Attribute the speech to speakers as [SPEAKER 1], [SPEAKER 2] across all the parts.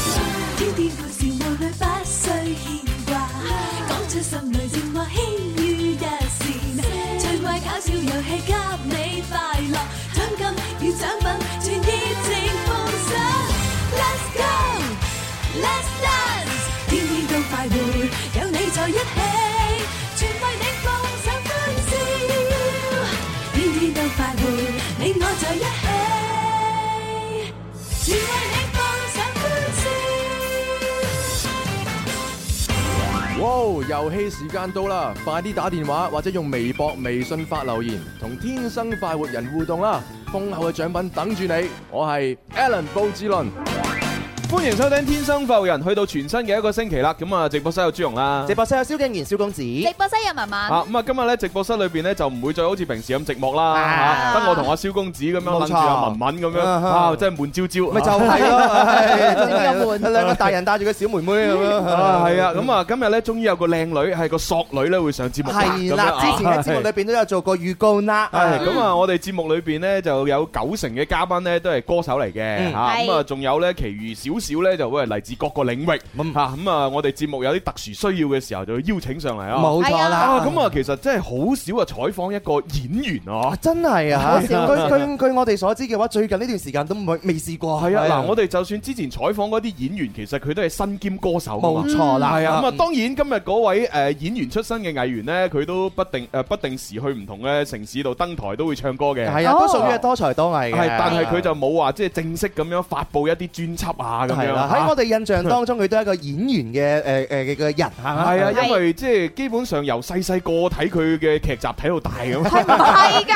[SPEAKER 1] 天天歡笑，無慮不需牽掛，講出心裏情話，輕於一線。趣味搞笑遊戲給你快樂，獎金與獎品全熱情奉上。Let's go，Let's dance，天天都快活，有你在一起，全為你放上歡笑。天天都快活，你我在一起，全為你放上歡笑。
[SPEAKER 2] 哇！遊戲時間到啦，快啲打電話或者用微博、微信發留言，同天生快活人互動啦！豐厚嘅獎品等住你。我係 Alan 布志倫，
[SPEAKER 3] 歡迎收聽《天生浮人》，去到全新嘅一個星期啦。咁啊，直播室有朱容啦。
[SPEAKER 4] 直播室有蕭敬元、蕭公子，
[SPEAKER 5] 直播室有文文，
[SPEAKER 3] 啊，咁啊，今日咧直播室裏邊咧就唔 會再好似平時咁寂寞啦，
[SPEAKER 4] 啊
[SPEAKER 3] 啊得我同阿蕭公子咁樣
[SPEAKER 4] 冇
[SPEAKER 3] 攬
[SPEAKER 4] 錯
[SPEAKER 3] 住阿文文咁樣，
[SPEAKER 4] 啊哈
[SPEAKER 3] 啊，真係悶焦焦。
[SPEAKER 4] 咪就
[SPEAKER 3] 啊
[SPEAKER 4] 係咯，唉真
[SPEAKER 5] 有冇
[SPEAKER 4] 係
[SPEAKER 5] 換
[SPEAKER 4] 兩個大人帶住個小妹妹咁樣，
[SPEAKER 3] 啊，係啊，咁啊，今日咧終於有個靚女，係個索女咧會上節目啦。
[SPEAKER 4] 係啦，
[SPEAKER 3] 咁樣啊
[SPEAKER 4] 之前喺節目裏邊都有做過預告啦，
[SPEAKER 3] 係咁啊！我哋節目裏邊咧就有九成嘅嘉賓咧都係歌手嚟嘅
[SPEAKER 4] 嗯
[SPEAKER 3] 嚇，咁啊
[SPEAKER 5] 係
[SPEAKER 3] 仲有咧，其餘少少咧就會係嚟自各個領域
[SPEAKER 4] 嗯
[SPEAKER 3] 嚇。咁啊，我哋節目有啲特殊需要嘅時候就會邀請上嚟啊。
[SPEAKER 4] 冇錯
[SPEAKER 3] 啊，
[SPEAKER 4] 啦，
[SPEAKER 3] 咁啊，其實真係好少啊採訪一個演員啊
[SPEAKER 4] 啊。真係啊，
[SPEAKER 5] 好
[SPEAKER 4] 據
[SPEAKER 5] 笑
[SPEAKER 4] 據據我哋所知嘅話，最近呢段時間都未未試過，
[SPEAKER 3] 係啊，嗱，我哋就算之前採訪嗰啲演員，其實佢都係身兼歌手㗎嘛
[SPEAKER 4] 冇錯啦，
[SPEAKER 3] 係啊，咁啊，
[SPEAKER 4] 嗯
[SPEAKER 3] 當然今日嗰位誒演員出身嘅藝員呢，佢都不定呃誒不定時去唔同嘅城市度登台都會唱歌嘅。
[SPEAKER 4] 係啊，都屬於係多才多藝嘅，
[SPEAKER 3] 係，但係佢就冇話即係正式咁樣發布一啲專輯啊咁
[SPEAKER 4] 係
[SPEAKER 3] 樣
[SPEAKER 4] 啦，
[SPEAKER 3] 嚇
[SPEAKER 4] 喺我哋印象當中，佢都係一個演員嘅誒誒嘅嘅人嚇，
[SPEAKER 3] 係啊，
[SPEAKER 5] 係
[SPEAKER 3] 因為即係基本上由細細個睇佢嘅劇集睇到大咁，
[SPEAKER 5] 係唔係㗎？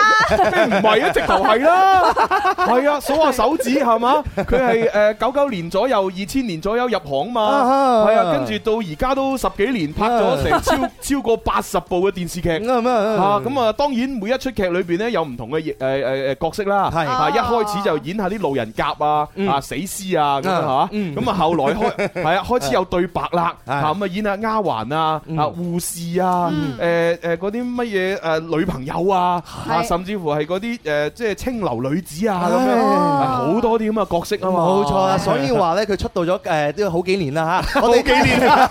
[SPEAKER 3] 唔係啊，直頭係啦， 係啊，數下手指係嘛，佢係誒九九年左右、二千年左右入行嘛，
[SPEAKER 4] 啊
[SPEAKER 3] 係啊，啊跟住到而家都十幾年拍咗成超超過八十部嘅電視劇。
[SPEAKER 4] 咁
[SPEAKER 3] 啊，
[SPEAKER 4] 啊
[SPEAKER 3] 咁啊，當然每一出劇裏邊咧有唔同嘅誒誒誒角色啦，
[SPEAKER 4] 係
[SPEAKER 3] 啊，一開始就演下啲路人甲啊，
[SPEAKER 4] 嗯
[SPEAKER 3] 啊死屍啊咁樣
[SPEAKER 4] 啊
[SPEAKER 3] 嚇，咁啊後來開 係啊開始有對白啦，
[SPEAKER 4] 係
[SPEAKER 3] 啊咁啊演下丫鬟啊，
[SPEAKER 4] 嗯
[SPEAKER 3] 啊護士啊，誒誒嗰啲乜嘢誒女朋友啊，啊
[SPEAKER 5] 係
[SPEAKER 3] 甚至乎係嗰啲誒即係清流女子啊咁樣，
[SPEAKER 4] 唉
[SPEAKER 3] 啊好多啲咁嘅角色啊嘛，
[SPEAKER 4] 冇錯啦，所以話咧，佢出道咗誒都好幾年啦 嚇，我哋幾年，啊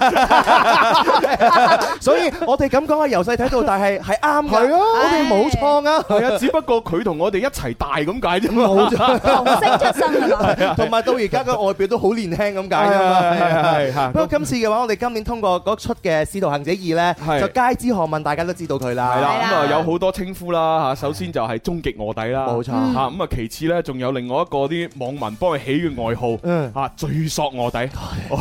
[SPEAKER 4] 所以我哋咁講啊，由細睇到大係係啱嘅，係啊，我哋冇錯啊，
[SPEAKER 3] 係啊，只不過佢同我哋一齊大咁解啫嘛。
[SPEAKER 4] 冇 錯，啊
[SPEAKER 5] 童星出身係嘛？
[SPEAKER 4] 同埋到而家嘅外表都好年輕咁解㗎嘛，啊係啊。
[SPEAKER 3] 係係係
[SPEAKER 4] 不過今次嘅話，我哋今年通過嗰出嘅《使徒行者二》
[SPEAKER 3] 係
[SPEAKER 4] 咧，就街知巷問，大家都知道佢啦。
[SPEAKER 3] 係啦，
[SPEAKER 5] 係啦
[SPEAKER 3] 咁啊有好多稱呼啦嚇，首先就係終極卧底啦，
[SPEAKER 4] 冇錯
[SPEAKER 3] 嚇咁啊其次咧仲有另外一個啲網民幫佢起嘅外號
[SPEAKER 4] 嗯
[SPEAKER 3] 嚇，最索卧底，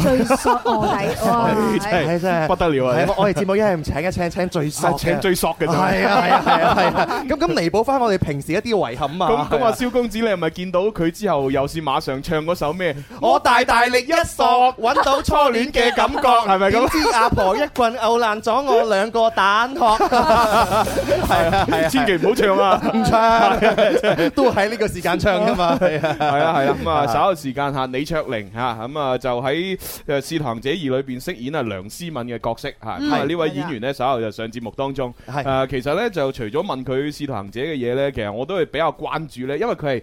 [SPEAKER 5] 最索卧底哇！
[SPEAKER 3] 真
[SPEAKER 4] 係真
[SPEAKER 3] 係
[SPEAKER 4] 係
[SPEAKER 3] 不得了
[SPEAKER 4] 係
[SPEAKER 3] 啊！
[SPEAKER 4] 我我哋節目一係唔請一請請最索
[SPEAKER 3] 係
[SPEAKER 4] 嘅，
[SPEAKER 3] 請最索嘅啫。
[SPEAKER 4] 係啊係啊係啊係 啊，咁咁彌補翻我哋平時一啲遺憾
[SPEAKER 3] 咁
[SPEAKER 4] 啊。
[SPEAKER 3] 咁啊，蕭公子你係咪見到佢之後又是馬上唱嗰首咩？
[SPEAKER 4] 我大大力一索，揾到初戀嘅感覺，
[SPEAKER 3] 係咪
[SPEAKER 4] 點
[SPEAKER 3] 咁
[SPEAKER 4] 知阿婆一棍毆爛咗我兩個蛋 殼，係啊係啊，
[SPEAKER 3] 千祈唔好唱啊！
[SPEAKER 4] 唔 唱，都喺呢個時間唱噶嘛，係啊。
[SPEAKER 3] 係啊係啦，咁啊稍後時間嚇李卓玲嚇咁啊就喺誒《使徒行者二》裏邊飾演啊梁思敏嘅角色嚇，咁啊
[SPEAKER 5] 嗯
[SPEAKER 3] 呢位演員咧稍後就上節目當中，
[SPEAKER 4] 係
[SPEAKER 3] 誒其實咧就除咗問佢《使徒行者》嘅嘢咧，其實我都係比較關注咧，因為佢係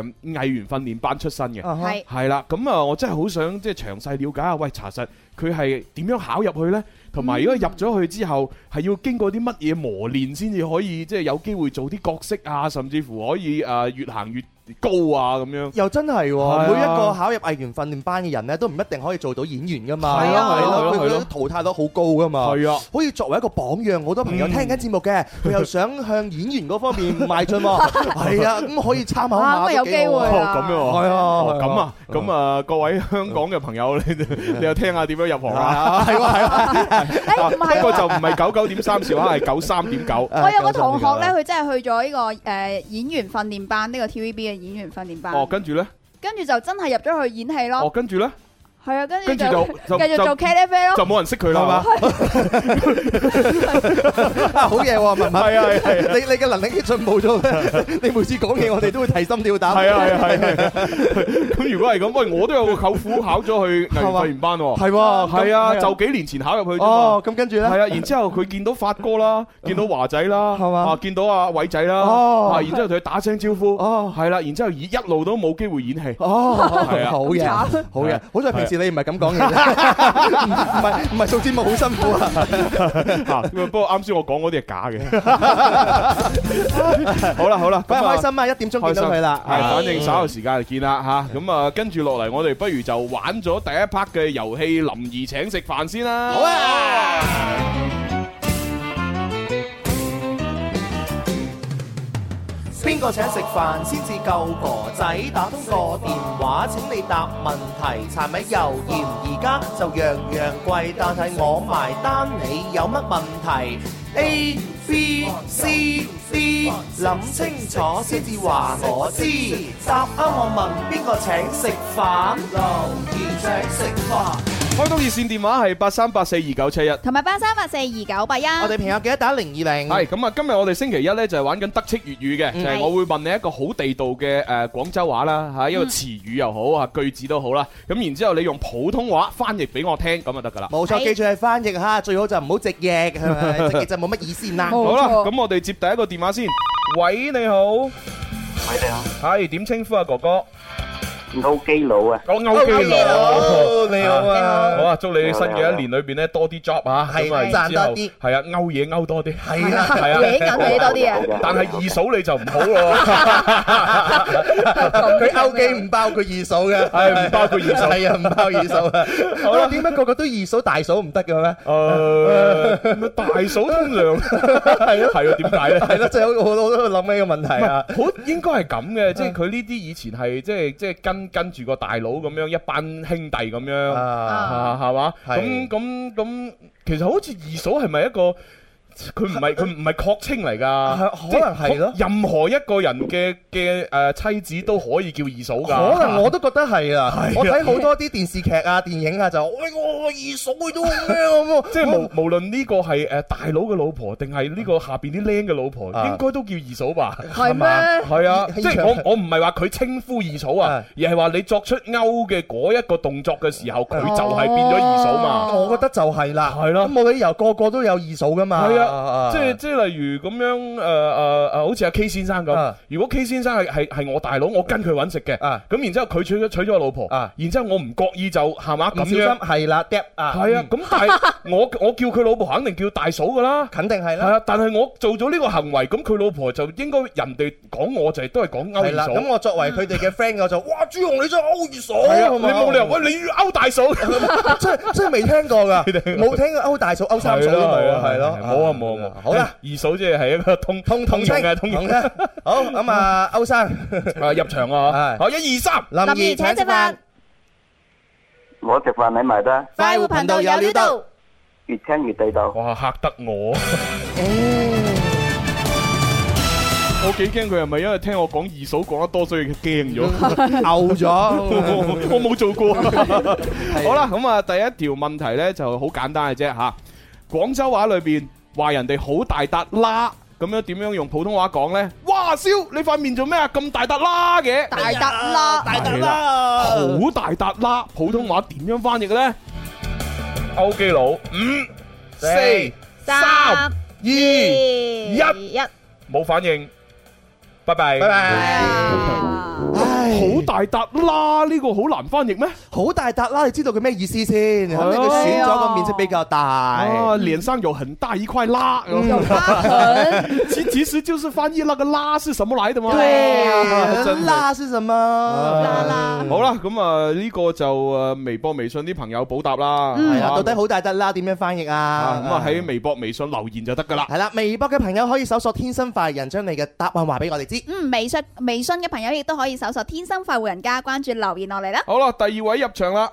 [SPEAKER 3] 誒藝員訓練班出身嘅，
[SPEAKER 5] 係
[SPEAKER 3] 係啦，咁啊我真係好想即係詳細了解下，喂查實佢係點樣考入去咧？同埋如果入咗去之後，係要經過啲乜嘢磨練先至可以即係有機會做啲角色啊，甚至乎可以誒越行越高啊咁樣。
[SPEAKER 4] 又真係
[SPEAKER 3] 係啊
[SPEAKER 4] 喎，每一個考入藝員訓練班嘅人咧，都唔一定可以做到演員噶嘛，
[SPEAKER 3] 係
[SPEAKER 5] 啊
[SPEAKER 4] 係
[SPEAKER 3] 係咯
[SPEAKER 4] 咯，
[SPEAKER 3] 係
[SPEAKER 4] 佢
[SPEAKER 3] 咯
[SPEAKER 4] 佢淘汰率好高噶嘛。
[SPEAKER 3] 係啊，
[SPEAKER 4] 可以作為一個榜樣，好多朋友
[SPEAKER 3] 嗯
[SPEAKER 4] 聽緊節目嘅，佢又想向演員嗰方面邁進 喎。係啊，咁可以參考
[SPEAKER 5] 啊，
[SPEAKER 4] 下
[SPEAKER 5] 咁啊有
[SPEAKER 4] 都
[SPEAKER 5] 機
[SPEAKER 4] 幾好
[SPEAKER 5] 會
[SPEAKER 4] 啊。
[SPEAKER 5] 啦。
[SPEAKER 3] 哦咁樣喎
[SPEAKER 4] 係啊，
[SPEAKER 3] 哦咁啊，
[SPEAKER 4] 係啊
[SPEAKER 3] 咁啊，各位香港嘅朋友，你你又聽下點樣入行 啊？
[SPEAKER 4] 啊，係喎係喎。
[SPEAKER 5] 誒唔
[SPEAKER 3] 不過
[SPEAKER 5] 係，
[SPEAKER 3] 就唔係九九點三兆赫，係九三點九。
[SPEAKER 5] 我有個同學咧，佢真係去咗呢個誒演員訓練班，呢個 TVB 嘅演員訓練班，
[SPEAKER 3] 哦，跟住咧，
[SPEAKER 5] 跟住就真係入咗去演戲
[SPEAKER 3] 哦，
[SPEAKER 5] 咯。
[SPEAKER 3] 跟住咧，
[SPEAKER 5] 係啊，跟住
[SPEAKER 3] 跟住
[SPEAKER 5] 就
[SPEAKER 3] 就就
[SPEAKER 5] 繼續
[SPEAKER 3] 就
[SPEAKER 5] 做 K T V 咯。
[SPEAKER 3] 就冇人識佢啦，
[SPEAKER 4] Ờ.
[SPEAKER 3] 係
[SPEAKER 4] 哦
[SPEAKER 3] 嘛？
[SPEAKER 4] 啊，好嘢喎，文文。
[SPEAKER 3] 係啊係啊係
[SPEAKER 4] 你你嘅能力已經進步咗咧，你每次講嘢我哋都會提心吊膽。
[SPEAKER 3] 係啊係啊係啊。咁如果係咁，喂，我都有個舅父考咗去藝術研班喎。
[SPEAKER 4] 係喎，哦咁
[SPEAKER 3] 係啊，就幾年前考入去啫嘛
[SPEAKER 4] 哦，。咁跟住咧，
[SPEAKER 3] 係啊，然之後佢見到發哥 啦，見到華仔啦，
[SPEAKER 4] 係嘛
[SPEAKER 3] 啊，見到阿偉仔啦，
[SPEAKER 4] 哦
[SPEAKER 3] 啊，然之後同佢打聲招呼，
[SPEAKER 4] 哦
[SPEAKER 3] 係啦，然之後一一路都冇機會演戲。
[SPEAKER 4] 哦，
[SPEAKER 3] 係啊
[SPEAKER 4] 好嘢，
[SPEAKER 5] 咁
[SPEAKER 4] 好嘢，好在平時你唔係咁講 嘅，唔係唔係做節目好辛苦啊！
[SPEAKER 3] 吓，咁啊不過啱先我講嗰啲係假 嘅。好啦好啦，咁
[SPEAKER 4] 咁
[SPEAKER 3] 啊
[SPEAKER 4] 開心啊！一點鐘見到佢啦，
[SPEAKER 3] 系，反正稍後時間就見啦吓。咁啊，跟住落嚟，我哋不如就玩咗第一 part 嘅遊戲林兒請食飯先啦。好啊！
[SPEAKER 6] 邊個請食飯先至夠婆仔？打通個電話請你答問題，柴米油鹽而家就樣樣貴，但係我埋單，你有乜問題？A B C D，諗清楚先至話我知。答啱我問邊個請食飯？留言請食飯。
[SPEAKER 3] 開通熱線電話係八三八四二九七一。
[SPEAKER 5] 同埋八三八四二九八一，
[SPEAKER 6] 我哋朋友記得打零二零。
[SPEAKER 3] 係咁啊！今日我哋星期一咧就係玩緊德式粵語嘅，就係我會問你一個好地道嘅誒廣州話啦嚇，一個詞語又好啊句子都好啦。咁然之後你用普通話翻譯俾我聽咁就得㗎啦。
[SPEAKER 6] 冇錯，
[SPEAKER 5] 係
[SPEAKER 6] 記住係翻譯嚇，最好就唔好直譯，係 咪直譯就冇乜意思啦。
[SPEAKER 5] 冇
[SPEAKER 3] 好啦，
[SPEAKER 5] 錯
[SPEAKER 3] 咁我哋接第一個電話先。喂，你好。喂，你好。係點稱呼啊，哥哥？
[SPEAKER 7] 勾基佬啊，
[SPEAKER 3] 我歐基佬。
[SPEAKER 6] 好，你好啊
[SPEAKER 3] 好，啊！祝你新嘅一年裏邊咧多啲 job 啊，
[SPEAKER 6] 係
[SPEAKER 3] 咁啊
[SPEAKER 6] 賺
[SPEAKER 3] 之後
[SPEAKER 6] 多啲
[SPEAKER 3] 係啊，勾嘢勾多啲。
[SPEAKER 6] 係啦，
[SPEAKER 3] 係啊
[SPEAKER 5] 嘢引你多啲啊！
[SPEAKER 3] 但係二嫂你就唔好 咯，
[SPEAKER 6] 佢勾機唔包佢二嫂嘅，
[SPEAKER 3] 係唔包佢二嫂
[SPEAKER 6] 係啊，唔包二嫂 啊。
[SPEAKER 3] 好啦
[SPEAKER 6] 咁點解個個都二嫂大嫂唔得嘅咩？
[SPEAKER 3] 誒，大嫂通量係咯，係啊，點解咧？
[SPEAKER 6] 係咯，即係我我我都諗起個問題啊。
[SPEAKER 3] 好應該係咁嘅，即係佢呢啲以前係即係即係跟跟住個大佬咁樣一班兄弟咁樣，
[SPEAKER 6] 啊，
[SPEAKER 3] 啊係嘛？咁
[SPEAKER 6] 係
[SPEAKER 3] 咁咁，其實好似二嫂係咪一個？佢唔係佢唔係確稱嚟㗎，
[SPEAKER 6] 可能係咯
[SPEAKER 3] 即任何一個人嘅嘅誒妻子都可以叫二嫂㗎。
[SPEAKER 6] 可能我都覺得係啊。我睇好多啲電視劇啊、電影啊，就喂我二嫂佢都咁樣咁喎
[SPEAKER 3] 即係無無論呢個係誒大佬嘅老婆，定係呢個下邊啲僆嘅老婆，
[SPEAKER 6] 啊
[SPEAKER 3] 應該都叫二嫂吧？
[SPEAKER 5] 係咩？
[SPEAKER 3] 係啊，
[SPEAKER 6] 現
[SPEAKER 3] 即係我我唔係話佢稱呼二嫂啊
[SPEAKER 6] 啊，
[SPEAKER 3] 而係話你作出勾嘅嗰一個動作嘅時候，佢
[SPEAKER 6] 哦
[SPEAKER 3] 就係變咗二嫂嘛。
[SPEAKER 6] 我覺得就係啦，
[SPEAKER 3] 係咯
[SPEAKER 6] 咁冇理由個個都有二嫂噶嘛。
[SPEAKER 3] 係啊，即係即係例如咁樣誒誒誒，好似阿 K 先生咁
[SPEAKER 6] 啊。
[SPEAKER 3] 如果 K 先生係係係我大佬，我跟佢揾食嘅，
[SPEAKER 6] 啊
[SPEAKER 3] 咁然之後佢娶咗娶咗我老婆
[SPEAKER 6] 啊，
[SPEAKER 3] 然之後我唔覺意就係嘛咁
[SPEAKER 6] 唔小
[SPEAKER 3] 樣
[SPEAKER 6] 心，係啦，嗒啊，
[SPEAKER 3] 係啊。咁但係我我叫佢老婆肯定叫大嫂噶啦
[SPEAKER 6] 嗯，。肯定係
[SPEAKER 3] 系
[SPEAKER 6] 啦。
[SPEAKER 3] 啊，但係我做咗呢個行為，咁佢老婆就應該人哋講我就係都係講勾
[SPEAKER 6] 係
[SPEAKER 3] 二
[SPEAKER 6] 啦，
[SPEAKER 3] 嫂。
[SPEAKER 6] 咁我作為佢哋嘅 friend，我就哇朱紅你 真係勾二嫂，
[SPEAKER 3] 係啊，
[SPEAKER 6] 係
[SPEAKER 3] 你
[SPEAKER 6] 嘛
[SPEAKER 3] 冇理由，喂你要勾大嫂。
[SPEAKER 6] 真係真係未聽過㗎，
[SPEAKER 3] 聽
[SPEAKER 6] 冇聽過勾大嫂、勾三嫂都冇啊，係咯，
[SPEAKER 3] 冇啊冇啊冇。
[SPEAKER 6] 好啦，，
[SPEAKER 3] 二嫂即係一個通
[SPEAKER 6] 通通
[SPEAKER 3] 用
[SPEAKER 6] 稱
[SPEAKER 3] 嘅通用
[SPEAKER 6] 稱好 咁啊，歐生、
[SPEAKER 3] 啊入場啊，
[SPEAKER 6] 係
[SPEAKER 3] 好一二三，
[SPEAKER 6] 林
[SPEAKER 5] 林
[SPEAKER 6] 怡
[SPEAKER 5] 怡請食飯，，
[SPEAKER 7] 我食飯你埋得，
[SPEAKER 5] 快活頻道有料到，
[SPEAKER 7] 越聽越地道。
[SPEAKER 3] 哇嚇得我， 我幾驚佢係咪因為聽我講二嫂講得多，所以佢驚咗？
[SPEAKER 2] 嗯
[SPEAKER 6] 牛咗。
[SPEAKER 3] 我 我冇做過。好啦，咁啊，第一條問題咧就好簡單嘅啫吓。廣州話裏邊話人哋好大笪啦，咁樣點樣用普通話講咧？哇，燒你塊面做咩啊？咁大笪啦嘅，
[SPEAKER 5] 大得啦，
[SPEAKER 6] 大得啦，
[SPEAKER 3] 好大笪啦，普通話點樣翻譯嘅咧？歐基佬，五、四、三、
[SPEAKER 6] 二，拜
[SPEAKER 3] 一，冇反應，拜拜。
[SPEAKER 6] 拜。
[SPEAKER 3] 好大笪啦，呢個好難翻譯咩？
[SPEAKER 6] 好大笪啦，你知道佢咩意思先？肯定佢
[SPEAKER 3] 係啊
[SPEAKER 6] 選咗個面積比較
[SPEAKER 3] 啊，
[SPEAKER 6] 大。
[SPEAKER 3] 臉上有很大一塊啦。
[SPEAKER 6] 嗯
[SPEAKER 3] 其其實就是翻譯那個啦是什麼來的嗎？
[SPEAKER 6] 對
[SPEAKER 3] 啊真係
[SPEAKER 6] 啦是什麼？啦
[SPEAKER 5] 啦
[SPEAKER 3] 好啦，咁啊呢個就诶微博、微信啲朋友補答啦。
[SPEAKER 6] 係啦，
[SPEAKER 3] 啊
[SPEAKER 6] 嗯到底好大笪啦點樣翻譯
[SPEAKER 3] 啊
[SPEAKER 6] 啊？
[SPEAKER 3] 咁啊喺微博、微信留言就得噶啦。
[SPEAKER 6] 係啦，微博嘅朋友可以搜索天生快活人，將你嘅答案話俾我哋知。
[SPEAKER 5] 嗯，微信微信嘅朋友亦都可以搜索“天生快活人家”，關注留言落嚟啦。
[SPEAKER 3] 好啦，第二位入場啦。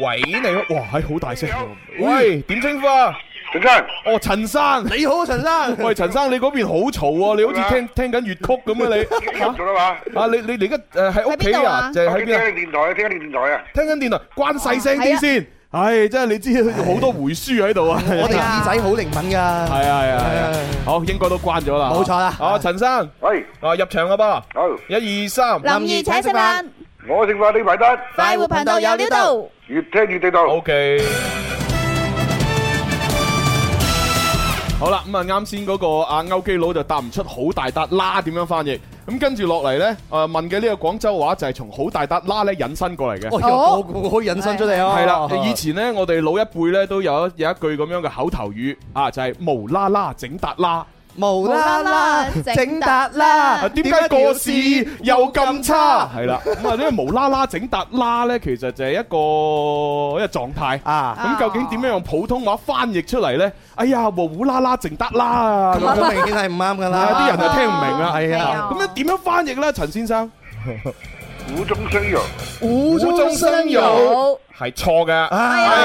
[SPEAKER 3] 喂，你好，哇，哎係好大聲喎。喂，點稱呼啊？
[SPEAKER 7] 先生，
[SPEAKER 3] 哦，陳生。
[SPEAKER 6] 你好，陳生。
[SPEAKER 3] 喂，陳生，你嗰邊好嘈喎，你好似聽聽緊粵曲咁啊！ 你嚇
[SPEAKER 7] 做啦嘛？
[SPEAKER 3] 啊，你你你而家誒喺屋企
[SPEAKER 5] 喺邊度
[SPEAKER 3] 啊？
[SPEAKER 5] 啊
[SPEAKER 3] 就係
[SPEAKER 7] 我
[SPEAKER 3] 喺
[SPEAKER 7] 聽
[SPEAKER 3] 邊啊？
[SPEAKER 7] 緊電台，聽緊電台啊！
[SPEAKER 3] 聽緊電台，關細聲
[SPEAKER 5] 哦啊
[SPEAKER 3] 啲先。唉，真係你知好多回書喺 度啊！
[SPEAKER 6] 我哋耳仔好靈敏
[SPEAKER 3] 係
[SPEAKER 6] 噶。
[SPEAKER 3] 啊係啊係啊，好應該都關咗啦。
[SPEAKER 6] 冇錯啦
[SPEAKER 3] 啊，陳生
[SPEAKER 7] 喂，
[SPEAKER 3] 啊，入場啦
[SPEAKER 7] 好，
[SPEAKER 6] ừ,
[SPEAKER 3] 噃，一二三。
[SPEAKER 5] 林怡請食飯，
[SPEAKER 7] 我食飯你埋得，
[SPEAKER 5] 快活頻道有料到。
[SPEAKER 7] 越聽越地道。
[SPEAKER 3] O K。好啦，咁啊，啱先嗰個阿歐基佬就答唔出好大笪啦點樣翻譯，咁跟住落嚟呢，誒問嘅呢個廣州話就係從好大笪啦咧引申過嚟嘅。
[SPEAKER 4] 哦，又個個可以引申出嚟啊！
[SPEAKER 3] 係啦，以前呢，我哋老一輩呢都有一有一句咁樣嘅口頭語啊，就係無啦啦整笪啦。
[SPEAKER 4] 無啦啦整達
[SPEAKER 3] 啊
[SPEAKER 4] 啦，
[SPEAKER 3] 點解個市又咁差？係啦，咁啊呢個無啦啦整笪啦呢，其實就係一個一個狀態。
[SPEAKER 4] 啊？
[SPEAKER 3] 咁究竟點樣用普通話翻譯出嚟呢？哎呀，無烏啦啦淨得啦
[SPEAKER 4] 咁
[SPEAKER 3] 咁樣
[SPEAKER 4] 好明顯係唔啱噶
[SPEAKER 3] 啊
[SPEAKER 4] 啦，
[SPEAKER 3] 啲人就聽唔明啦，係
[SPEAKER 5] 係
[SPEAKER 3] 啊
[SPEAKER 5] 啊，
[SPEAKER 3] 咁樣點樣翻譯呢？陳先生
[SPEAKER 7] 無中生有，
[SPEAKER 4] 無
[SPEAKER 5] 有，
[SPEAKER 3] 係錯嘅，
[SPEAKER 5] 哎
[SPEAKER 4] 啊！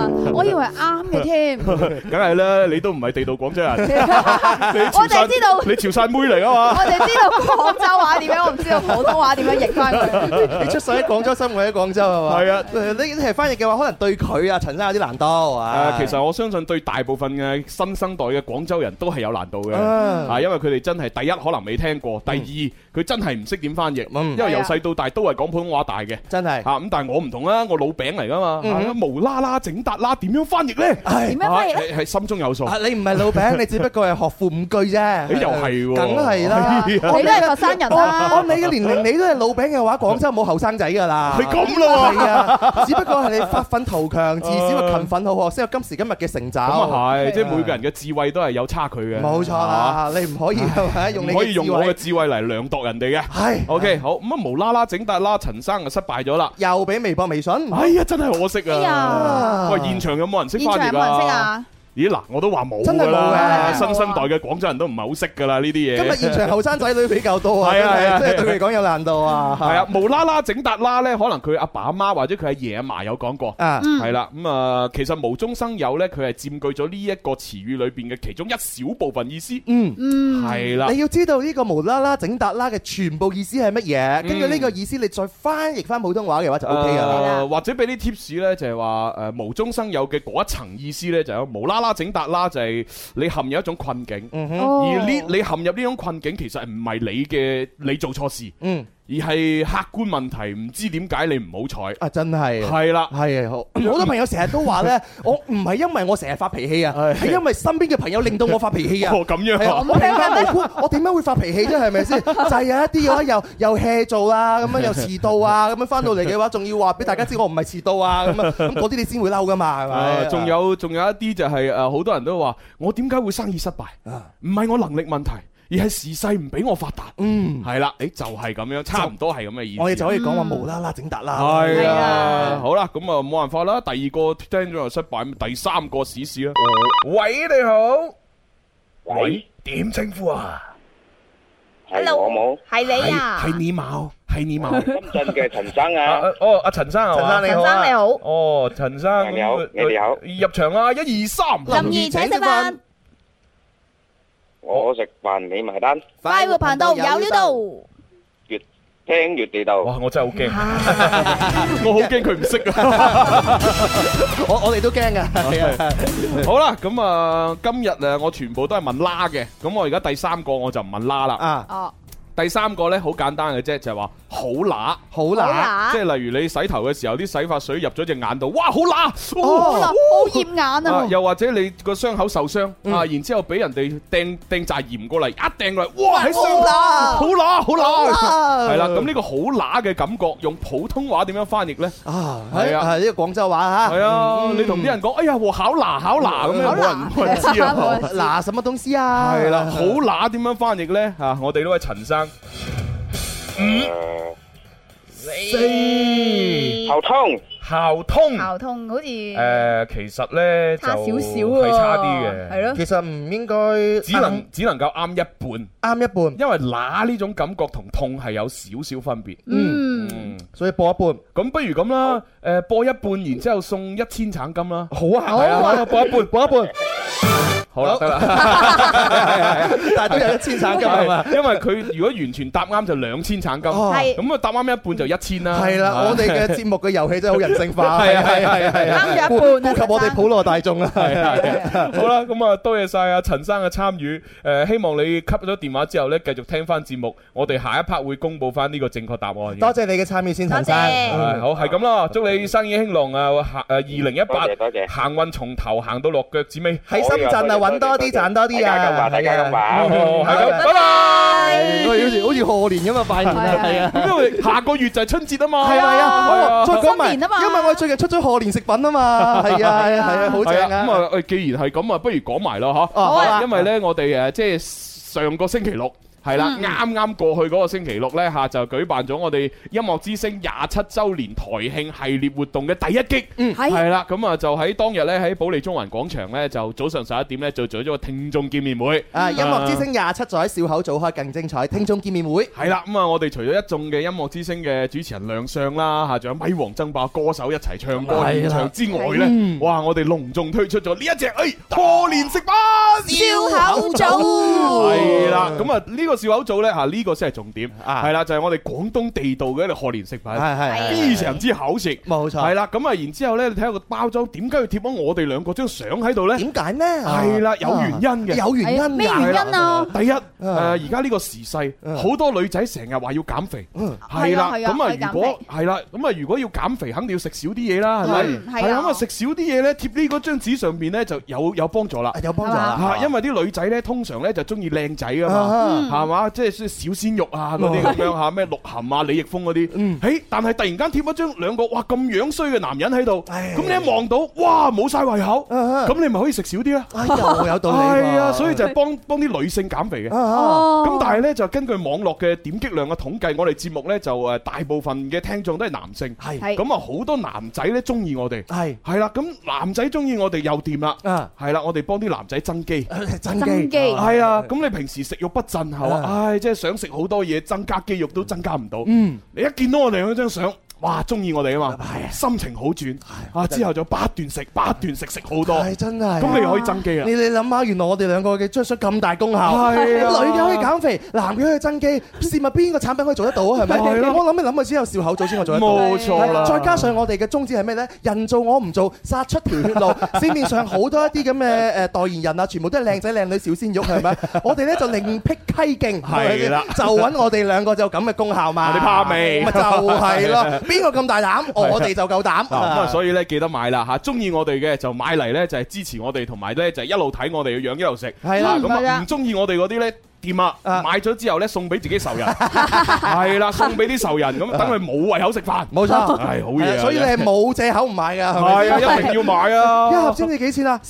[SPEAKER 5] 呀，我以為啱嘅添， 我
[SPEAKER 3] 梗係啦，你都唔係地道廣州人，你潮
[SPEAKER 5] 哋知道
[SPEAKER 3] 汕，你潮汕妹嚟 噶嘛？
[SPEAKER 5] 哋知道廣州話點樣，我唔知道普通話點樣譯翻佢。
[SPEAKER 4] 你出世喺廣州，生活喺廣州係嘛？
[SPEAKER 3] 係啊
[SPEAKER 4] 誒呢啲係翻譯嘅話，可能對佢啊陳生有啲難度啊
[SPEAKER 3] 誒，。其實我相信對大部分嘅新生代嘅廣州人都係有難度嘅，
[SPEAKER 4] 啊
[SPEAKER 3] 啊，因為佢哋真係第一可能未聽過，第二佢真係唔識點翻譯，
[SPEAKER 4] 嗯
[SPEAKER 3] 因為由細到大都係講普通話大嘅。
[SPEAKER 4] 真係，
[SPEAKER 3] 啊吓咁，但係我唔同啦，我老餅嚟噶嘛，
[SPEAKER 4] 嗯
[SPEAKER 3] 係啊無啦啦整達啦，點樣翻譯咧？
[SPEAKER 4] 唉
[SPEAKER 5] 點樣翻譯咧？
[SPEAKER 3] 係係心中有數。
[SPEAKER 4] 啊你唔係老餅，你只不過係學富五句啫。
[SPEAKER 3] 誒又係喎，
[SPEAKER 4] 梗係啦。
[SPEAKER 5] 你都係佛山人啊啦，
[SPEAKER 4] 按你嘅年齡，你都係老餅嘅話，廣州冇後生仔㗎啦。
[SPEAKER 3] 係咁咯喎
[SPEAKER 4] 係啊，只不過係你發奮圖強，至少係勤奮好學，先有今時今日嘅成就。
[SPEAKER 3] 咁啊係，即係每個人嘅智慧都係有差距嘅。
[SPEAKER 4] 冇錯啦，你唔可以係咪
[SPEAKER 3] 嚇，
[SPEAKER 4] 用
[SPEAKER 3] 唔
[SPEAKER 4] 你
[SPEAKER 3] 可以用我嘅
[SPEAKER 4] 嘅智慧
[SPEAKER 3] 智慧嚟量度人哋嘅。
[SPEAKER 4] 係
[SPEAKER 3] OK，好咁啊，無啦啦整達啦，陳生就啊失敗咗啦。
[SPEAKER 4] 又俾微博、微信。
[SPEAKER 3] 哎呀，真係可惜
[SPEAKER 5] 哎
[SPEAKER 3] 啊！
[SPEAKER 5] 呀
[SPEAKER 4] À.
[SPEAKER 3] 喂，現場有冇人識
[SPEAKER 5] 現
[SPEAKER 3] 翻
[SPEAKER 5] 場有
[SPEAKER 3] 譯
[SPEAKER 5] 冇人識
[SPEAKER 3] 啊？
[SPEAKER 5] 啊？
[SPEAKER 3] 咦嗱，我都話冇
[SPEAKER 4] 真係
[SPEAKER 3] 㗎啦，
[SPEAKER 5] 冇嘅
[SPEAKER 3] 新生代嘅廣州人都唔係好識㗎啦呢啲嘢。
[SPEAKER 4] 今日現場後生仔女比較多啊，
[SPEAKER 3] 係
[SPEAKER 4] 真
[SPEAKER 3] 啊係啊
[SPEAKER 4] 係真係對佢嚟講有難度啊。
[SPEAKER 3] 係啊，無啦啦整達啦咧，可能佢阿爸阿媽或者佢阿爺阿嫲有講過。
[SPEAKER 4] 啊，
[SPEAKER 5] 嗯
[SPEAKER 3] 係啦，咁啊，其實無中生有咧，佢係佔據咗呢一個詞語裏邊嘅其中一小部分意思。
[SPEAKER 4] 嗯。
[SPEAKER 5] 嗯，
[SPEAKER 3] 係啦
[SPEAKER 4] 你，要知道呢個無啦啦整達啦嘅全部意思係乜嘢，跟住呢個意思你再翻譯翻普通話嘅話就 O K 噶啦。
[SPEAKER 3] 誒呃或者俾啲 tips 咧，就係話誒無中生有嘅嗰一層意思咧，就係哦無啦啦整達啦，就係你陷入一種困境。
[SPEAKER 4] 嗯哼，
[SPEAKER 5] 哦
[SPEAKER 3] 而呢，你陷入呢種困境，其實唔係你嘅你做錯事，
[SPEAKER 4] 嗯，
[SPEAKER 3] 而係客觀問題，唔知點解你唔好彩。
[SPEAKER 4] 啊真係。
[SPEAKER 3] 係啦，
[SPEAKER 4] 係啊，好好多朋友成日都話 咧，我唔係因為我成日發脾氣啊，係因為身邊嘅朋友令到我發脾氣啊。
[SPEAKER 3] 哦咁樣
[SPEAKER 4] 係啊
[SPEAKER 3] 啊
[SPEAKER 4] 我點解會我點解會發脾氣啫？係 咪先？就係有一啲嘅話，又又 hea 做啦，咁樣又遲到啊，咁樣翻到嚟 嘅話，仲要話俾大家知我唔係遲到啊，咁啊，咁嗰啲你先會嬲噶嘛，係
[SPEAKER 3] 啊
[SPEAKER 4] 咪？
[SPEAKER 3] 仲有仲有一啲就係誒，好多人都話我點解會生意失敗？唔係我能力問題，而係時勢唔俾我發達。
[SPEAKER 4] 嗯，
[SPEAKER 3] 係啦，誒就係咁樣，差唔多係咁嘅意思。
[SPEAKER 4] 我哋就可以講話無啦啦整達啦。
[SPEAKER 3] 係
[SPEAKER 5] 係
[SPEAKER 3] 啊
[SPEAKER 5] 啊，
[SPEAKER 3] 好啦，咁啊冇辦法啦。第二個聽咗又失敗，咁第三個試試啦。 喂，你好，
[SPEAKER 7] 喂，
[SPEAKER 3] 點稱呼啊？
[SPEAKER 7] 係我冇，
[SPEAKER 8] 系你啊，
[SPEAKER 3] 係你冇，係你冇。
[SPEAKER 7] 深圳嘅陳生
[SPEAKER 3] 啊
[SPEAKER 7] 啊，
[SPEAKER 3] 啊哦，阿陳生係
[SPEAKER 4] 陳
[SPEAKER 3] 嘛
[SPEAKER 4] 生你好
[SPEAKER 8] 陳生你
[SPEAKER 4] 啊，
[SPEAKER 8] 好，
[SPEAKER 3] 哦，陳生，
[SPEAKER 7] 你好
[SPEAKER 3] 咁
[SPEAKER 7] 你哋好
[SPEAKER 3] 入場啦，一二三，
[SPEAKER 5] 林怡請食飯，
[SPEAKER 7] 我食飯你埋單，
[SPEAKER 8] 快活頻道有料 到，
[SPEAKER 7] 越聽越地道。
[SPEAKER 3] 哇，我 真係好 驚，我好驚佢唔識啊！
[SPEAKER 4] 我我哋都驚噶， 係啊，
[SPEAKER 3] 好啦，咁啊，今日誒我全部都係問啦嘅，咁我而家第三個我就唔問啦啦，
[SPEAKER 4] 啊，
[SPEAKER 5] 哦，
[SPEAKER 3] 第三個呢，好簡單嘅啫，就係話好乸。
[SPEAKER 4] 好
[SPEAKER 8] 好
[SPEAKER 4] 啦，
[SPEAKER 8] 啦
[SPEAKER 3] 即，係例如你洗頭嘅時候，啲洗髮水入咗隻眼度，哇，好乸！
[SPEAKER 5] 好啦，
[SPEAKER 3] 哦
[SPEAKER 5] 好厭眼啊
[SPEAKER 3] 啊！又或者你個傷口受傷啊，然之後俾人哋掟掟扎鹽過嚟，一掟過嚟，哇！喺傷口好乸，好乸，係啦。咁呢個好乸嘅感覺，用普通話點樣翻譯呢？
[SPEAKER 4] 啊，
[SPEAKER 3] 係
[SPEAKER 4] 係
[SPEAKER 3] 啊
[SPEAKER 4] 啊，呢個廣州話嚇。
[SPEAKER 3] 係啊，
[SPEAKER 4] 嗯
[SPEAKER 3] 你同啲人講，哎呀，和考乸考乸咁樣，
[SPEAKER 5] 考
[SPEAKER 3] 冇人
[SPEAKER 5] 乸
[SPEAKER 3] 冇人 知啊。
[SPEAKER 5] 好
[SPEAKER 4] 嗱，什麼東西啊？
[SPEAKER 3] 係 啦，好乸點樣翻譯呢？啊，我哋呢位陳生，
[SPEAKER 6] Ờ,
[SPEAKER 7] 誒
[SPEAKER 3] 四
[SPEAKER 7] 頭痛，
[SPEAKER 3] 校通，
[SPEAKER 8] 喉痛好似系
[SPEAKER 3] 誒，其實呢，就
[SPEAKER 8] 差少少喎
[SPEAKER 3] 係差啲嘅，
[SPEAKER 8] 係咯
[SPEAKER 4] 其實唔應該
[SPEAKER 3] 只能只能夠啱一半，
[SPEAKER 4] 啱一半，
[SPEAKER 3] 因為乸呢種感覺同痛係有少少分別。
[SPEAKER 8] 嗯，
[SPEAKER 4] 所以播一半。
[SPEAKER 3] 咁不如咁啦，誒播一半，然之後送一千橙金啦。
[SPEAKER 4] 好啊，
[SPEAKER 3] 係啊，播 一半，播一半。好啦，
[SPEAKER 4] 好
[SPEAKER 3] 得啦，
[SPEAKER 4] 但係都有一千省金係嘛？
[SPEAKER 3] 因為佢如果完全答啱就兩千橙金，
[SPEAKER 4] 哦
[SPEAKER 8] 係
[SPEAKER 3] 咁啊答啱一半就一千啦。
[SPEAKER 4] 係啦，我哋嘅節目嘅遊戲真係好人性化，
[SPEAKER 3] 係啊係 啊
[SPEAKER 4] 係係啊
[SPEAKER 8] 啱咗一半啊
[SPEAKER 4] 顧及我哋普羅大眾 啊，
[SPEAKER 3] 係啊係啊好啦，咁啊多謝晒阿陳生嘅參與，誒希望你吸咗電話之後呢，繼續聽翻節目，我哋下一 part 會公佈翻呢個正確答案嘅。
[SPEAKER 4] 多謝你嘅參與先，陳生
[SPEAKER 8] 多。謝
[SPEAKER 3] 係好係咁啦，祝你生意興隆啊！行誒二零一八
[SPEAKER 7] 多謝多謝
[SPEAKER 3] 行運從頭行到落腳趾尾。
[SPEAKER 4] 喺深圳啊，揾多啲賺多啲啊！
[SPEAKER 7] 大家咁話，大家咁話。
[SPEAKER 3] 哦，係咁，拜拜。
[SPEAKER 4] 我好似好似賀年咁啊，拜年啊，係啊。
[SPEAKER 3] 因為下個月就係春節啊嘛。
[SPEAKER 4] 係啊係啊，我再講埋，
[SPEAKER 5] 新年啊嘛
[SPEAKER 4] 因為我最近出咗賀年食品啊嘛，係啊係啊係啊，好
[SPEAKER 3] 係啊
[SPEAKER 4] 正
[SPEAKER 3] 咁
[SPEAKER 4] 啊！
[SPEAKER 3] 啊，誒既然係咁啊，不如講埋啦吓。
[SPEAKER 4] 哦好啊
[SPEAKER 3] 因為咧，我哋誒即係上個星期六。係啦，啱啱過去嗰個星期六呢，嚇就舉辦咗我哋音樂之星廿七週年台慶系列活動嘅第一擊，係啦，咁啊就喺當日呢，喺保利中環廣場呢，就早上十一點呢，就做咗個聽眾見面會。
[SPEAKER 4] 啊！音樂之星廿七載笑口組開更精彩，聽眾見面會。
[SPEAKER 3] 係啦，咁啊，我哋除咗一眾嘅音樂之星嘅主持人亮相啦，嚇，仲有米王爭霸歌手一齊唱歌
[SPEAKER 4] 係啦
[SPEAKER 3] 現場之外呢，哇！我哋隆重推出咗呢一隻，誒賀年食品。
[SPEAKER 5] 笑口組
[SPEAKER 4] 哦
[SPEAKER 3] 係啦，咁啊呢個笑口組咧嚇，呢個先係重點，係啦，就係我哋廣東地道嘅一個賀年食品，
[SPEAKER 4] 啊係係係
[SPEAKER 3] 非常之口食，
[SPEAKER 4] 冇錯
[SPEAKER 3] 係啦，咁啊然之後咧，你睇下個包裝點解要貼咗我哋兩個張相喺度咧？
[SPEAKER 4] 點解呢？
[SPEAKER 3] 係啦有原因嘅
[SPEAKER 4] 啊有原因㗎
[SPEAKER 5] 哎咩原因啊？
[SPEAKER 3] 第一，誒而家呢個時勢，
[SPEAKER 4] 啊
[SPEAKER 3] 好多女仔成日話要減肥，
[SPEAKER 4] 嗯
[SPEAKER 3] 係啦，
[SPEAKER 5] 係啊係啊
[SPEAKER 3] 咁
[SPEAKER 5] 可以
[SPEAKER 3] 啊
[SPEAKER 5] 減
[SPEAKER 3] 如果
[SPEAKER 5] 肥
[SPEAKER 3] 係啦，咁啊如果要減肥，肯定要食少啲嘢啦，係咪
[SPEAKER 5] 嗯？係啊
[SPEAKER 3] 係啦咁啊食少啲嘢咧，貼呢嗰張紙上邊咧就有有幫助啦
[SPEAKER 4] 啊，。有幫助
[SPEAKER 3] 嚇
[SPEAKER 4] 啦，，
[SPEAKER 3] 因為啲女仔咧通常咧就中意靚仔噶
[SPEAKER 4] 啊
[SPEAKER 3] 嘛，係嘛，即係小鮮肉啊嗰啲咁樣嚇，咩鹿晗啊、李易峰嗰啲，誒，但係突然間貼咗張兩個哇咁樣衰嘅男人喺度，
[SPEAKER 4] 唉
[SPEAKER 3] 咁你一望到，哇冇晒胃口，
[SPEAKER 4] 啊啊
[SPEAKER 3] 咁你咪可以食少啲啦。
[SPEAKER 4] 哎又有道理喎。
[SPEAKER 3] 係啊，所以就係幫幫啲女性減肥嘅。
[SPEAKER 4] 啊
[SPEAKER 5] 哦，
[SPEAKER 3] 咁但係咧就根據網絡嘅點擊量嘅統計，我哋節目咧就誒大部分嘅聽眾都係男性，
[SPEAKER 4] 係
[SPEAKER 5] 係
[SPEAKER 3] 咁啊好多男仔咧中意我哋，
[SPEAKER 4] 係
[SPEAKER 3] 係啦，咁男仔中意我哋又掂啦，
[SPEAKER 4] 啊
[SPEAKER 3] 係啦，我哋幫啲男仔增肌。
[SPEAKER 4] 增
[SPEAKER 5] 增
[SPEAKER 4] 肌
[SPEAKER 5] 肌
[SPEAKER 3] 係啊，咁你平時食欲不振係嘛？
[SPEAKER 4] 啊
[SPEAKER 3] 唉，即係想食好多嘢，增加肌肉都增加唔到。嗯，你一見到我哋嗰張相，哇，中意我哋啊嘛，心情好轉啊，之後就不斷食，不斷食，食好多，
[SPEAKER 4] 係真係。啊
[SPEAKER 3] 咁你可以增肌啦
[SPEAKER 4] 你。你諗下，原來我哋兩個嘅張相咁大功效，
[SPEAKER 3] 係啊
[SPEAKER 4] 女嘅可以減肥，男嘅可以增肌，試問邊個產品可以做得到啊？係咪？
[SPEAKER 3] 係咯
[SPEAKER 4] 我諗你諗佢先有笑口組先可以做得到。
[SPEAKER 3] 冇錯啦
[SPEAKER 4] 係再加上我哋嘅宗旨係咩呢？人做我唔做，殺出條 血路。市面上好多一啲咁嘅誒代言人啊，全部都係靚仔靚女小鮮肉係咪？我哋呢就另辟蹊徑，
[SPEAKER 3] 係啦
[SPEAKER 4] 就揾我哋兩個就有咁嘅功效嘛。
[SPEAKER 3] 我哋怕未
[SPEAKER 4] 咪就係 咯，邊個咁大膽？我哋就夠膽。
[SPEAKER 3] 嗱咁啊，所以咧記得買啦嚇，中意我哋嘅就買嚟咧就係支持我哋，同埋咧就係一路睇我哋嘅樣一路食。
[SPEAKER 4] 係啦
[SPEAKER 3] 啊咁
[SPEAKER 5] 係
[SPEAKER 3] 啊
[SPEAKER 5] 啊
[SPEAKER 3] 唔中意我哋嗰啲咧。掂啊！
[SPEAKER 4] 啊
[SPEAKER 3] 買咗之後咧，送俾自己仇 人，係啦，送俾啲仇人咁，等佢冇胃口食飯。
[SPEAKER 4] 冇 錯
[SPEAKER 3] 係好
[SPEAKER 4] 係
[SPEAKER 3] 嘢
[SPEAKER 4] 啊
[SPEAKER 3] 啊！
[SPEAKER 4] 所以你係冇藉口唔買㗎，係咪
[SPEAKER 3] 係啊，一定要買啊！
[SPEAKER 4] 一盒先至幾錢啊？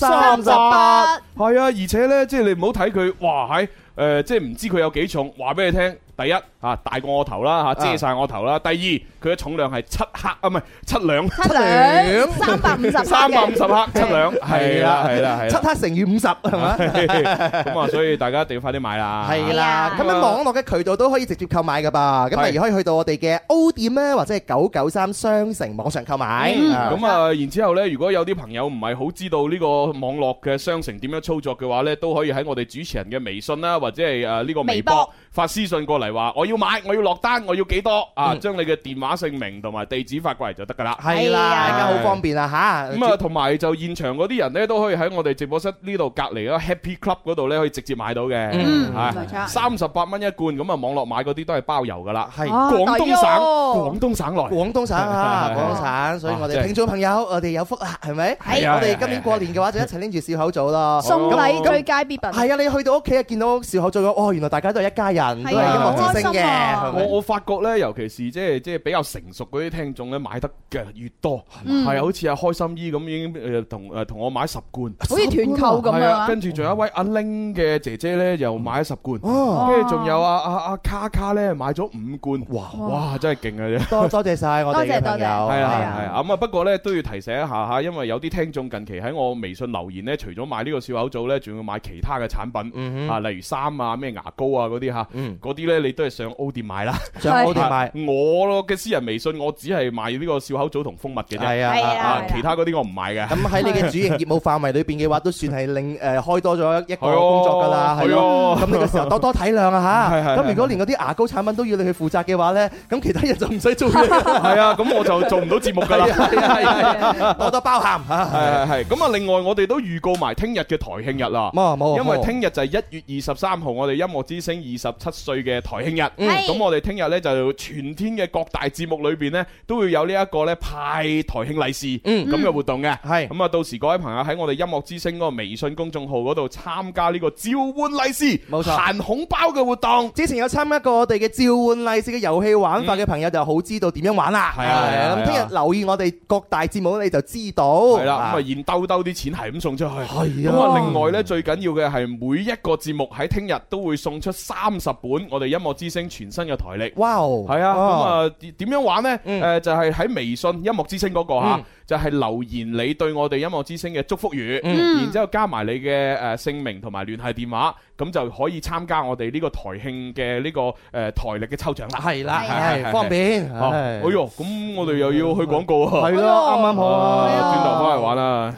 [SPEAKER 5] 38
[SPEAKER 3] 係啊，而且咧，即係你唔好睇佢，哇喺誒、即係唔知佢有幾重，話俾你聽。第一啊，大過我頭啦嚇，遮晒我頭啦。第二，佢嘅重量係七克啊，唔係七兩，
[SPEAKER 5] 七兩三百五十克
[SPEAKER 3] 三百五十克，七兩，係啦，係啦，係
[SPEAKER 4] 七
[SPEAKER 3] 啦。
[SPEAKER 4] 克乘以五十係咪？
[SPEAKER 3] 咁啊，所以大家一定要快啲買啦。
[SPEAKER 4] 係啦，咁
[SPEAKER 3] 咁
[SPEAKER 4] 喺
[SPEAKER 3] 啊
[SPEAKER 4] 網絡嘅渠道都可以直接購買㗎吧？咁
[SPEAKER 3] 係
[SPEAKER 4] 例如可以去到我哋嘅 O 店咧，或者係九九三商城網上購買。
[SPEAKER 5] 嗯
[SPEAKER 4] 啊
[SPEAKER 3] 咁啊，然之後呢，如果有啲朋友唔係好知道呢個網絡嘅商城點樣操作嘅話呢，都可以喺我哋主持人嘅微信啦，或者係啊誒呢個微
[SPEAKER 5] 微
[SPEAKER 3] 博
[SPEAKER 5] 博
[SPEAKER 3] 發私信過嚟話，我要買，我要落單，我要幾多啊？將你嘅電話姓名同埋地址發過嚟就得㗎啦。
[SPEAKER 4] 係啦，而
[SPEAKER 5] 係嗯啊
[SPEAKER 4] 家好方便啊吓。
[SPEAKER 3] 咁啊，同埋就現場嗰啲人呢，都可以喺我哋直播室呢度隔離嗰個 Happy Club 嗰度呢，可以直接買到嘅。啊
[SPEAKER 5] 嗯冇錯
[SPEAKER 3] 三十八蚊一罐，咁啊網絡買嗰啲都係包郵㗎啦。
[SPEAKER 4] 係
[SPEAKER 5] 啊
[SPEAKER 3] 廣東
[SPEAKER 5] 抵
[SPEAKER 3] 省，
[SPEAKER 5] 喎
[SPEAKER 3] 廣東省內。
[SPEAKER 4] 廣東省啊，
[SPEAKER 3] 係
[SPEAKER 4] 廣東省，所以我
[SPEAKER 3] 啊真
[SPEAKER 4] 哋
[SPEAKER 3] 係
[SPEAKER 4] 聽眾朋友，我哋有福啦，係咪？
[SPEAKER 3] 係啊
[SPEAKER 4] 我
[SPEAKER 3] 係
[SPEAKER 4] 哋
[SPEAKER 3] 啊
[SPEAKER 4] 今年過年嘅話，就一齊拎住笑口組咯。
[SPEAKER 5] 送
[SPEAKER 4] 咁
[SPEAKER 5] 禮最佳必品，
[SPEAKER 4] 係啊，你去到屋企啊，見到笑口組嘅，哦，原來大家都係一家人，都係
[SPEAKER 5] 係
[SPEAKER 4] 音樂
[SPEAKER 3] 啊
[SPEAKER 4] 之星
[SPEAKER 5] 好開心
[SPEAKER 4] 嘅，
[SPEAKER 5] 啊
[SPEAKER 4] 係咪
[SPEAKER 3] 我我發覺咧，尤其是即係即係比較成熟嗰啲聽眾咧，買得嘅越多，係啊好似阿開心姨咁已經誒同誒同我買十罐。
[SPEAKER 5] 好似團購咁
[SPEAKER 3] 係
[SPEAKER 5] 樣
[SPEAKER 3] 啊，
[SPEAKER 5] 啊。
[SPEAKER 3] 跟住仲有一位阿玲嘅姐姐咧，又買咗十罐，
[SPEAKER 4] 哦
[SPEAKER 3] 跟住仲有阿阿阿卡卡咧買咗五罐，哇哇真係勁啊！啫，
[SPEAKER 4] 多多謝晒我哋嘅朋友，
[SPEAKER 5] 多謝多謝
[SPEAKER 3] 係啊
[SPEAKER 5] 係
[SPEAKER 3] 係
[SPEAKER 5] 啊
[SPEAKER 3] 啊，咁啊不過咧都要提醒一下嚇，因為有啲聽眾近期喺我微信留言咧，除咗買呢個笑口組咧，仲要買其他嘅產品啊，例如衫啊、咩牙膏啊嗰啲嚇，
[SPEAKER 4] 嗯
[SPEAKER 3] 嗰啲咧你都係上 O 店買啦。
[SPEAKER 4] 上我哋
[SPEAKER 3] 啊
[SPEAKER 4] 賣，
[SPEAKER 3] 我嘅私人微信我只係賣呢個笑口組同蜂蜜嘅啫，
[SPEAKER 4] 係啊
[SPEAKER 5] 係
[SPEAKER 4] 啊。
[SPEAKER 5] 啊
[SPEAKER 3] 啊，其他嗰啲我唔買嘅。
[SPEAKER 4] 咁喺你嘅主營業務範圍裏邊嘅話，都算係令誒開多咗一個
[SPEAKER 3] 係哦
[SPEAKER 4] 工作㗎啦，係咯。
[SPEAKER 3] 係哦
[SPEAKER 4] 咁呢個時候多多體諒啊
[SPEAKER 3] 係係
[SPEAKER 4] 嚇。
[SPEAKER 3] 係
[SPEAKER 4] 咁如果連嗰啲牙膏產品都要你去負責嘅話咧，咁其他人就唔使做嘢啦。
[SPEAKER 3] 係啊，咁我就做唔到節目㗎啦。
[SPEAKER 4] 係啊係啊多多包涵嚇。
[SPEAKER 3] 係係係，咁啊，另外我哋都預告埋聽日嘅台慶日啦。
[SPEAKER 4] 冇啊冇啊，
[SPEAKER 3] 因為
[SPEAKER 4] 冇啊
[SPEAKER 3] 聽日就係一月二十三號，我哋音樂之星二十七歲嘅台台慶日，
[SPEAKER 8] 嗯
[SPEAKER 3] 咁我哋聽日呢，就全天嘅各大節目裏邊呢，都會有呢一個呢派台慶利是
[SPEAKER 4] 嗯
[SPEAKER 3] 咁嘅活動嘅。
[SPEAKER 4] 係
[SPEAKER 3] 咁啊，到時各位朋友喺我哋音樂之聲嗰個微信公眾號嗰度參加呢個召喚利是、
[SPEAKER 4] 冇錯
[SPEAKER 3] 限紅包嘅活動。
[SPEAKER 4] 之前有參加過我哋嘅召喚利是嘅遊戲玩法嘅朋友就好知道點樣玩啦。
[SPEAKER 3] 係啊係啊
[SPEAKER 4] 咁聽日留意我哋各大節目你就知道。
[SPEAKER 3] 系啦，咁啊現兜兜啲錢係咁送出去。
[SPEAKER 4] 係啊
[SPEAKER 3] 咁啊，另外呢，最緊要嘅係每一個節目喺聽日都會送出三十本我哋音樂之聲全新嘅台歷。
[SPEAKER 4] 哇哦，
[SPEAKER 3] 係啊，咁啊點點樣玩呢？
[SPEAKER 4] 嗯
[SPEAKER 3] 誒就係喺微信音樂之星嗰個嚇
[SPEAKER 4] 嗯，
[SPEAKER 3] 就係留言你對我哋音樂之星嘅祝福語，
[SPEAKER 8] 嗯
[SPEAKER 3] 然之後加埋你嘅誒姓名同埋聯繫電話，咁就可以參加我哋呢個台慶嘅呢個誒台歷嘅抽獎啦。
[SPEAKER 4] 係啦，
[SPEAKER 8] 係啊
[SPEAKER 4] 係方便。
[SPEAKER 3] 哦哎
[SPEAKER 4] 係
[SPEAKER 3] 呦，咁我哋又要去廣告啊！
[SPEAKER 4] 係 咯，啱啱好啊。
[SPEAKER 8] 係啊
[SPEAKER 3] 轉頭翻嚟玩啦。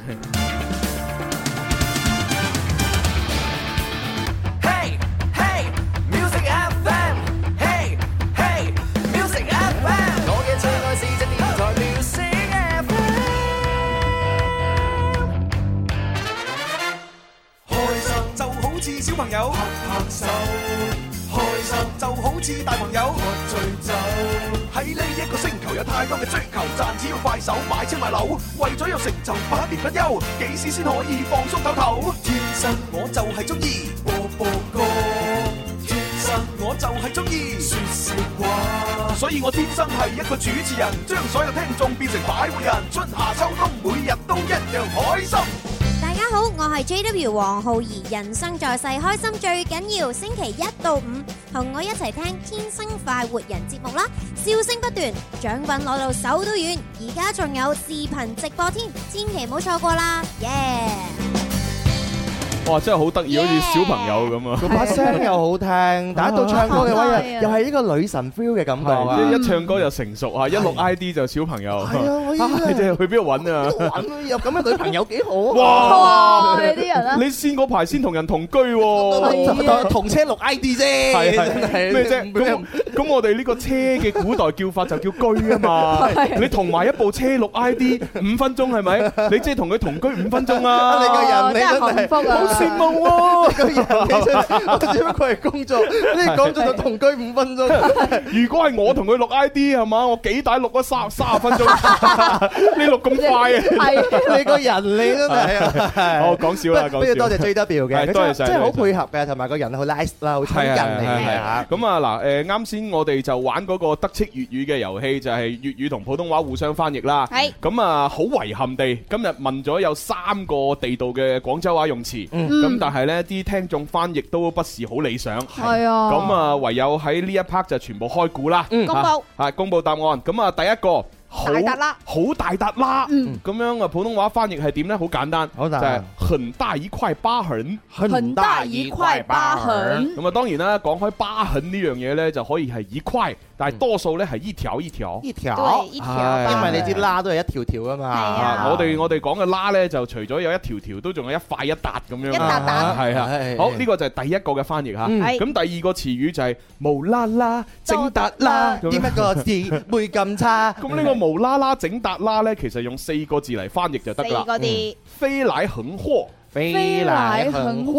[SPEAKER 6] Hey Hey Music FM Hey Hey Music FM，我嘅最愛是只電台 Music FM。開心就好似小朋友拍拍手，開心就好似大朋友喝醉酒。喺呢一個星球有太多嘅追求，賺錢要快手，買車買樓，為咗有成就百變不休，幾時先可以放鬆唞唞？天生我就係中意播播歌，天生我就係中意説笑話，所以我天生係一個主持人，將所有聽眾變成擺活人，春夏秋冬每日都一樣開心。
[SPEAKER 9] 大家好，我係 JW 黃浩儀，人生在世，開心最緊要。星期一到五，同我一齊聽《天生快活人》節目啦，笑聲不斷，獎品攞到手都軟。而家仲有視頻直播添，千祈唔好錯過啦，耶、
[SPEAKER 3] 哇，真係好得意，好似小朋友咁啊！
[SPEAKER 4] 佢把聲又好聽，但一到唱歌嘅話，又又係一個女神 feel 嘅感覺啊！
[SPEAKER 3] 係即係一唱歌就成熟啊，一錄 ID 就小朋友。
[SPEAKER 4] 係啊，我依
[SPEAKER 3] 你
[SPEAKER 4] 家
[SPEAKER 3] 哋去邊度揾啊？
[SPEAKER 4] 揾佢有咁嘅女朋友幾好啊！
[SPEAKER 3] 哇！
[SPEAKER 5] 哇！你啲人啊，
[SPEAKER 3] 你先嗰排先同人同居喎。
[SPEAKER 4] 同車錄 ID 啫，
[SPEAKER 3] 係
[SPEAKER 4] 真係
[SPEAKER 3] 係咩啫？咁咁我哋呢個車嘅古代叫法就叫居啊 嘛。你同埋一部車錄 ID 五分鐘係咪？ 你即係同佢同居五分鐘
[SPEAKER 4] 啊你
[SPEAKER 3] 啦。
[SPEAKER 4] 個人
[SPEAKER 5] 哦
[SPEAKER 4] 你
[SPEAKER 5] 真
[SPEAKER 4] 真係
[SPEAKER 5] 係幸福啊！
[SPEAKER 3] 好羨慕喎！
[SPEAKER 4] 個人我只不過係工 作，你講咗就同居五分鐘，
[SPEAKER 3] 如果係我同佢錄 ID 係嘛，我幾大錄咗三三十分 鐘，你錄咁快啊！
[SPEAKER 5] 係
[SPEAKER 4] 你個人你真係啊！
[SPEAKER 3] 好哦講笑啦
[SPEAKER 4] 不
[SPEAKER 3] 講
[SPEAKER 4] 不
[SPEAKER 3] 笑
[SPEAKER 4] 如多謝 JW 嘅，
[SPEAKER 3] 係多謝晒
[SPEAKER 4] 真係好
[SPEAKER 3] 多謝
[SPEAKER 4] 配合嘅，同埋個人好 nice 啦，好親
[SPEAKER 3] 係
[SPEAKER 4] 人
[SPEAKER 3] 係
[SPEAKER 4] 嚟
[SPEAKER 3] 係
[SPEAKER 4] 嘅
[SPEAKER 3] 係
[SPEAKER 4] 嚇。
[SPEAKER 3] 咁啊嗱，誒啱先我哋就玩嗰個德式粵語嘅遊戲，就係粵語同普通話互相翻譯啦。
[SPEAKER 5] 係
[SPEAKER 3] 咁啊，好遺憾地，今日問咗有三個地道嘅廣州話用詞，咁但係呢啲聽眾翻譯都不是好理想。
[SPEAKER 5] 係啊
[SPEAKER 3] 咁啊，唯有喺呢一 part 就全部開估啦。
[SPEAKER 5] 公佈
[SPEAKER 3] 啊，公佈答案。咁啊，第一個。好
[SPEAKER 5] 大笪啦
[SPEAKER 3] 好大笪啦，咁樣啊，普通話翻譯係點呢？好簡單，
[SPEAKER 4] 好
[SPEAKER 3] 就
[SPEAKER 4] 大
[SPEAKER 3] 係很大一塊疤痕。
[SPEAKER 5] 啊很大一塊疤痕，
[SPEAKER 3] 咁啊，當然啦，講開疤痕呢樣嘢呢，就可以係一塊，但
[SPEAKER 4] 嗯
[SPEAKER 3] 係多數呢係一條一條。
[SPEAKER 4] 呢
[SPEAKER 8] 對，
[SPEAKER 4] 條，
[SPEAKER 8] 一條
[SPEAKER 5] 啊
[SPEAKER 3] 哎
[SPEAKER 4] 因
[SPEAKER 8] 吧。
[SPEAKER 4] 為你知啦都係一條條啊嘛。
[SPEAKER 8] 係
[SPEAKER 3] 啊！我哋我哋講嘅拉呢，就除咗有一條條，都仲有一塊一笪咁樣。
[SPEAKER 8] 一笪笪
[SPEAKER 3] 係啊
[SPEAKER 4] 係！
[SPEAKER 3] 好，呢個就係第一個嘅翻譯嚇。
[SPEAKER 4] 嗯
[SPEAKER 3] 咁第二個詞語就係無啦啦整笪啦
[SPEAKER 4] 啦，
[SPEAKER 3] 咁
[SPEAKER 4] 點
[SPEAKER 3] 樣。
[SPEAKER 4] 一個字會咁差？
[SPEAKER 3] 咁呢個無啦啦整笪啦呢，其實用四個字嚟翻譯就得
[SPEAKER 8] 四
[SPEAKER 3] 啦。
[SPEAKER 8] 個字，
[SPEAKER 3] 飛奶很禍
[SPEAKER 5] 飛來
[SPEAKER 4] 很
[SPEAKER 5] 很禍，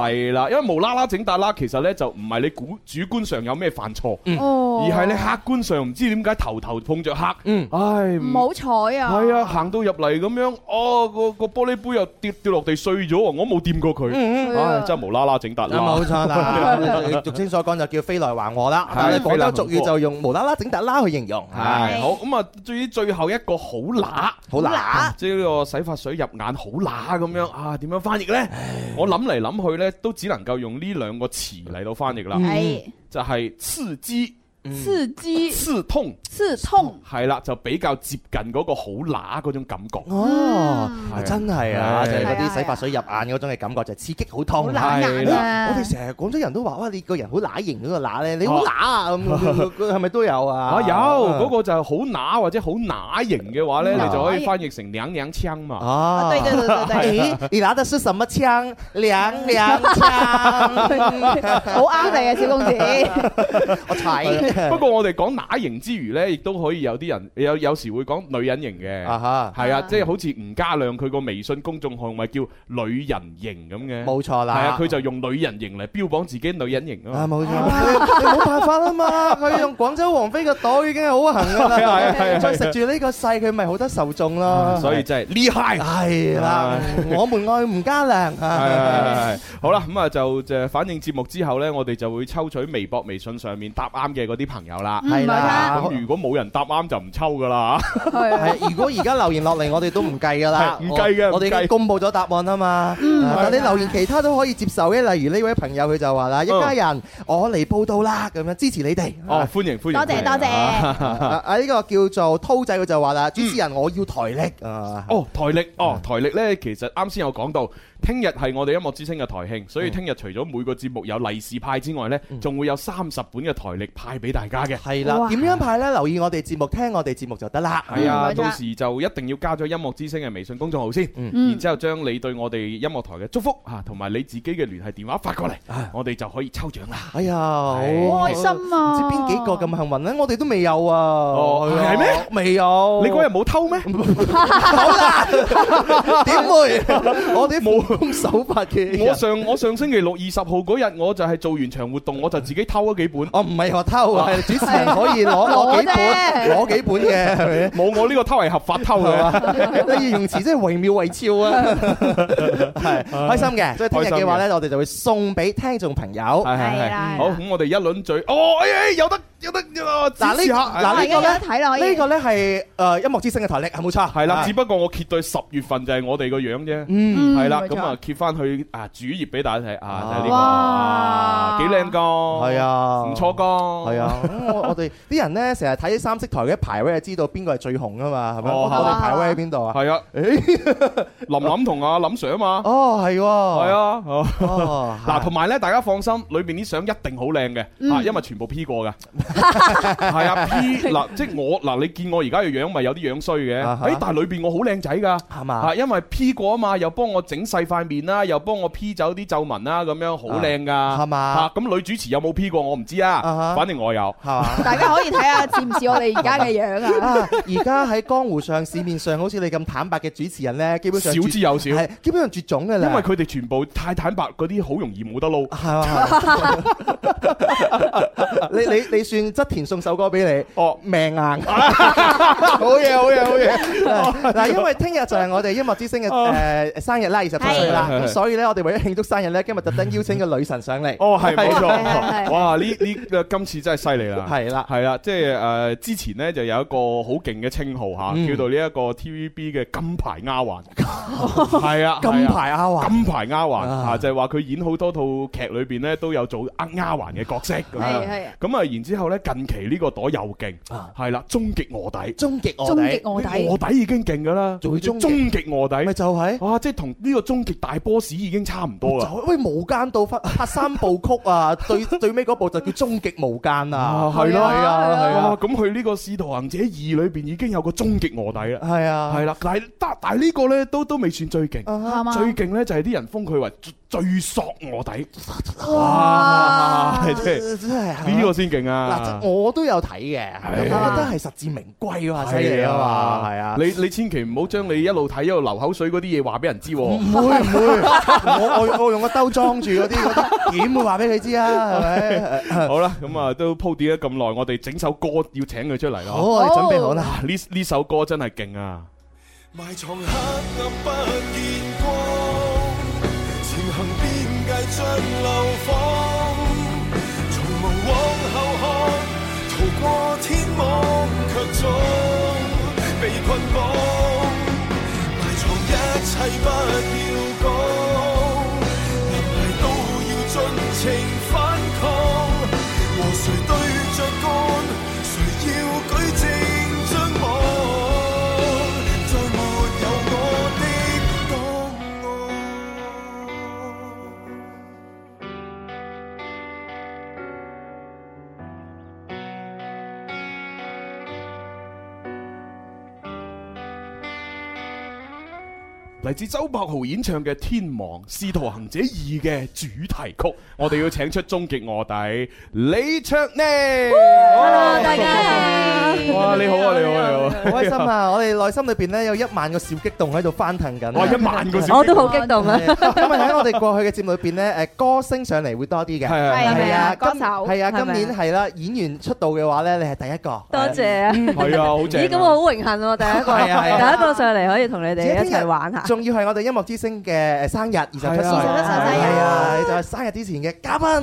[SPEAKER 3] 係啦，因為無啦啦整笪啦，其實呢就唔係你估主觀上有咩犯錯，
[SPEAKER 5] 哦
[SPEAKER 3] 而係你客觀上唔知點解頭頭碰着黑。
[SPEAKER 4] 嗯
[SPEAKER 3] 唉，
[SPEAKER 5] 唔好彩啊！
[SPEAKER 3] 系啊，，行到入嚟咁樣，哦，個個玻璃杯又跌跌落地碎咗，我冇掂過佢，
[SPEAKER 5] 係啊
[SPEAKER 3] 唉，真係無啦啦整笪
[SPEAKER 4] 啊冇
[SPEAKER 3] 啦，
[SPEAKER 4] 錯啦，呃俗稱所講就叫飛來橫禍啦。
[SPEAKER 3] 係
[SPEAKER 4] 但係
[SPEAKER 3] 飛來橫
[SPEAKER 4] 廣
[SPEAKER 3] 禍
[SPEAKER 4] 州俗語就用無啦啦整笪啦去形容，
[SPEAKER 3] 係好咁啊！至於最後一個好乸，
[SPEAKER 4] 好乸
[SPEAKER 3] 即係呢個洗髮水入眼好乸咁樣啊？點樣翻譯呢？我諗嚟諗去呢，都只能夠用呢兩個詞嚟到翻譯啦，
[SPEAKER 5] 係
[SPEAKER 3] 就係刺激、
[SPEAKER 5] 嗯哎刺激、
[SPEAKER 3] 刺痛，
[SPEAKER 5] 刺痛。
[SPEAKER 3] 係啦，就比較接近嗰個好乸嗰種感覺。
[SPEAKER 4] 哦
[SPEAKER 3] 係啊，
[SPEAKER 4] 真係啊，
[SPEAKER 3] 係
[SPEAKER 4] 就係嗰
[SPEAKER 5] 係
[SPEAKER 4] 啲
[SPEAKER 5] 啊
[SPEAKER 4] 洗髮水入眼嗰種嘅感覺，就係刺激好痛。
[SPEAKER 5] 好乸
[SPEAKER 3] 眼
[SPEAKER 5] 啊
[SPEAKER 4] 我哋成日廣州人都話：哇，你個人好乸型嗰個乸咧，你好乸啊 咁，係咪都有啊？
[SPEAKER 3] 哦啊有嗰個就係好乸或者好乸型嘅話呢，
[SPEAKER 5] 乸
[SPEAKER 3] 你就可以翻譯成娘娘腔嘛。
[SPEAKER 4] 啊，哎
[SPEAKER 5] 對對對對 對，
[SPEAKER 4] 咦，你拿的是什麼槍？兩兩槍，
[SPEAKER 5] 好啱你啊，小公子。
[SPEAKER 4] 我踩。
[SPEAKER 3] 不過我哋講乸型之餘呢，亦都可以有啲人有有時會講女人型嘅。
[SPEAKER 4] 啊哈，
[SPEAKER 3] 係啊，
[SPEAKER 5] 啊
[SPEAKER 3] 即係好似吳家亮佢個微信公眾號咪叫女人型咁嘅。
[SPEAKER 4] 冇錯
[SPEAKER 3] 係啊，
[SPEAKER 4] 啦
[SPEAKER 3] 佢。就用女人型嚟標榜自己女人型啊
[SPEAKER 4] 啊，
[SPEAKER 3] 嘛。
[SPEAKER 4] 冇錯，你你冇辦法啦嘛， 佢用廣州王妃嘅袋已經係好行噶
[SPEAKER 3] 係啊係啊
[SPEAKER 4] 啦
[SPEAKER 3] 係啊，啊
[SPEAKER 4] 再食住呢個勢，佢咪好得受眾咯。
[SPEAKER 3] 所以真係厲害。
[SPEAKER 4] 係啦，我們愛吳家 良啊，
[SPEAKER 3] 係好啦，咁啊就就反映節目之後呢，我哋就會抽取微博、微信上面答啱嘅嗰啲朋友啦。
[SPEAKER 4] 係啦
[SPEAKER 3] 咁如果冇人答啱就唔抽噶啦啊嚇
[SPEAKER 4] 係，如果而家留言落嚟，我哋都唔計噶啦，
[SPEAKER 3] 係唔計嘅
[SPEAKER 4] 我我哋已
[SPEAKER 3] 唔計
[SPEAKER 4] 經公佈咗答案啊嘛。但你留言其他都可以接受嘅，例如呢位朋友佢就話啦：一家人，我嚟報道啦，咁樣支持你哋。
[SPEAKER 3] 哦，歡迎歡迎，
[SPEAKER 5] 多謝多謝，
[SPEAKER 4] 啊啊！呢個叫做濤仔，佢就話啦：主持人，我要台歷啊！
[SPEAKER 3] 嗯哦，台歷哦，台歷呢，其實啱先有講到，聽日係我哋音樂之星嘅台慶，所以
[SPEAKER 4] 嗯
[SPEAKER 3] 聽日除咗每個節目有利是派之外呢，仲會有三十本嘅台歷派俾大家嘅。
[SPEAKER 4] 係啦，
[SPEAKER 5] 哇
[SPEAKER 4] 點樣派呢？留意我哋節目，聽我哋節目就得啦。
[SPEAKER 3] 係啊，
[SPEAKER 5] 嗯冇錯
[SPEAKER 3] 到時就一定要加咗音樂之星嘅微信公眾號先，
[SPEAKER 4] 嗯
[SPEAKER 5] 嗯
[SPEAKER 3] 然之後將你對我哋音樂台嘅祝福嚇，同埋你自己嘅聯繫電話發過嚟，
[SPEAKER 4] 啊
[SPEAKER 3] 我哋就可以抽獎啦。
[SPEAKER 4] 哎呀，好
[SPEAKER 3] 係
[SPEAKER 5] 開心啊！
[SPEAKER 4] 唔知邊幾個咁幸運呢？我哋都未有啊！哦
[SPEAKER 3] 係咩？
[SPEAKER 4] 未有。
[SPEAKER 5] 哦
[SPEAKER 3] 你嗰日 冇偷咩？
[SPEAKER 4] 點會？我啲冇攻手法嘅人
[SPEAKER 3] 我上我上星期六二十號嗰日，我就係做完場活動，我就自己偷咗幾本。
[SPEAKER 4] 我唔係話偷啊，係主持人可 以攞攞
[SPEAKER 5] 攞
[SPEAKER 4] 幾本，
[SPEAKER 5] 啫
[SPEAKER 4] 攞幾本嘅係咪？
[SPEAKER 3] 冇我呢個偷係合法偷
[SPEAKER 4] 係
[SPEAKER 3] 嘅。
[SPEAKER 4] 嘛？你用詞真係惟妙惟肖 啊！係開心嘅，所以聽日嘅話咧，我哋就會送俾聽眾朋友。
[SPEAKER 3] 係係
[SPEAKER 5] 係啦
[SPEAKER 3] 係。好，咁我哋一輪嘴。哦，哎哎有得有得有得支
[SPEAKER 4] 嗱呢
[SPEAKER 3] 持下。
[SPEAKER 4] 嗱
[SPEAKER 3] 哎
[SPEAKER 5] 大
[SPEAKER 4] 呢
[SPEAKER 5] 家有
[SPEAKER 4] 個
[SPEAKER 5] 得
[SPEAKER 4] 咧
[SPEAKER 5] 睇啦，可以
[SPEAKER 4] 呢個咧係誒音樂之星嘅台歷係冇錯，
[SPEAKER 3] 係啦，
[SPEAKER 4] 啊
[SPEAKER 3] 只不過我揭對十月份就係我哋個樣啫。
[SPEAKER 4] 嗯。
[SPEAKER 5] 嗯
[SPEAKER 3] 係啦，
[SPEAKER 5] 冇錯
[SPEAKER 3] 咁啊揭翻去啊主頁俾大家睇啊，就係呢個
[SPEAKER 4] 哇
[SPEAKER 3] 啊幾靚個，
[SPEAKER 4] 係，啊，
[SPEAKER 3] 唔錯個，
[SPEAKER 4] 係啊，我我哋啲人咧成日睇三色台嘅排位，就知道邊個係最紅啊嘛，係咪？
[SPEAKER 3] 哦
[SPEAKER 4] 我
[SPEAKER 3] 係
[SPEAKER 4] 哋
[SPEAKER 5] 啊
[SPEAKER 4] 排位喺邊度啊？
[SPEAKER 3] 係啊，
[SPEAKER 4] 誒，
[SPEAKER 3] 林林同阿林 Sir 啊嘛，
[SPEAKER 4] 哦，係喎，
[SPEAKER 3] 係
[SPEAKER 4] 係，
[SPEAKER 3] 啊，哦
[SPEAKER 4] 哦，
[SPEAKER 3] 嗱，同埋咧，大家放心，裏邊啲相一定好靚嘅，
[SPEAKER 4] 嗯
[SPEAKER 3] 啊，因為全部 P 過嘅，係啊 P 嗱，即係我嗱，你見我而家嘅樣咪有啲樣衰嘅，
[SPEAKER 4] 啊哈
[SPEAKER 3] 誒，但係裏邊我好靚仔㗎，
[SPEAKER 4] 係嘛
[SPEAKER 3] 啊，因為 P 過啊嘛，又幫我整細塊面啦，又幫我 P 走啲皺紋啦，咁樣好靚㗎，
[SPEAKER 4] 係嘛
[SPEAKER 3] 啊咁女主持有冇 P 過我唔知
[SPEAKER 4] 啊
[SPEAKER 3] 啊，
[SPEAKER 4] 哈
[SPEAKER 3] 反正我有。
[SPEAKER 4] 係嘛？
[SPEAKER 5] 大家可以睇下似唔似我哋而家嘅樣 啊！
[SPEAKER 4] 啊！而家喺江湖上、市面上，好似你咁坦白嘅主持人咧，基本上
[SPEAKER 3] 少
[SPEAKER 4] 絕
[SPEAKER 3] 之又少，因為
[SPEAKER 4] 係基本上絕種嘅啦。
[SPEAKER 3] 佢哋全部太坦白，嗰啲好容易冇得撈。
[SPEAKER 4] 係 嘛？你 你你算側田送首歌俾你，
[SPEAKER 3] 哦
[SPEAKER 4] 命硬， 好嘢好嘢好 嘢！嗱，因為聽日就係我哋音樂之星嘅誒生日啦，二十七歲啦，
[SPEAKER 3] 係
[SPEAKER 4] 咁所以咧，我哋為咗慶祝生日咧，今日特登邀請個女神上嚟，
[SPEAKER 3] 哦，係冇
[SPEAKER 5] 係係
[SPEAKER 3] 錯，
[SPEAKER 5] 係
[SPEAKER 3] 哇！呢呢今次真係犀利啦，
[SPEAKER 4] 係啦
[SPEAKER 3] 係啦，即係誒之前呢就有一個好勁嘅稱號
[SPEAKER 4] 嗯
[SPEAKER 3] 嚇，叫做呢一個 TVB 嘅金牌丫 鬟，係啊，
[SPEAKER 4] 金牌阿
[SPEAKER 3] 係啊。
[SPEAKER 4] 華，
[SPEAKER 3] 金牌丫鬟
[SPEAKER 4] 啊
[SPEAKER 3] 啊，就係話佢演好多套劇裏邊呢都有做呃丫鬟嘅角色咁
[SPEAKER 5] 係
[SPEAKER 3] 樣。
[SPEAKER 5] 係
[SPEAKER 3] 咁啊，然之後呢，近期呢個袋又勁，
[SPEAKER 4] 啊
[SPEAKER 3] 係啦，終極卧底，
[SPEAKER 4] 終極我
[SPEAKER 5] 終極
[SPEAKER 4] 哋，
[SPEAKER 5] 卧底，
[SPEAKER 3] 卧底已經勁㗎啦，
[SPEAKER 4] 仲要終極
[SPEAKER 3] 終極卧底
[SPEAKER 4] 咪，就係。
[SPEAKER 3] 哇！即係同呢個終極大 boss 已經差唔多啦。
[SPEAKER 4] 就喂無間道拍拍三部曲 啊，最最尾嗰部就叫終極無間啊，
[SPEAKER 3] 啊係咯
[SPEAKER 4] 係啊係
[SPEAKER 3] 啊
[SPEAKER 4] 啊
[SPEAKER 3] 咁佢呢個《使徒行者二》裏邊已經有個終極卧底啦，
[SPEAKER 4] 係啊，
[SPEAKER 3] 係啦，但係但但係呢個咧都都未算最勁，
[SPEAKER 5] 係嘛？
[SPEAKER 3] 最勁咧就係啲人封佢為最最索卧底，
[SPEAKER 5] 哇！
[SPEAKER 3] 係 真係
[SPEAKER 4] 真係
[SPEAKER 3] 呢個先勁
[SPEAKER 4] 嗱，
[SPEAKER 3] 啊！
[SPEAKER 4] 即我都有睇嘅，我覺得係實至名歸喎，犀利啊嘛，係啊。
[SPEAKER 3] 你你千祈唔好將你一路睇一路流口水嗰啲嘢話俾人知喎，
[SPEAKER 4] 唔 會唔會，我我我用個兜裝住嗰啲嗰啲，點會話俾佢知啊？係咪？
[SPEAKER 3] 好啦，咁啊都鋪墊咗咁耐，我哋整首歌要請佢出嚟
[SPEAKER 4] 好，
[SPEAKER 3] 咯。
[SPEAKER 4] 我哋準備好啦。
[SPEAKER 3] 啊呢呢首歌真係勁啊！
[SPEAKER 10] 埋藏黑暗不見光，潛行邊界像流放，從無往後看，逃過天網，卻總被捆綁。埋藏一切不要講，男孩都要盡情反抗，和誰對着幹，誰要舉證張網。再沒有我的
[SPEAKER 1] Hãy subscribe cho kênh Ghiền Mì Gõ Để không bỏ lỡ
[SPEAKER 10] 檔案。
[SPEAKER 3] 嚟自周柏豪演唱嘅《天亡使徒行者二》嘅主題曲，我哋要請出終極卧底李卓呢。Hello，
[SPEAKER 4] 大家
[SPEAKER 3] 哇，你好啊，你好啊，你好啊，
[SPEAKER 4] 好開心！啊！我哋內心裏邊咧有一萬個小激動喺度翻騰緊。
[SPEAKER 3] 哇一萬個小激動我都好激動啊
[SPEAKER 4] 係因為喺我哋過去嘅節目裏邊咧，誒歌星上嚟會多啲嘅。
[SPEAKER 3] 係係
[SPEAKER 5] à.
[SPEAKER 3] 係
[SPEAKER 4] 係啊，
[SPEAKER 11] 歌手
[SPEAKER 4] 今係啊，
[SPEAKER 11] 係
[SPEAKER 4] 今
[SPEAKER 11] 咪
[SPEAKER 4] 年係啦，演員出道嘅話咧，你係第一個。
[SPEAKER 11] 多謝啊！
[SPEAKER 3] 係啊好正啊
[SPEAKER 11] 咦，咁我好榮幸喎，第一個，
[SPEAKER 4] 係啊係啊
[SPEAKER 11] 第一個上嚟可以同你哋一齊玩下。
[SPEAKER 4] 仲要係我哋音樂之星嘅誒生日，二十七歲，
[SPEAKER 11] 係啊27歲
[SPEAKER 4] 係啊，你就係生日之前嘅嘉賓，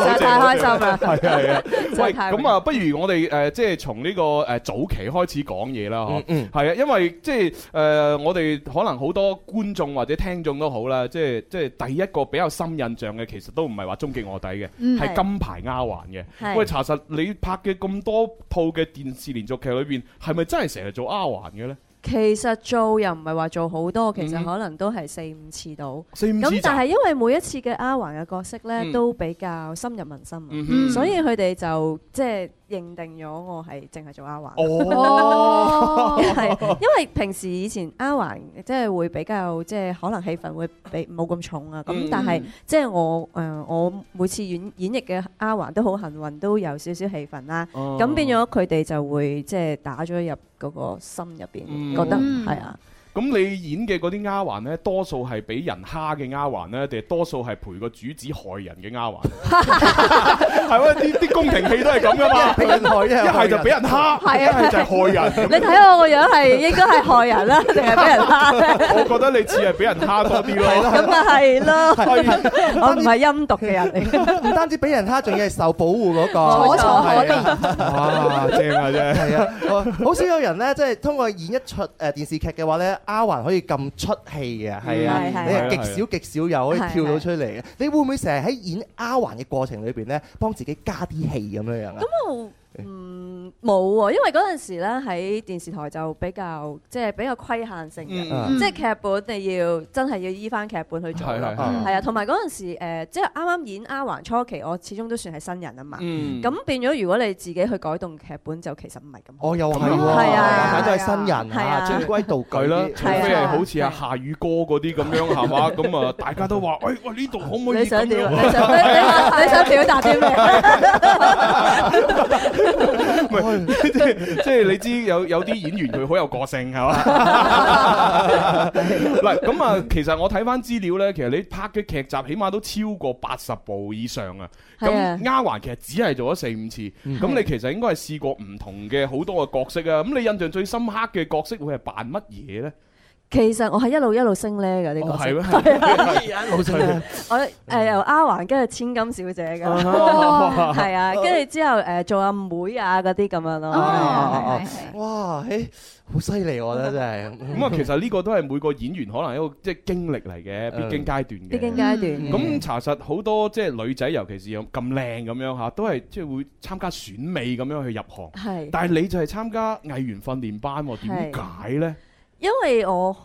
[SPEAKER 11] 實在太開心啦
[SPEAKER 3] 係 啊係啊，
[SPEAKER 11] 真係
[SPEAKER 3] 喂，
[SPEAKER 11] 太榮
[SPEAKER 3] 咁啊，不如我哋誒即係從呢個誒早期開始講嘢啦，嗬
[SPEAKER 4] 嗯，嗯
[SPEAKER 3] 係啊，因為即係誒我哋可能好多觀眾或者聽眾都好啦，即係即係第一個比較深印象嘅，其實都唔係話終極卧底嘅，
[SPEAKER 12] 嗯
[SPEAKER 3] 係
[SPEAKER 12] 係
[SPEAKER 3] 金牌丫鬟嘅。
[SPEAKER 12] 係
[SPEAKER 3] 喂，查實你拍嘅咁多套嘅電視連續劇裏邊，係咪真係成日做丫鬟嘅咧？
[SPEAKER 11] 其實做又唔係話做好多，其實可能都係四五次到。
[SPEAKER 3] 四五次咋
[SPEAKER 11] 咁但係因為每一次嘅丫鬟 嘅角色呢，
[SPEAKER 3] 嗯
[SPEAKER 11] 都比較深入民心啊
[SPEAKER 3] 嗯哼
[SPEAKER 11] 所以佢哋就即係認定咗我係淨係做丫鬟。
[SPEAKER 3] 哦
[SPEAKER 11] 係因為平時以前丫鬟即係會比較即係可能戲份會比冇咁重啊。咁
[SPEAKER 5] 嗯
[SPEAKER 11] 但係即係我誒我每次演演繹嘅丫鬟都好幸運，都有少少戲份啦。
[SPEAKER 5] 哦
[SPEAKER 11] 咁變咗佢哋就會即係打咗入嗰個心入邊。
[SPEAKER 3] 嗯
[SPEAKER 11] 覺得係啊。
[SPEAKER 3] 咁你演嘅嗰啲丫鬟咧，多數係俾人蝦嘅丫鬟咧，定係多數係陪個主子害人嘅 丫鬟？係喎，啲啲宮廷戲都係咁噶嘛，
[SPEAKER 4] 俾人害一係
[SPEAKER 3] 一係就俾人蝦，
[SPEAKER 11] 啊係
[SPEAKER 3] 一
[SPEAKER 11] 啊
[SPEAKER 3] 係就係害人。
[SPEAKER 11] 你睇我個樣係應該係害人啦，定係俾人蝦咧？
[SPEAKER 3] 我覺得你似係俾人蝦多啲咯。
[SPEAKER 11] 咁啊係咯，我唔係陰毒嘅人嚟嘅。
[SPEAKER 4] 唔單止俾人蝦，仲要係受保護嗰個，
[SPEAKER 11] 楚楚可
[SPEAKER 4] 係啊
[SPEAKER 3] 哇，正啊真
[SPEAKER 4] 係啊，我好少有人咧，即係通過演一出誒電視劇嘅話咧，丫鬟可以咁出戲嘅，係啊
[SPEAKER 11] 嗯係，係
[SPEAKER 4] 你係極少極少有可以跳到出嚟嘅。你會唔會成日喺演丫鬟嘅過程裏邊咧，幫自己加啲戲咁樣樣啊？
[SPEAKER 11] 咁我嗯冇喎，因為嗰陣時咧喺電視台就比較即係比較規限性
[SPEAKER 5] 嗯
[SPEAKER 11] 嘅，即係劇本你要真係要依翻劇本去做啦
[SPEAKER 5] 係係係，
[SPEAKER 11] 係啊，同埋嗰陣時誒即係啱啱演丫鬟初期，我始終都算係新人啊嘛，
[SPEAKER 4] 嗯
[SPEAKER 11] 咁變咗如果你自己去改動劇本就其實唔係咁。
[SPEAKER 4] 哦我又係
[SPEAKER 3] 咁
[SPEAKER 4] 喎，
[SPEAKER 3] 啊係啊
[SPEAKER 4] 但都係新人
[SPEAKER 11] 係
[SPEAKER 4] 啊，
[SPEAKER 11] 啊
[SPEAKER 4] 中歸道具
[SPEAKER 3] 係啦，除非係好似阿
[SPEAKER 11] 係
[SPEAKER 3] 夏雨哥嗰啲咁樣係 嘛，咁啊大家都話，喂喂呢度可唔可以？
[SPEAKER 11] 你想點啊？你想你想表達 啲咩？
[SPEAKER 3] 即係即係你知有有啲演員佢好有個性係 嘛？嗱咁啊，其實我睇翻資料呢，其實你拍嘅劇集起碼都超過八十部以上啊。咁
[SPEAKER 11] 係啊
[SPEAKER 3] 丫鬟其實只係做咗四五次，咁你其實應該係試過唔同嘅好多嘅角色啊。咁你印象最深刻嘅角色會係扮乜嘢呢？
[SPEAKER 11] 其實我係一路一路升呢嘅呢個
[SPEAKER 3] 哦係
[SPEAKER 11] 角色
[SPEAKER 3] 咩
[SPEAKER 11] 係啊
[SPEAKER 3] 一路升呢
[SPEAKER 11] 我誒由丫鬟跟住千金小姐㗎，
[SPEAKER 4] 哦
[SPEAKER 11] 係啊，跟住之後誒做阿妹啊嗰啲咁樣咯。
[SPEAKER 4] 哦哇，誒好犀利我覺得真係。
[SPEAKER 3] 咁啊，其實呢個都係每個演員可能一個即係經歷嚟嘅，必經階段嘅。
[SPEAKER 11] 必經階段嗯
[SPEAKER 3] 咁查實好多即係女仔，尤其是有咁靚咁樣嚇，都係即係會參加選美咁樣去入行。
[SPEAKER 11] 係
[SPEAKER 3] 但係你就係參加藝員訓練班喎，點解呢？
[SPEAKER 11] 因為我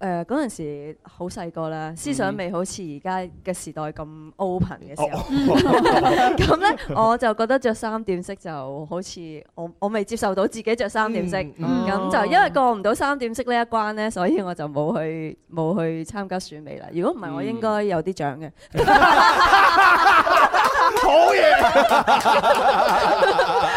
[SPEAKER 11] 誒嗰陣時好細個啦，思想未好似而家嘅時代咁 open 嘅時候， 咁咧我就覺得着三點式就好似我我未接受到自己着三點式，
[SPEAKER 5] 嗯
[SPEAKER 11] 咁就因為過唔到三點式呢一關咧，所以我就冇去冇去參加選美啦。如果唔係，我應該有啲獎嘅。
[SPEAKER 3] 好嘢！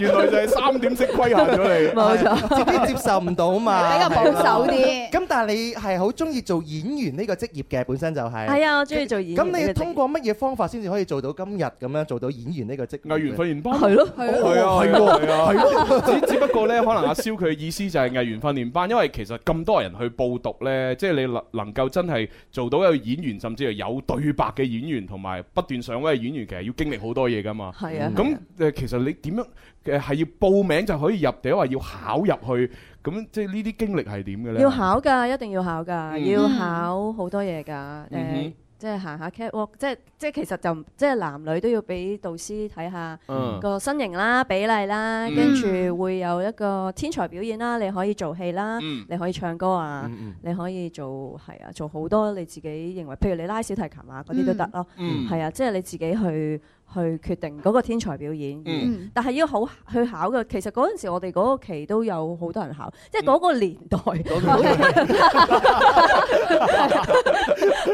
[SPEAKER 3] 原來就係三點式規限咗你，
[SPEAKER 11] 冇
[SPEAKER 4] 錯，自己接受唔到嘛，
[SPEAKER 5] 比較保守啲
[SPEAKER 4] 咁但係你係好中意做演員呢個職業嘅，本身就係。
[SPEAKER 11] 係啊我鍾意做演員呢個職業
[SPEAKER 4] 咁你通過乜嘢方法先至可以做到今日咁樣做到演員呢個職業呢？藝
[SPEAKER 3] 員訓練班
[SPEAKER 11] 係咯
[SPEAKER 3] 係啊，
[SPEAKER 4] 係
[SPEAKER 3] 係啊，
[SPEAKER 4] 喎，係喎。
[SPEAKER 3] 只只不過咧，可能阿蕭佢嘅意思就係藝員訓練班，因為其實咁多人去報讀咧，即係你能能夠真係做到一個演員，甚至係有對白嘅演員，同埋不斷上位嘅演員，其實要經歷好多嘢噶嘛。
[SPEAKER 11] 係啊係
[SPEAKER 3] 咁
[SPEAKER 11] 啊
[SPEAKER 3] 誒，其實你點樣誒係要報名就可以入，定係話要考入去？咁即係呢啲經歷係點嘅咧？
[SPEAKER 11] 要考㗎，一定要考㗎，
[SPEAKER 3] 嗯
[SPEAKER 11] 要考好多嘢㗎。
[SPEAKER 3] 嗯
[SPEAKER 11] 誒
[SPEAKER 3] 哼，
[SPEAKER 11] 即係行下 catwalk，即係即係其實就唔即係男女都要俾導師睇下
[SPEAKER 5] 嗯
[SPEAKER 11] 個身形啦、比例啦，
[SPEAKER 5] 嗯
[SPEAKER 11] 跟住會有一個哦天才表演啦，你可以做戲啦
[SPEAKER 5] 嗯，
[SPEAKER 11] 你可以唱歌啊
[SPEAKER 5] 嗯嗯，
[SPEAKER 11] 你可以做係啊，做好多你自己認為，譬如你拉小提琴啊嗰啲都得咯。
[SPEAKER 5] 嗯嗯
[SPEAKER 11] 係啊，即係你自己去去決定嗰個天才表演。
[SPEAKER 12] 嗯
[SPEAKER 11] 但係要好去考嘅，其實嗰陣時我哋嗰個期都有好多人考，即係嗰個年代，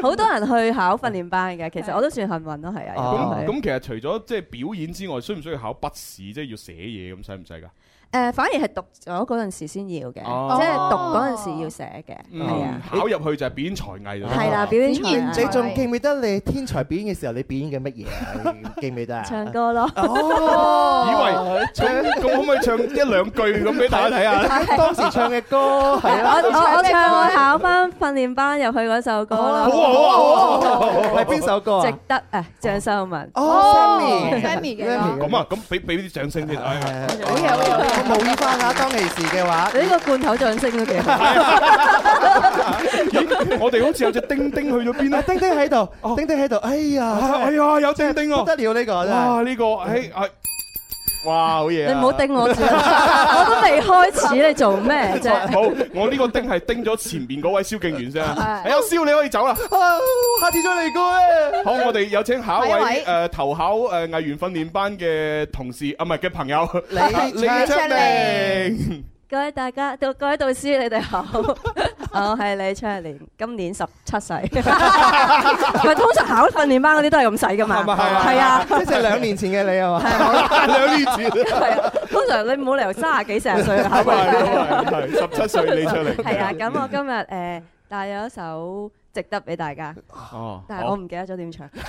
[SPEAKER 11] 好多人去考訓練班嘅。其實我都算幸運啦，係啊。有啲係
[SPEAKER 3] 咁咁其實除咗即係表演之外，需唔需要考筆試，即係要寫嘢咁，使唔使㗎？
[SPEAKER 11] 誒，反而係讀咗嗰陣時先要嘅，
[SPEAKER 3] 哦
[SPEAKER 11] 即係讀嗰陣時要寫嘅，係啊。
[SPEAKER 3] 考入去就係表演才藝啦。
[SPEAKER 11] 係啦表演才藝
[SPEAKER 4] 你仲記唔記得你天才表演嘅時候，你表演嘅乜嘢啊？ 記唔記得啊？
[SPEAKER 11] 唱歌咯，
[SPEAKER 4] 哦
[SPEAKER 3] 以為咁咁可唔可以唱一兩句咁俾大家睇
[SPEAKER 4] 你
[SPEAKER 3] 下？
[SPEAKER 4] 睇當時唱嘅 歌係
[SPEAKER 11] 我
[SPEAKER 4] 啊，
[SPEAKER 11] 我我唱我考翻訓練班入去嗰首歌啦。
[SPEAKER 4] 好啊好啊好啊好啊 係邊首歌啊
[SPEAKER 11] 值得誒，鄭秀 文。
[SPEAKER 4] 哦
[SPEAKER 5] Sammy 嘅歌
[SPEAKER 3] 咁啊，咁俾俾啲掌聲先。好嘢
[SPEAKER 4] 好嘢好嘢！模擬翻下當其時嘅話，
[SPEAKER 11] 你呢個罐頭掌聲都幾 好。
[SPEAKER 3] 咦我哋好似有隻叮叮去咗邊啊？
[SPEAKER 4] 叮叮喺度，叮叮喺度，哎呀，
[SPEAKER 3] 哎呀，有叮叮啊！
[SPEAKER 4] 不得了呢個真
[SPEAKER 3] 哇！
[SPEAKER 4] 係。
[SPEAKER 3] 呢個誒啊，哇！好嘢啊！
[SPEAKER 11] 你唔好叮我住，我都未開始，你做咩啫？
[SPEAKER 3] 冇，我呢個叮係叮咗前面嗰位蕭敬元啫。
[SPEAKER 11] 係
[SPEAKER 3] 係阿蕭，你可以走啦。
[SPEAKER 4] 下次再嚟過啊！
[SPEAKER 3] 好，我哋有請下
[SPEAKER 4] 下
[SPEAKER 3] 一
[SPEAKER 4] 一
[SPEAKER 3] 位
[SPEAKER 4] 位
[SPEAKER 3] 誒投考誒藝員訓練班嘅同事啊，唔係嘅朋友
[SPEAKER 4] 李
[SPEAKER 3] 李
[SPEAKER 11] 卓
[SPEAKER 3] 明。
[SPEAKER 11] 各位大家，到各位導師，你哋好， 我係李卓蓮，今年十 七歲。佢通常考訓練班嗰啲都係咁細噶嘛，係啊，
[SPEAKER 4] 即係兩年前嘅你係
[SPEAKER 3] 嘛？兩年前
[SPEAKER 11] 係啊，通常你冇理由三十幾四十歲考訓練班。
[SPEAKER 3] 係十七歲你出 嚟。
[SPEAKER 11] 係啊，咁我今日誒帶咗一首值得俾大家，
[SPEAKER 3] 哦
[SPEAKER 11] 但係我唔記得咗點唱。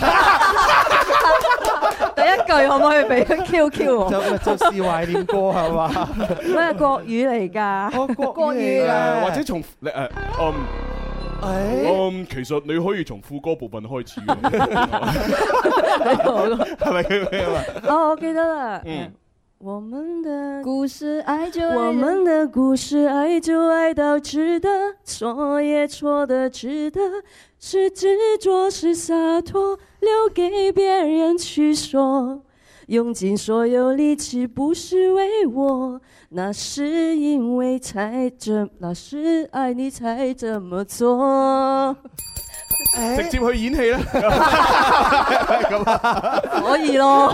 [SPEAKER 11] 第一句可唔可以俾佢 QQ 我？
[SPEAKER 4] 就就試懷念歌係 嘛？
[SPEAKER 11] 咩國語嚟㗎？
[SPEAKER 4] 我國
[SPEAKER 3] 誒或者從你誒嗯。
[SPEAKER 11] 哎
[SPEAKER 3] 嗯，其實你可以從副歌部分開始嘅，係咪咁啊？
[SPEAKER 11] 哦，我記得啦。
[SPEAKER 3] 嗯，
[SPEAKER 11] 我們的
[SPEAKER 12] 故事愛就愛
[SPEAKER 11] 我们的故事，爱就爱到值得，错也错的值得，是执着，是洒脱，留给别人去说。用尽所有力气，不是为我，那是因为才这，那是爱你才这么做。
[SPEAKER 3] 直接去演戲啦，
[SPEAKER 11] 可以咯。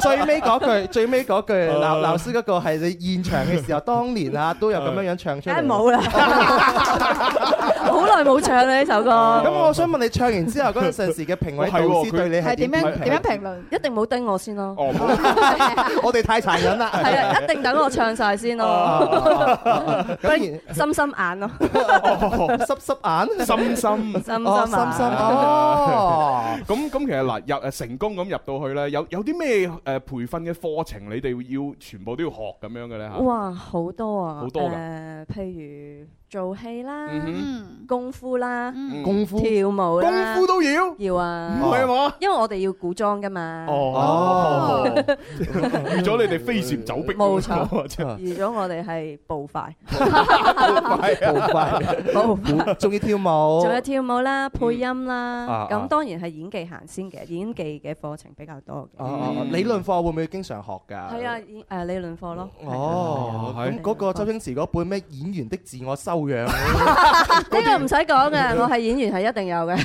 [SPEAKER 4] 最尾嗰句，最尾嗰 句，
[SPEAKER 11] 哦
[SPEAKER 4] 鬧鬧師嗰個係你現場嘅時候，當年啊都有咁樣樣唱出嚟。
[SPEAKER 11] 梗係冇啦，好耐冇唱啦呢首歌。
[SPEAKER 4] 咁我想問你唱完之後嗰陣時嘅評委導師對你係點樣評？
[SPEAKER 11] 評論？一定冇叮我先咯。
[SPEAKER 4] 我哋太殘忍啦。
[SPEAKER 11] 係啊，一定等我唱晒先咯。心心眼咯，
[SPEAKER 4] 濕濕哦眼，
[SPEAKER 3] 心心
[SPEAKER 11] 心心
[SPEAKER 4] 哦心
[SPEAKER 11] 眼，
[SPEAKER 4] 心哦。
[SPEAKER 3] 咁咁其實嗱入誒成功咁入到去咧，有有啲咩誒培訓嘅課程你哋要全部都要學咁樣嘅咧嚇？
[SPEAKER 11] 哇，好多啊！
[SPEAKER 3] 好多㗎
[SPEAKER 11] 誒譬如做戲啦
[SPEAKER 3] 嗯、
[SPEAKER 11] 功夫啦、
[SPEAKER 4] 功夫
[SPEAKER 11] 跳舞啦，
[SPEAKER 4] 功夫都要
[SPEAKER 11] 要啊，
[SPEAKER 3] 唔係嘛？
[SPEAKER 11] 因為我哋要古裝噶嘛。
[SPEAKER 3] 哦，預咗你哋飛檐走壁，
[SPEAKER 11] 冇錯
[SPEAKER 3] 真係
[SPEAKER 11] 預咗我哋係步快，
[SPEAKER 4] 好快，仲要跳舞，
[SPEAKER 11] 仲有跳舞啦、配音啦
[SPEAKER 4] 啊，
[SPEAKER 11] 咁
[SPEAKER 4] 啊
[SPEAKER 11] 當然係演技行先嘅，演技嘅課程比較多嘅。
[SPEAKER 4] 哦哦理論課會唔會經常學㗎？
[SPEAKER 11] 係啊，演誒理論課咯。
[SPEAKER 4] 哦，咁嗰個周星馳嗰本咩演員的自我修養，
[SPEAKER 11] 呢個唔使講嘅，我係演員係一定有嘅。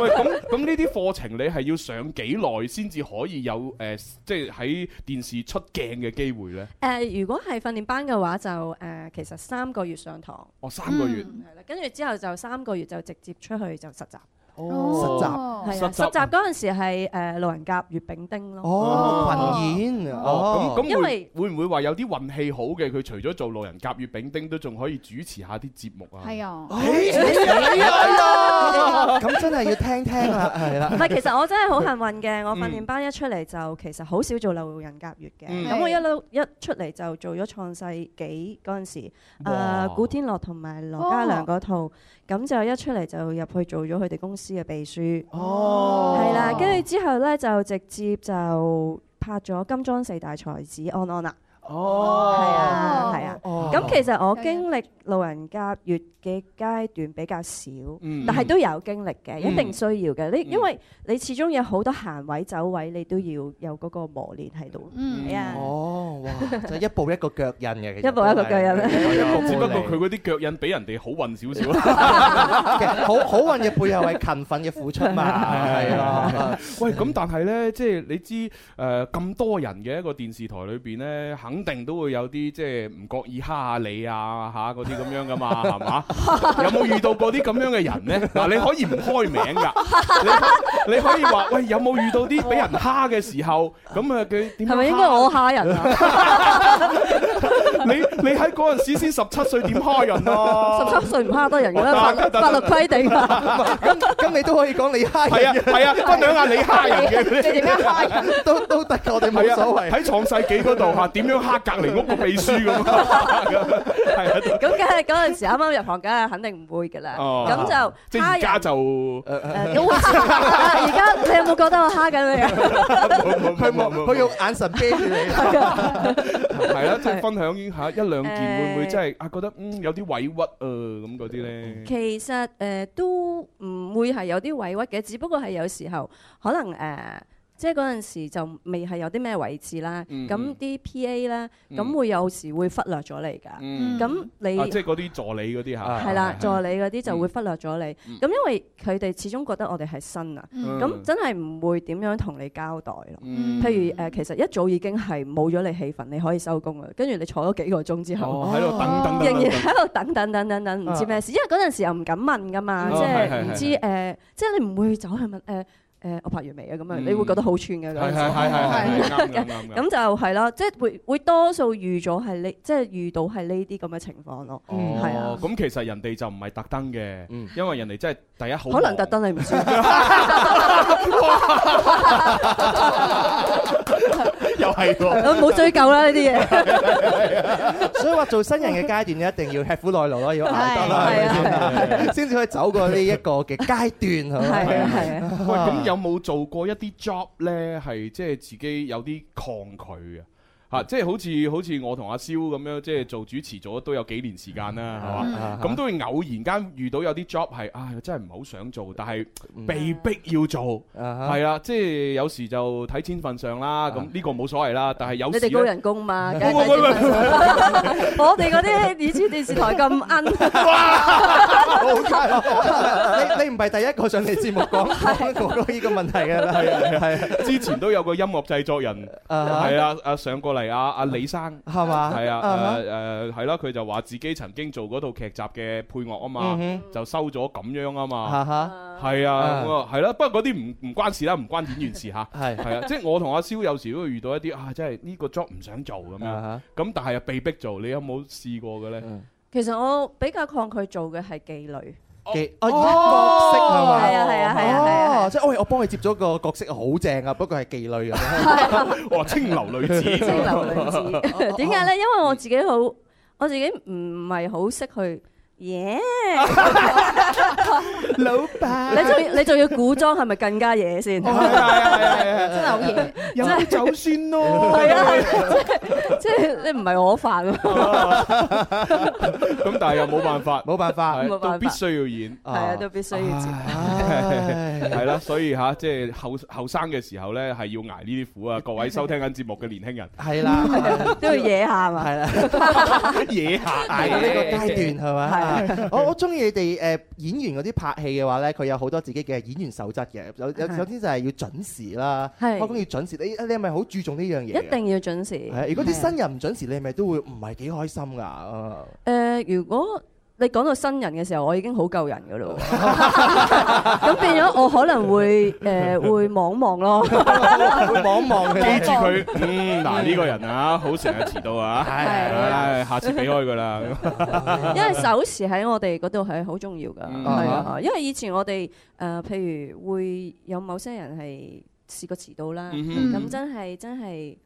[SPEAKER 3] 喂，咁咁呢啲課程你係要上幾耐先至可以有誒，即係喺電視出鏡嘅機會咧？
[SPEAKER 11] 誒，如果係訓練班嘅話，就誒其實三個月上堂，
[SPEAKER 3] 哦，三個月。
[SPEAKER 11] 係啦，跟住之後就三個月就直接出去就實習。
[SPEAKER 4] 哦
[SPEAKER 11] 係啊，實習嗰陣時係誒路呃人甲、月丙丁咯。
[SPEAKER 4] 哦群演
[SPEAKER 3] 哦，咁咁
[SPEAKER 11] 因
[SPEAKER 3] 會
[SPEAKER 11] 為
[SPEAKER 3] 會唔會話有啲運氣好嘅？佢除咗做路人甲、乙丙丁，都仲可以主持下啲節目啊？
[SPEAKER 11] 係啊。
[SPEAKER 4] 咁真係要聽聽啦，係啦。
[SPEAKER 11] 唔係，其實我真係好幸運嘅，我訓練班一出嚟就其實好少做路人甲乙嘅，
[SPEAKER 12] 嗯
[SPEAKER 11] 咁我一路一出嚟就做咗創世 紀嗰陣時，
[SPEAKER 12] 哇
[SPEAKER 11] 誒古天樂同埋羅嘉良嗰套，咁就一出嚟就入去做咗佢哋公司嘅秘書，
[SPEAKER 4] 哦，
[SPEAKER 11] 係啦，跟住之後咧就直接就拍咗金裝四大才子安安啦。
[SPEAKER 4] 哦，
[SPEAKER 11] 係啊，係啊，
[SPEAKER 4] 哦
[SPEAKER 11] 咁其實我經歷路人甲乙嘅階段比較少，
[SPEAKER 12] 嗯
[SPEAKER 11] 但係都有經歷嘅，
[SPEAKER 12] 嗯
[SPEAKER 11] 一定需要嘅。你
[SPEAKER 12] 嗯
[SPEAKER 11] 因為你始終有好多行位走位，你都要有嗰個磨練喺度。係啊，
[SPEAKER 4] 哦，哇，就一步一個腳印嘅，其實
[SPEAKER 13] 一步一個腳印
[SPEAKER 4] 都係一步
[SPEAKER 3] 只
[SPEAKER 4] 步
[SPEAKER 3] 啊不過
[SPEAKER 4] 嚟
[SPEAKER 3] 佢嗰啲腳印比人哋好運少少。
[SPEAKER 4] 其實好好運嘅背後係勤奮嘅付出嘛，係咯。。
[SPEAKER 3] 喂，咁但係呢，即係你知誒咁多人嘅一個電視台裏邊呢，肯定都會有啲即係唔覺意蝦下你啊嚇嗰啲咁樣噶嘛，係嘛？有冇遇到過啲咁樣嘅人呢？嗱，你可以唔開名㗎，你可你可以話喂，有冇遇到啲俾人蝦嘅時候咁啊？佢點樣
[SPEAKER 13] 係咪應該
[SPEAKER 3] 蝦
[SPEAKER 13] 我蝦人啊？
[SPEAKER 3] 你你喺嗰陣時先十七歲點開人啊？
[SPEAKER 13] 十七歲唔蝦得人㗎啦，法律
[SPEAKER 3] 得
[SPEAKER 13] 法律規定啊。
[SPEAKER 4] 咁咁你都可以講你蝦
[SPEAKER 3] 係啊
[SPEAKER 4] 人，
[SPEAKER 3] 係啊，分享下你蝦人嘅。
[SPEAKER 4] 都都得，我哋
[SPEAKER 3] 係
[SPEAKER 4] 冇所
[SPEAKER 3] 啊，
[SPEAKER 4] 謂。
[SPEAKER 3] 喺創世紀嗰度嚇，點樣蝦隔離屋個秘書咁啊？係啊，
[SPEAKER 13] 咁梗係嗰陣時啱啱入行，梗係肯定唔會㗎啦。
[SPEAKER 3] 哦
[SPEAKER 13] 咁就
[SPEAKER 3] 即係
[SPEAKER 13] 蝦
[SPEAKER 3] 而家
[SPEAKER 13] 人
[SPEAKER 3] 就
[SPEAKER 13] 誒都會知
[SPEAKER 11] 啊
[SPEAKER 13] 而家你有冇覺得我蝦緊你啊？
[SPEAKER 4] 佢冇佢用眼神啤 住你。
[SPEAKER 3] 係啦，即係分享下一兩件，會唔會
[SPEAKER 13] 誒
[SPEAKER 3] 真係啊覺得嗯有啲委屈啊咁嗰啲咧？
[SPEAKER 13] 其實誒、呃都唔會係有啲委屈嘅，只不過係有時候可能誒、呃即係嗰陣時就未係有啲咩位置啦。
[SPEAKER 3] 嗯
[SPEAKER 13] 咁啲 P.A. 咧，
[SPEAKER 3] 嗯
[SPEAKER 13] 咁會有時會忽略咗你㗎。
[SPEAKER 3] 嗯
[SPEAKER 13] 咁你
[SPEAKER 3] 啊，即係嗰啲助理嗰啲嚇，
[SPEAKER 13] 係啦，助理嗰啲就會
[SPEAKER 3] 嗯
[SPEAKER 13] 忽略咗你。
[SPEAKER 3] 嗯
[SPEAKER 13] 咁因為佢哋始終覺得我哋係新啊，
[SPEAKER 3] 嗯
[SPEAKER 13] 咁真係唔會點樣同你交代咯。
[SPEAKER 3] 嗯
[SPEAKER 13] 譬如誒，呃其實一早已經係冇咗你氣氛，你可以收工啦。跟住你坐咗幾個鐘之後
[SPEAKER 3] 哦，喺度等等等
[SPEAKER 13] 仍然
[SPEAKER 3] 等
[SPEAKER 13] 喺度等等等等等，唔知咩事。因為嗰陣時又唔敢問噶嘛，
[SPEAKER 3] 哦
[SPEAKER 13] 即
[SPEAKER 3] 係
[SPEAKER 13] 係
[SPEAKER 3] 係
[SPEAKER 13] 唔
[SPEAKER 3] 係
[SPEAKER 13] 知誒，即係你唔會走去問誒誒，我拍完未啊？咁樣
[SPEAKER 3] 嗯
[SPEAKER 13] 你會覺得好串嘅嗰陣時。
[SPEAKER 3] 係係係係啱啱啱啱
[SPEAKER 13] 咁就係啦，即係會會多數遇咗係呢，即係遇到係呢啲咁嘅情況咯。係啊
[SPEAKER 3] 哦，，咁其實人哋就唔係特登嘅，因為人哋真係第一好
[SPEAKER 13] 可能
[SPEAKER 3] 忙
[SPEAKER 13] 特登你唔知。
[SPEAKER 3] 又係喎，
[SPEAKER 13] 唔好追究啦呢啲嘢。
[SPEAKER 4] 所以話做新人嘅階段，一定要吃苦耐勞咯，要捱得啦，
[SPEAKER 13] 係
[SPEAKER 4] 係咪先先至可以走過呢一個嘅階段，係咪
[SPEAKER 13] 係啊係啊。
[SPEAKER 3] 喂，咁有冇做過一啲 job 呢？係即係自己有啲抗拒啊？嚇，
[SPEAKER 4] 嗯
[SPEAKER 3] 即係好似好似我同阿蕭咁樣，即係做主持咗都有幾年時間啦，係嘛
[SPEAKER 4] 嗯？
[SPEAKER 3] 咁都會偶然間遇到有啲 job 係，唉，真係唔係好想做，但係被逼要做，
[SPEAKER 4] 嗯啊
[SPEAKER 3] 係啦，即係有時就睇錢份上啦，咁呢個冇所謂啦。但係有
[SPEAKER 13] 你
[SPEAKER 3] 時
[SPEAKER 13] 哋高
[SPEAKER 3] 呢
[SPEAKER 13] 人工嘛，梗
[SPEAKER 3] 喂
[SPEAKER 13] 係
[SPEAKER 3] 喂喂喂
[SPEAKER 13] 我哋嗰啲以前電視台咁
[SPEAKER 4] 好
[SPEAKER 13] 奀，
[SPEAKER 4] 你你唔係第一個上嚟節目講講哥哥呢個問題嘅啦，
[SPEAKER 3] 係啊係啊
[SPEAKER 4] 係啊，
[SPEAKER 3] 之前都有個音樂製作人，
[SPEAKER 4] 啊
[SPEAKER 3] 係啊，啊上過嚟啊，阿李生
[SPEAKER 4] 係嘛
[SPEAKER 3] 係啊
[SPEAKER 4] 啊，
[SPEAKER 3] 誒誒係啦，佢就話自己曾經做嗰套劇集嘅配樂啊嘛
[SPEAKER 4] 嗯，
[SPEAKER 3] 就收咗咁樣
[SPEAKER 4] 哈
[SPEAKER 3] 啊嘛，
[SPEAKER 4] 哈，
[SPEAKER 3] 係啊，
[SPEAKER 4] 啊
[SPEAKER 3] 咁啊係啦，不過嗰啲唔唔關事啦，唔關演員事嚇，
[SPEAKER 4] 係
[SPEAKER 3] 係啊，即係我同阿蕭有時都會遇到一啲啊，真係呢個 job 唔想做咁樣，
[SPEAKER 4] 啊
[SPEAKER 3] 咁但係又被逼做，你有冇試過嘅咧？
[SPEAKER 13] 其實我比較抗拒做嘅係妓 女，
[SPEAKER 4] 哈，幾哦角色係嘛？
[SPEAKER 13] 係啊係啊係啊係啊
[SPEAKER 4] 哦，即係我我幫佢接咗個角色好正啊，不過係妓 女啊，
[SPEAKER 3] 哇，清流女子，
[SPEAKER 13] 清流女 子。點解咧？因為我自己好，我自己唔係好識去。耶！
[SPEAKER 4] 老闆
[SPEAKER 13] 你仲 要你仲要古裝係咪更加嘢先？
[SPEAKER 3] 係啊係啊係啊係啊
[SPEAKER 13] 真係好嘢，
[SPEAKER 3] 飲酒先咯，
[SPEAKER 13] 係 啊！即係即係你唔係我飯喎，
[SPEAKER 3] 啊咁但係又冇辦法，
[SPEAKER 4] 冇辦法，啊
[SPEAKER 3] 係
[SPEAKER 13] 冇辦法
[SPEAKER 3] 都必須要演。
[SPEAKER 13] 係啊，都必須要接。
[SPEAKER 3] 係啦，所以吓，即係後後生嘅時候咧，係要挨呢啲苦啊！各位收聽緊節目嘅年輕人，
[SPEAKER 4] 係啦，
[SPEAKER 13] 都要惹下嘛。
[SPEAKER 4] 係啦。
[SPEAKER 3] 嘢下
[SPEAKER 4] 捱到呢個階段係咪？
[SPEAKER 13] 係
[SPEAKER 4] 啊我我中意你哋誒演員嗰啲拍戲嘅話咧，佢有好多自己嘅演員守則嘅。有有
[SPEAKER 13] 係
[SPEAKER 4] 首先就係要準時啦，
[SPEAKER 13] 係
[SPEAKER 4] 開工要準時。你你係咪好注重呢樣嘢？
[SPEAKER 13] 一。定要準時。
[SPEAKER 4] 係啊如果啲
[SPEAKER 13] 係啊
[SPEAKER 4] 新人唔準時，你係咪都會唔係幾開心㗎？啊
[SPEAKER 13] 誒、如果你講到新人嘅時候，我已經好夠人噶 咯喎，咁變咗我可能會誒、會望望 咯，
[SPEAKER 4] 會望一望
[SPEAKER 3] 記
[SPEAKER 4] 佢。
[SPEAKER 3] 住佢，嗯，嗱呢個人啊，好成日遲到啊，唉，下次俾開佢啦。
[SPEAKER 13] 因為守時喺我哋嗰度係好重要噶，
[SPEAKER 3] 嗯
[SPEAKER 13] 係啊，因為以前我哋誒、譬如會有某些人係試過遲到啦，咁、
[SPEAKER 3] 嗯哼
[SPEAKER 13] 真係真係。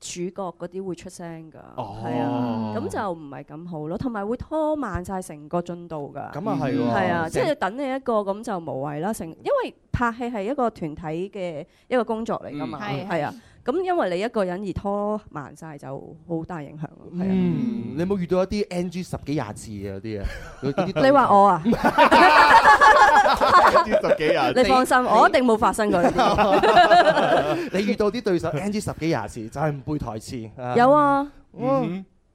[SPEAKER 13] 主角嗰啲會出聲㗎，係、
[SPEAKER 3] 哦
[SPEAKER 11] 嗯
[SPEAKER 13] 啊，咁就唔係咁好咯，同埋會拖慢晒成個進度㗎。
[SPEAKER 4] 咁啊係喎。
[SPEAKER 13] 係啊，即
[SPEAKER 4] 成
[SPEAKER 13] 係等你一個咁就無謂啦，成因為拍戲係一個團體嘅一個工作嚟噶嘛，
[SPEAKER 5] 嗯係
[SPEAKER 13] 係啊，
[SPEAKER 11] 咁因為你一個人而拖慢晒就好大影響咯，係啊。
[SPEAKER 4] 嗯，你有冇遇到一啲 NG 十幾廿次嘅嗰啲啊？ 嗰啲對
[SPEAKER 11] 你話我啊？
[SPEAKER 4] 十幾廿
[SPEAKER 11] 你放心，我一定冇發生過呢啲。
[SPEAKER 4] 你遇到啲對手 NG 十幾廿次，就係唔背台詞。
[SPEAKER 11] 有啊，
[SPEAKER 4] 嗯，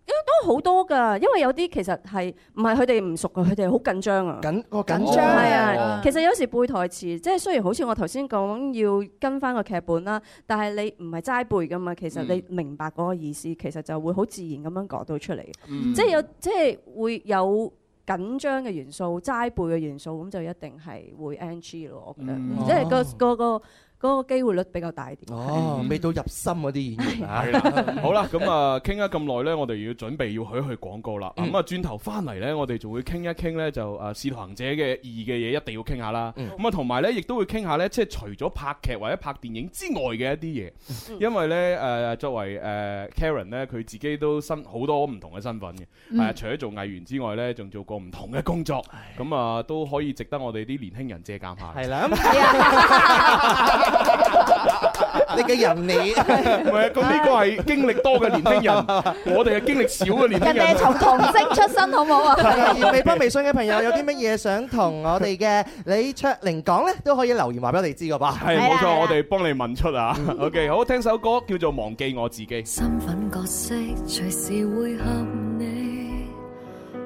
[SPEAKER 11] 因為都好多㗎，因為有啲其實係唔係佢哋唔熟㗎，佢哋好緊張啊。
[SPEAKER 4] 緊個
[SPEAKER 11] 緊張係啊，其實有時背台詞，即係雖然好似我頭先講要跟翻個劇本啦，但係你唔係齋背噶嘛，其實你明白嗰個意思，其實就會好自然咁樣講到出嚟嘅。
[SPEAKER 12] 嗯
[SPEAKER 11] 即係有即係會有緊張嘅元素、齋背嘅元素，咁就一定係會 NG 咯。我覺得，
[SPEAKER 4] 嗯
[SPEAKER 11] 即係個個個嗰個機會率比較大啲。
[SPEAKER 4] 哦，未到入心嗰啲演員啊
[SPEAKER 3] 係。啦，好啦，咁啊，傾咗咁耐呢，我哋要準備要去一去廣告啦。咁啊，轉頭翻嚟呢，我哋仲會傾一傾呢，就誒《使徒行者》嘅意義嘅嘢，一定要傾下啦。咁啊，同埋呢，亦都會傾下呢，即係除咗拍劇或者拍電影之外嘅一啲嘢，因為呢，誒呃作為誒 Karen 呢，佢自己都身好多唔同嘅身份嘅，
[SPEAKER 14] 嗯
[SPEAKER 3] 係啊除咗做藝員之外呢，仲做過唔同嘅工作，咁啊都可以值得我哋啲年輕人借鑑下。
[SPEAKER 4] 係啦。你嘅人你唔
[SPEAKER 3] 係啊，咁呢個係經歷多嘅年輕人，我哋係經歷少嘅年輕人。
[SPEAKER 5] 人哋係從童星出身好唔好啊
[SPEAKER 4] 而 微博、微信嘅朋友有啲乜嘢想同我哋嘅李卓玲講咧，都可以留言話俾我哋知噶噃。
[SPEAKER 3] 係啊冇錯，我哋幫你問出啊。OK，好， 聽首歌叫做《忘記我自己》。
[SPEAKER 13] 身份角色隨時會合你，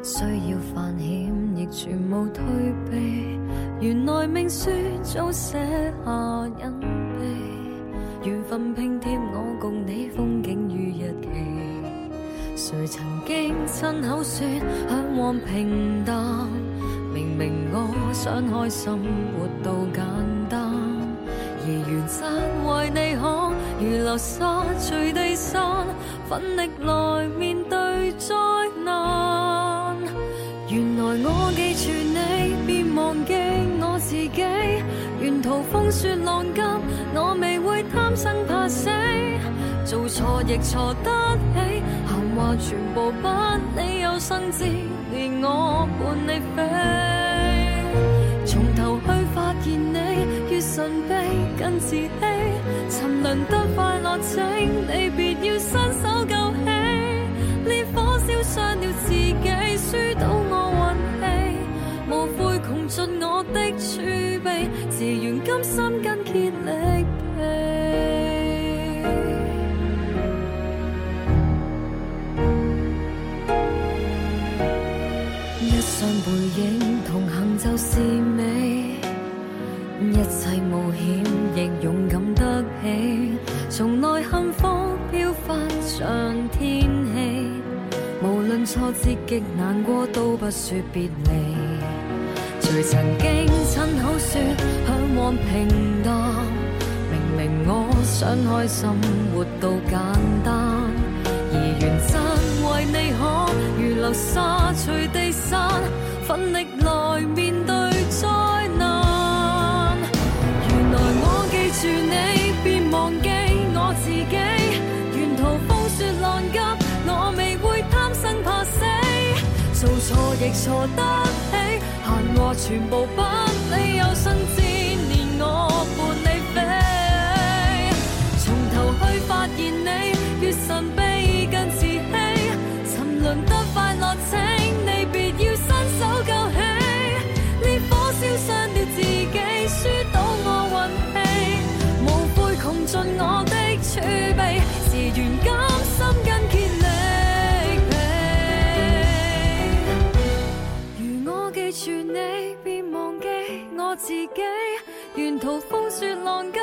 [SPEAKER 13] 需要犯險亦全無退避。原來命書早寫下隱秘，緣分拼貼我共你風景與日期。誰曾經親口說向往平淡？明明我想開心活到簡單。而原則為你可如流沙隨地散，奮力來面對災難。原來我記住你，便忘記我自己。沿途風雪浪急，我未會貪生怕死。做錯亦錯得起，閒話全部不理，有生之年我伴你飛。從頭去發現你，越神秘更自欺，沉淪得快樂，請你別要伸手救起。烈火燒傷了自己，輸到我運氣，無悔窮盡我的儲備，自願甘心跟竭力避。一雙背影同行就是美，一切冒險亦勇敢得起。從來幸福飄忽像天氣，無論挫折極難過都不說別離。誰曾經親口說向往平淡，明明我想開心活到簡單。而原則為你可如流沙隨地散，奮力來面對災難。原來我記住你，便忘記我自己。沿途風雪浪急，我未會貪生怕死。做錯亦錯得起，閒話全部不理，有生之年我伴你飛。從頭去發現你，越神秘更自欺，沉淪得快樂，請你別要伸手救起，烈火燒傷了自己，輸到我運氣，無悔窮盡我的儲備，自願甘心跟竭力避。如我記住你，便忘記我自己。沿途風雪浪急，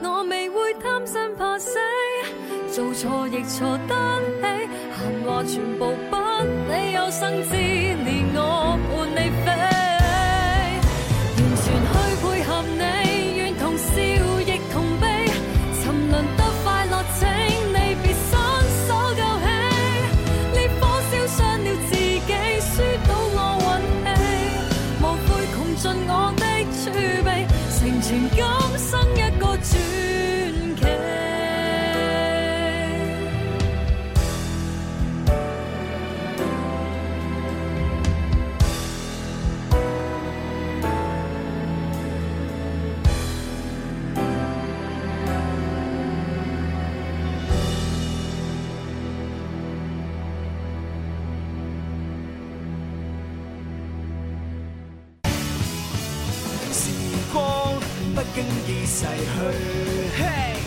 [SPEAKER 13] 我未會貪生怕死。做錯亦錯得起，閒話全部不理，有生之年我伴你飛。完全去配合你，願同笑亦同悲。沉淪得快樂，請你別伸手救起。烈火燒傷了自己，輸到我運氣，無悔窮盡我的儲備，成全今生一個傳奇。
[SPEAKER 10] 逝去，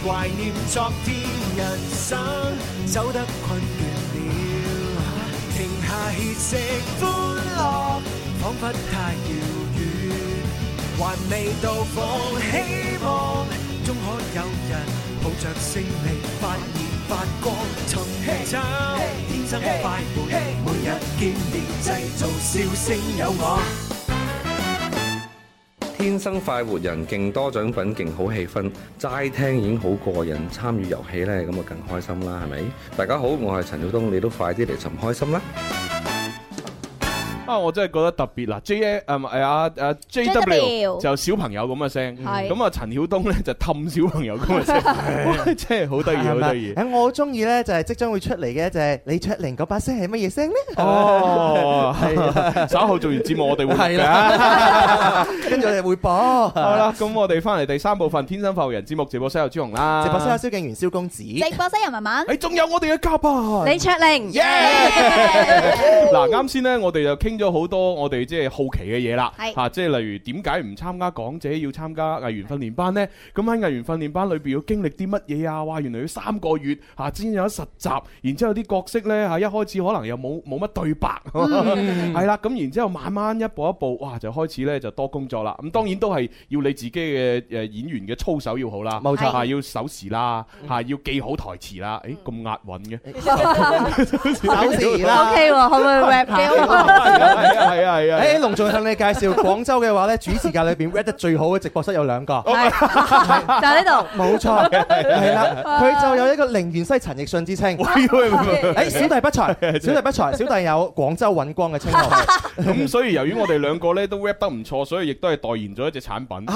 [SPEAKER 10] 懷念昨天人生走得困倦了，停下歇息，歡樂彷彿太遙遠，還未到訪，希望終可有日抱着勝利發現發光，尋找天生快活，每日見面製造笑聲有我。
[SPEAKER 12] 天生快活人，勁多獎品，勁好氣氛，齋聽已經好過癮，參與遊戲呢，咁啊更開心啦，係咪？大家好，我係陳曉東，你都快啲嚟尋開心啦！
[SPEAKER 3] 啊！我真係覺得特別嗱，J A 誒誒啊誒 J W
[SPEAKER 10] JW
[SPEAKER 3] 就小朋友咁嘅聲，
[SPEAKER 4] 係
[SPEAKER 3] 咁啊陳曉東咧就氹小朋友咁嘅 聲，哇真係好得意，好得意。
[SPEAKER 4] 誒，我好中意咧，就係即將會出嚟嘅，就係李卓玲嗰把聲係乜嘢聲 咧？
[SPEAKER 3] 哦，係啊稍後做完節目我哋會
[SPEAKER 4] 係
[SPEAKER 3] 啦
[SPEAKER 4] 啦，跟住我哋會播。
[SPEAKER 3] 好啦，咁我哋翻嚟第三部分《天生快活人》節目直播室有朱紅啦，
[SPEAKER 4] 直播室有蕭敬元、蕭公子。
[SPEAKER 5] 直播室人文文，，
[SPEAKER 3] 你仲有我哋嘅嘉賓
[SPEAKER 11] 李卓玲，
[SPEAKER 3] 嗱，啱先咧，我哋就傾咗好多我哋即係好奇嘅嘢啦，
[SPEAKER 11] 係
[SPEAKER 3] 嚇，即係例如點解唔參加港姐，要參加藝員訓練班呢？咁喺藝員訓練班裏邊要經歷啲乜嘢啊？哇，原來要三個月嚇先有得實習，然之後啲角色呢，啊嚇一開始可能又冇冇乜對白，
[SPEAKER 10] 嗯
[SPEAKER 3] 係啦，咁然之後慢慢一步一步，哇，就開始呢，就多工作啦。咁當然都係要你自己嘅誒演員嘅操守要好啦，
[SPEAKER 4] 冇錯
[SPEAKER 3] 嚇要守時啦，嚇要記好台詞啦。誒咁押韻嘅。
[SPEAKER 4] 手時 啦
[SPEAKER 11] OK 喎可唔可以 rap
[SPEAKER 4] 係
[SPEAKER 11] 啲
[SPEAKER 3] 係啊係啊係啊
[SPEAKER 4] 誒，隆重向你介紹廣州嘅話咧，主持界裏邊 rap 得最好嘅直播室有兩 個，
[SPEAKER 11] 就喺呢度，
[SPEAKER 4] 冇錯，係啦，
[SPEAKER 11] 啊
[SPEAKER 4] 佢就有一個陵園西陳奕迅之稱。
[SPEAKER 3] 喂喂 喂
[SPEAKER 4] 誒，小弟不才，小弟不才，小弟有廣州尹光嘅稱 號。
[SPEAKER 3] 咁所以由於我哋兩個咧都 rap 得唔錯，所以亦都係代言咗一隻產品，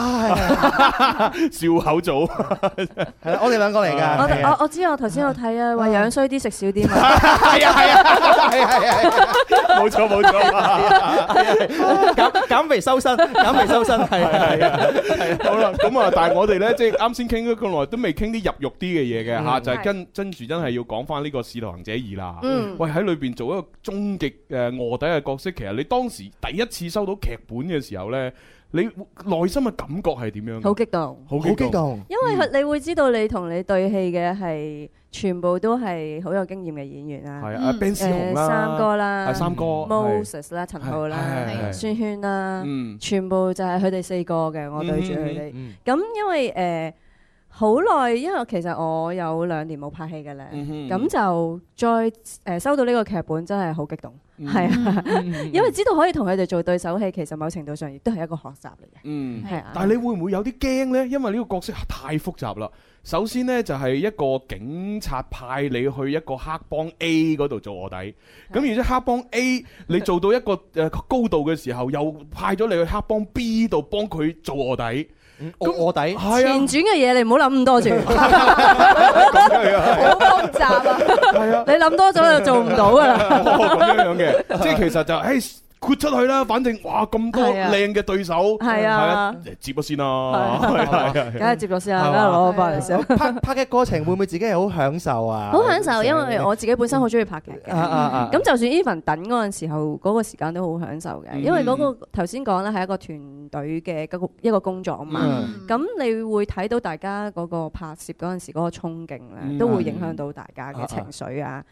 [SPEAKER 3] 笑口組
[SPEAKER 4] 係啦，我哋兩個嚟 㗎
[SPEAKER 11] 我
[SPEAKER 4] 係
[SPEAKER 11] 我我知我頭先我睇啊，話樣衰啲食少啲嘛，
[SPEAKER 3] 係啊係啊係啊係啊，冇錯冇錯，
[SPEAKER 4] 減減肥修身，減肥修身係
[SPEAKER 3] 係啊係啊好啦，咁啊，但係我哋咧即係啱先傾咗咁耐，都未傾啲入肉啲嘅嘢嘅嚇，
[SPEAKER 10] 嗯
[SPEAKER 3] 就係
[SPEAKER 10] 係
[SPEAKER 3] 跟跟住真係要講翻呢個《使徒行者二》啦
[SPEAKER 10] 嗯。
[SPEAKER 3] 喂，喺裏邊做一個終極誒卧底嘅角色，其實你當時第一次收到劇本嘅時候咧，你內心嘅感覺係點樣嘅？
[SPEAKER 11] 好激動，
[SPEAKER 3] 好激動。
[SPEAKER 11] 因為佢你會知道你同你對戲嘅係全部都係好有經驗嘅演員啦，
[SPEAKER 3] 係啊
[SPEAKER 11] 嗯
[SPEAKER 3] Ben 思雄啦
[SPEAKER 11] 誒三哥啦，
[SPEAKER 3] 係嗯三哥係
[SPEAKER 11] Moses 啦，陳浩啦
[SPEAKER 3] 係係係，
[SPEAKER 11] 孫軒啦
[SPEAKER 3] 嗯，
[SPEAKER 11] 全部就係佢哋四個嘅，我對住佢哋
[SPEAKER 3] 嗯嗯嗯。
[SPEAKER 11] 咁因為誒好耐，因為其實我有兩年冇拍戲嘅咧，
[SPEAKER 3] 嗯哼
[SPEAKER 11] 咁就再誒呃收到呢個劇本真係好激動，
[SPEAKER 3] 嗯
[SPEAKER 11] 係啊
[SPEAKER 3] 嗯嗯，
[SPEAKER 11] 因為知道可以同佢哋做對手戲，其實某程度上亦都係一個學習嚟嘅。
[SPEAKER 3] 嗯
[SPEAKER 11] 係啊，
[SPEAKER 3] 但係你會唔會有啲驚呢？因為呢個角色太複雜啦。首先呢，就係、一個警察派你去一個黑幫 A 嗰度做卧底，咁然之後黑幫 A 你做到一個誒、呃高度嘅時候，又派咗你去黑幫 B 度幫佢做卧底。
[SPEAKER 4] 卧底
[SPEAKER 3] 係啊
[SPEAKER 11] 前，傳嘅嘢你唔好諗咁多住，好複雜啊！你諗多咗就做唔到噶啦。
[SPEAKER 3] 哦咁樣樣 嘅，即係其實就誒。豁出去啦！反正哇咁多
[SPEAKER 11] 啊係啊
[SPEAKER 3] 靚嘅對手，
[SPEAKER 11] 係啊
[SPEAKER 3] 係接咗先啦，
[SPEAKER 11] 係啊
[SPEAKER 3] 係啊係啊啊
[SPEAKER 11] 梗係接咗先啦，梗係攞翻嚟先。
[SPEAKER 4] 拍拍嘅過程會唔會自己係好享受啊？
[SPEAKER 11] 好享受，因為我自己本身好中意拍劇嘅。
[SPEAKER 4] 啊啊啊
[SPEAKER 11] 咁就算 even 等嗰陣時候，嗰個時間都好享受嘅，
[SPEAKER 4] 嗯
[SPEAKER 11] 因為嗰個頭先講咧係一個團隊嘅一個一個工作啊嘛。咁你會睇到大家嗰個拍攝嗰陣時嗰個衝勁
[SPEAKER 3] 嗯嗯
[SPEAKER 11] 咧，都會影響到大家嘅情緒啊，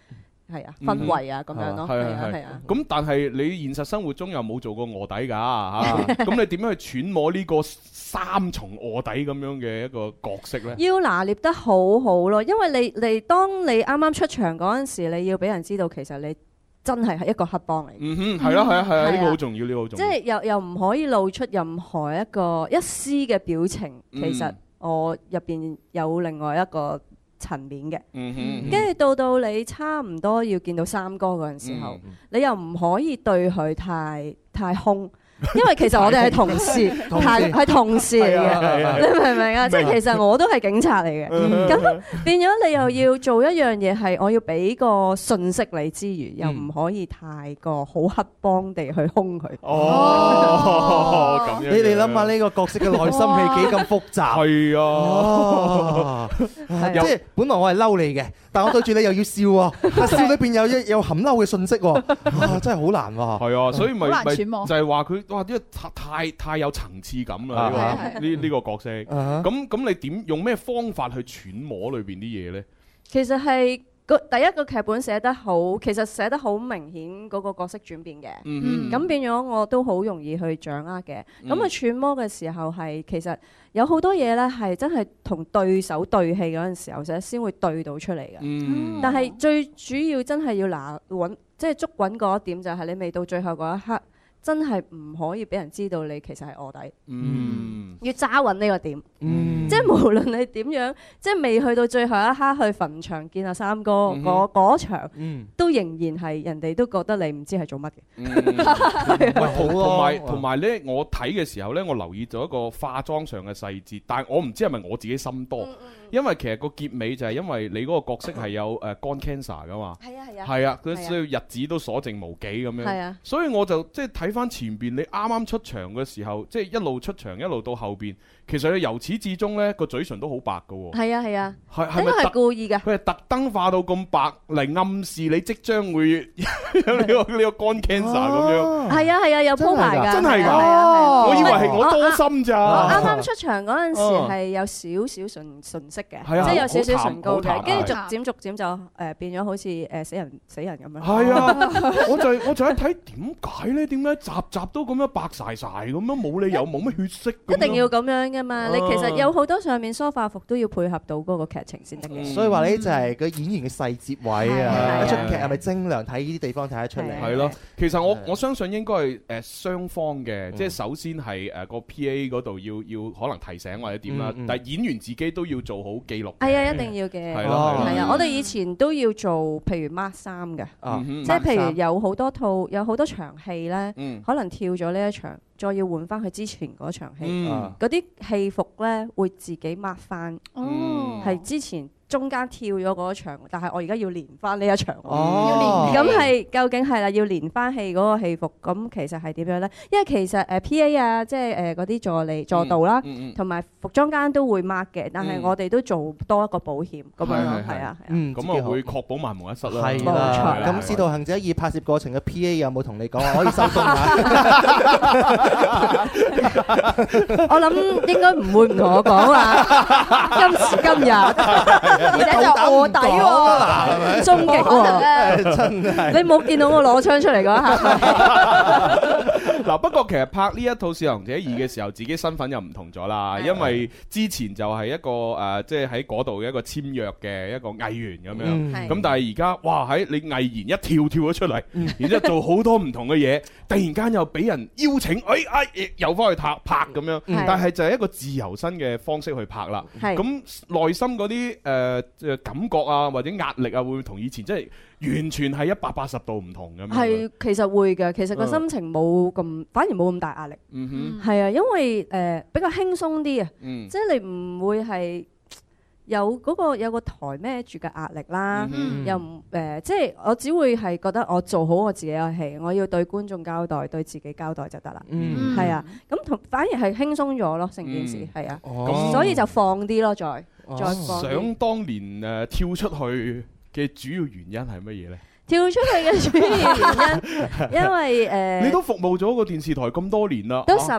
[SPEAKER 11] 係啊，氛圍啊咁樣咯，
[SPEAKER 3] 係
[SPEAKER 11] 係
[SPEAKER 3] 啊
[SPEAKER 11] 啊，
[SPEAKER 3] 係
[SPEAKER 11] 係
[SPEAKER 3] 啊
[SPEAKER 11] 啊。。
[SPEAKER 3] 咁但係你現實生活中又冇做過卧底 㗎嚇，咁你點樣去揣摩呢個三重卧底咁樣嘅一個角色呢？
[SPEAKER 11] 要拿捏得好好咯，因為你你當你啱啱出場嗰陣時，你要俾人知道其實你真係係一個黑幫嚟嘅。
[SPEAKER 3] 嗯哼，係啦，係啊，係啊，呢個好重要，呢個好
[SPEAKER 11] 即
[SPEAKER 3] 重要。
[SPEAKER 11] 係又又唔可以露出任何一個一絲嘅表情。
[SPEAKER 3] 嗯
[SPEAKER 11] 其實我入邊有另外一個層面嘅。
[SPEAKER 3] 嗯哼
[SPEAKER 11] 跟住到到你差唔多要見到三哥嗰陣時候，
[SPEAKER 3] 嗯
[SPEAKER 11] 你又唔可以對佢太太兇，因為其實我哋係同事
[SPEAKER 5] 同事
[SPEAKER 11] 太係同事嚟
[SPEAKER 5] 係啊係啊
[SPEAKER 11] 嘅，你明唔明啊？即
[SPEAKER 5] 明
[SPEAKER 11] 係其實我都係警察嚟嘅，
[SPEAKER 5] 嗯
[SPEAKER 11] 咁變咗你又要做一樣嘢係，我要俾個信息你之餘，又
[SPEAKER 3] 嗯
[SPEAKER 11] 唔可以太過好黑幫地去兇佢。
[SPEAKER 3] 哦咁樣
[SPEAKER 4] 你你諗下呢個角色嘅內心戲幾咁複雜？
[SPEAKER 3] 係啊
[SPEAKER 4] 哦， 即係本來我係嬲你嘅，但我對住你又要笑喎，但笑裏邊有有含嬲嘅信息喎，啊真係好難喎。
[SPEAKER 3] 係啊，所以咪
[SPEAKER 4] 好難
[SPEAKER 3] 咪
[SPEAKER 4] 揣摩
[SPEAKER 3] 就係話佢哇，呢個太太太有層次感啦，
[SPEAKER 4] 啊
[SPEAKER 3] 呢
[SPEAKER 11] 係
[SPEAKER 3] 個
[SPEAKER 11] 係
[SPEAKER 3] 呢呢個角色。
[SPEAKER 4] 啊
[SPEAKER 3] 咁咁你點用咩方法去揣摩裏邊啲嘢呢？
[SPEAKER 11] 其實係個第一個劇本寫得好，其實寫得好明顯嗰個角色轉變嘅，咁、
[SPEAKER 3] 嗯
[SPEAKER 11] 變咗我都好容易去掌握嘅。咁啊、
[SPEAKER 14] 嗯
[SPEAKER 11] 揣摩嘅時候係其實有好多嘢呢係真係同對手對戲嗰陣時候先先會對到出嚟嘅。
[SPEAKER 14] 嗯
[SPEAKER 11] 但係最主要真係要拿揾，即係捉揾嗰一點就係你未到最後嗰一刻，真係唔可以俾人知道你其實係卧底。
[SPEAKER 3] 嗯，
[SPEAKER 11] 要揸穩呢個點，即係無論你點樣，即係未去到最後一刻去墳場見阿三哥
[SPEAKER 14] 嗯
[SPEAKER 11] 嗰
[SPEAKER 14] 哼
[SPEAKER 11] 嗰場
[SPEAKER 14] 嗯，
[SPEAKER 11] 都仍然係人哋都覺得你唔知係做乜
[SPEAKER 3] 喂
[SPEAKER 11] 嘅。
[SPEAKER 3] 同
[SPEAKER 11] 咯
[SPEAKER 3] 同埋同埋咧，我睇嘅時候呢，我留意咗一個化妝上嘅細節，但係我唔知係咪我自己心
[SPEAKER 11] 嗯
[SPEAKER 3] 多，因為其實個結尾就係因為你嗰個角色係 有誒肝 cancer 噶嘛，
[SPEAKER 11] 係啊係啊
[SPEAKER 3] 係啊，佢
[SPEAKER 11] 係啊
[SPEAKER 3] 所以日子都所剩無幾咁
[SPEAKER 11] 係
[SPEAKER 3] 樣
[SPEAKER 11] 啊，
[SPEAKER 3] 所以我就即係睇翻前邊你啱啱出場嘅時候，即係一路出場一路到後邊，其實你由始至終呢個嘴唇都好白噶喎，
[SPEAKER 11] 係啊係啊，
[SPEAKER 3] 係係
[SPEAKER 11] 應
[SPEAKER 3] 咪
[SPEAKER 11] 該係
[SPEAKER 3] 特
[SPEAKER 11] 故意嘅。
[SPEAKER 3] 佢係特登化到咁白嚟暗示你即將會有呢個呢個肝 cancer 咁樣。
[SPEAKER 11] 係啊係啊，有鋪排㗎，
[SPEAKER 3] 真係
[SPEAKER 11] 係
[SPEAKER 3] 㗎
[SPEAKER 11] 啊係哦啊係啊
[SPEAKER 3] 我以為係我多心咋哦
[SPEAKER 11] 我啱啱出場嗰陣時係有少少唇唇色嘅，
[SPEAKER 3] 係啊
[SPEAKER 11] 即係有少少唇膏
[SPEAKER 3] 好淡好淡
[SPEAKER 11] 嘅，跟住逐漸逐漸就誒變咗好似誒死人死人咁樣。
[SPEAKER 3] 係啊， 我就我就一睇點解咧？點解集集都咁樣白晒晒咁樣，冇理由冇乜血色咁樣。
[SPEAKER 11] 一定要咁樣噶嘛！
[SPEAKER 3] 啊
[SPEAKER 11] 你其實有好多上面梳化服都要配合到嗰個劇情先得
[SPEAKER 3] 嗯
[SPEAKER 11] 嘅。
[SPEAKER 4] 所以話呢就係個演員嘅細節位啊，
[SPEAKER 3] 係
[SPEAKER 4] 一出劇係咪精良睇呢啲地方睇得出嚟？
[SPEAKER 3] 係咯，其實我我相信應該係誒雙方嘅，即係首先係誒個 P.A. 嗰度要要可能提醒或者點啦
[SPEAKER 11] 嗯嗯，
[SPEAKER 3] 但係演員自己都要做好記錄。
[SPEAKER 11] 係啊，一定要嘅。
[SPEAKER 3] 係咯係咯
[SPEAKER 11] 係啊，我哋以前都要做，譬如 mark 衫嘅
[SPEAKER 4] Ờ,
[SPEAKER 3] 啊，
[SPEAKER 11] 即係
[SPEAKER 3] mark
[SPEAKER 11] 譬如
[SPEAKER 3] 衫
[SPEAKER 11] 有好多套，有好多場戲咧
[SPEAKER 3] 嗯，
[SPEAKER 11] 可能跳咗呢一場，再要換翻去之前嗰場戲，
[SPEAKER 4] ờ.
[SPEAKER 3] 嗯啊
[SPEAKER 11] 嗰啲戲服咧會自己 mark 翻，
[SPEAKER 5] 哦
[SPEAKER 11] 係之前。中間跳咗嗰場，但係我而家要連翻呢一場，
[SPEAKER 4] Ờ.
[SPEAKER 14] 哦要
[SPEAKER 11] 咁
[SPEAKER 14] 連戲
[SPEAKER 11] 係究竟係啦，要連翻戲嗰個戲服，咁其實係點樣呢？因為其實誒 P.A. 啊，即係誒嗰啲助理助導啦
[SPEAKER 14] 嗯嗯嗯，
[SPEAKER 11] 同埋服裝間都會 mark 嘅，但係
[SPEAKER 3] 嗯
[SPEAKER 11] 我哋都做多一個保險咁樣咯，係啊。
[SPEAKER 4] 嗯
[SPEAKER 3] 咁啊會確保萬無一失啦。
[SPEAKER 4] 係
[SPEAKER 3] 係啊
[SPEAKER 4] 啦，
[SPEAKER 3] 啦
[SPEAKER 4] 咁《使徒行者二》拍攝過程嘅 P.A. 有冇同你講話可以收工啦？
[SPEAKER 11] 我諗應該唔會唔同我講啦，今時今日，而且就卧底喎，終極喎，
[SPEAKER 3] 真係
[SPEAKER 11] 你冇見到我攞槍出嚟嗰 一下，
[SPEAKER 3] 嗱，不過其實拍呢一套《使徒行者二》嘅時候，自己身份又唔同咗
[SPEAKER 11] 啊
[SPEAKER 3] 啦，因為之前就係一個誒，呃即係喺嗰度嘅一個簽約嘅一個藝員咁
[SPEAKER 14] 嗯
[SPEAKER 3] 樣。
[SPEAKER 14] 係
[SPEAKER 3] 咁但係而家哇，喺你毅然一跳跳咗出嚟，
[SPEAKER 11] 嗯
[SPEAKER 3] 然之後做好多唔同嘅 嘢，突然間又俾人邀請，誒啊，又翻去拍拍咁樣。
[SPEAKER 14] 嗯
[SPEAKER 3] 但係就係一個自由身嘅方式去拍啦。
[SPEAKER 14] 係
[SPEAKER 3] 咁內心嗰啲誒誒感覺啊，或者壓力啊，會唔會同以前真係完全係一百八十度唔同咁樣？啊
[SPEAKER 11] 係其實會嘅，其實個心情冇咁，反而冇咁大壓力，
[SPEAKER 3] 嗯
[SPEAKER 11] 係啊，因為誒比較輕鬆啲啊，
[SPEAKER 3] 嗯
[SPEAKER 11] 即係你唔會係。有嗰個有個台孭住嘅壓力啦，
[SPEAKER 14] 嗯
[SPEAKER 11] 又唔誒、即係我只會係覺得我哦做好我自己嘅戲，我要對觀眾交代，對自己交代就得啦。
[SPEAKER 14] 嗯
[SPEAKER 11] 係啊，咁同反而係輕鬆咗咯，成件事係啊，
[SPEAKER 3] 哦
[SPEAKER 11] 所以就放啲咯，再再放啲。
[SPEAKER 3] 想當年誒、呃跳出去嘅主要原因係乜嘢呢？
[SPEAKER 11] 跳出去嘅主 要原因，因為誒、呃
[SPEAKER 3] 你都服務咗個電視台咁多年啦，
[SPEAKER 11] 都
[SPEAKER 3] 啊
[SPEAKER 11] 十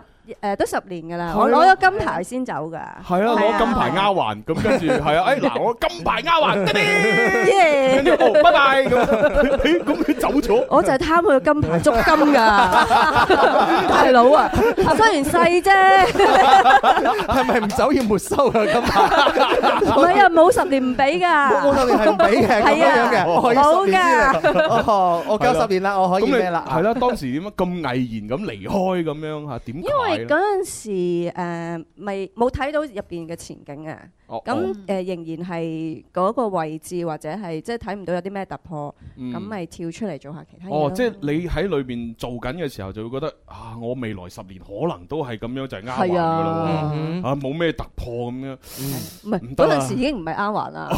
[SPEAKER 11] 誒、都十年㗎啦，
[SPEAKER 3] 係
[SPEAKER 11] 我
[SPEAKER 3] 咯
[SPEAKER 11] 攞咗金牌先走㗎。
[SPEAKER 3] 係啊，攞金牌丫環咁，跟住係啊，誒嗱，我金牌丫 環，
[SPEAKER 11] 耶
[SPEAKER 3] 跟住哦，拜拜咁，咦咁佢走咗，
[SPEAKER 11] 我就係貪佢個金牌足金 㗎，大佬啊，雖然細啫，
[SPEAKER 4] 係咪唔走要沒收啊？咁
[SPEAKER 11] 唔係啊，冇十年唔俾㗎，
[SPEAKER 4] 冇十年係唔俾嘅咁
[SPEAKER 11] 係啊
[SPEAKER 4] 樣嘅，我可以
[SPEAKER 11] 冇
[SPEAKER 4] 十年之內
[SPEAKER 11] 㗎，
[SPEAKER 4] 哦，我夠十年啦，我可以咩啦？
[SPEAKER 3] 係啦，當時點解咁毅然咁離開咁樣嚇？點解
[SPEAKER 11] 因
[SPEAKER 3] 呢？
[SPEAKER 11] 為嗰陣時誒咪冇睇到入邊嘅前景啊，
[SPEAKER 3] 哦
[SPEAKER 11] 咁
[SPEAKER 3] 哦
[SPEAKER 11] 誒、仍然係嗰個位置或者係即係睇 唔到有啲咩突破，
[SPEAKER 3] 嗯
[SPEAKER 11] 咁咪、跳出嚟做下其他嘢咯
[SPEAKER 3] 哦，即係你喺裏邊做緊嘅時候，就會覺得啊，我未來十年可能都係咁樣就係啱環
[SPEAKER 11] 係
[SPEAKER 3] 噶
[SPEAKER 11] 啊
[SPEAKER 3] 啦
[SPEAKER 11] 嗯
[SPEAKER 3] 喎，啊冇咩突破咁樣，唔
[SPEAKER 11] 唔係
[SPEAKER 3] 得
[SPEAKER 11] 嗰
[SPEAKER 3] 啊
[SPEAKER 11] 陣時已經唔係啱環啦，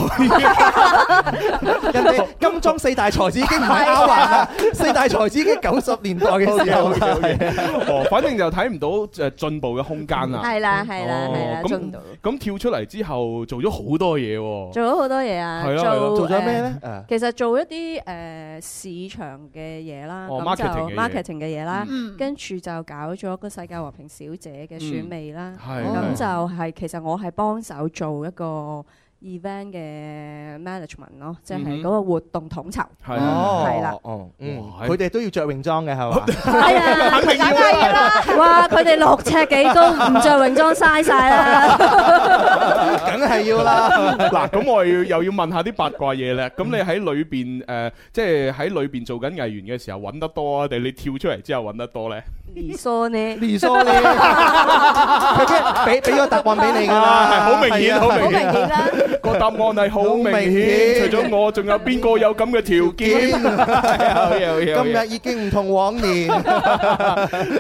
[SPEAKER 4] 人哋金裝四大才才子已經唔係阿華啦，四大才子已經九十年代嘅時候
[SPEAKER 3] OK，OK，OK。哦，反正就睇唔到诶进步嘅空間啦。
[SPEAKER 11] 係啦係啦係啦
[SPEAKER 3] 哦
[SPEAKER 11] 進度
[SPEAKER 3] 咁咁跳出嚟之後，做咗好多嘢喎。
[SPEAKER 11] 做咗好多嘢啊，
[SPEAKER 3] 係咯係咯做咗咩呢
[SPEAKER 11] 誒
[SPEAKER 3] 啊
[SPEAKER 11] 其實做一啲誒市場嘅嘢啦，
[SPEAKER 3] 哦
[SPEAKER 11] 咁就
[SPEAKER 3] marketing 嘅嘢
[SPEAKER 11] marketing 嘅嘢啦
[SPEAKER 5] 嗯，
[SPEAKER 11] 跟住就搞咗個世界和平小姐嘅選美啦，
[SPEAKER 5] 嗯係
[SPEAKER 11] 咁
[SPEAKER 5] 係
[SPEAKER 11] 就係其實我係幫手做一個 event 嘅 management
[SPEAKER 3] 嗯
[SPEAKER 11] 咯，即係嗰個活動統
[SPEAKER 3] 啊
[SPEAKER 11] 籌，
[SPEAKER 4] 係啦
[SPEAKER 11] 係啦，。
[SPEAKER 4] 哦，嗯，佢哋都要着泳裝嘅係嘛？
[SPEAKER 11] 梗係啦！哇，佢哋六尺幾高，唔着泳裝嘥晒啦！
[SPEAKER 4] 梗係要啦。
[SPEAKER 3] 嗱，咁我又又要問下啲八卦嘢啦。咁你喺裏邊誒，即係喺裏邊做緊藝員嘅時候揾得多啊，定你跳出嚟之後揾得多咧？
[SPEAKER 11] 離疏呢？
[SPEAKER 4] 離疏呢佢已經俾俾咗答案俾你㗎啦，
[SPEAKER 3] 係好明顯，
[SPEAKER 4] 係啊
[SPEAKER 3] 好明顯。個答案係好明顯，除咗我，仲有邊個有咁嘅條件？ 係啊好嘢，好嘢，好
[SPEAKER 4] 今
[SPEAKER 3] 嘢
[SPEAKER 4] 日已經唔同往年。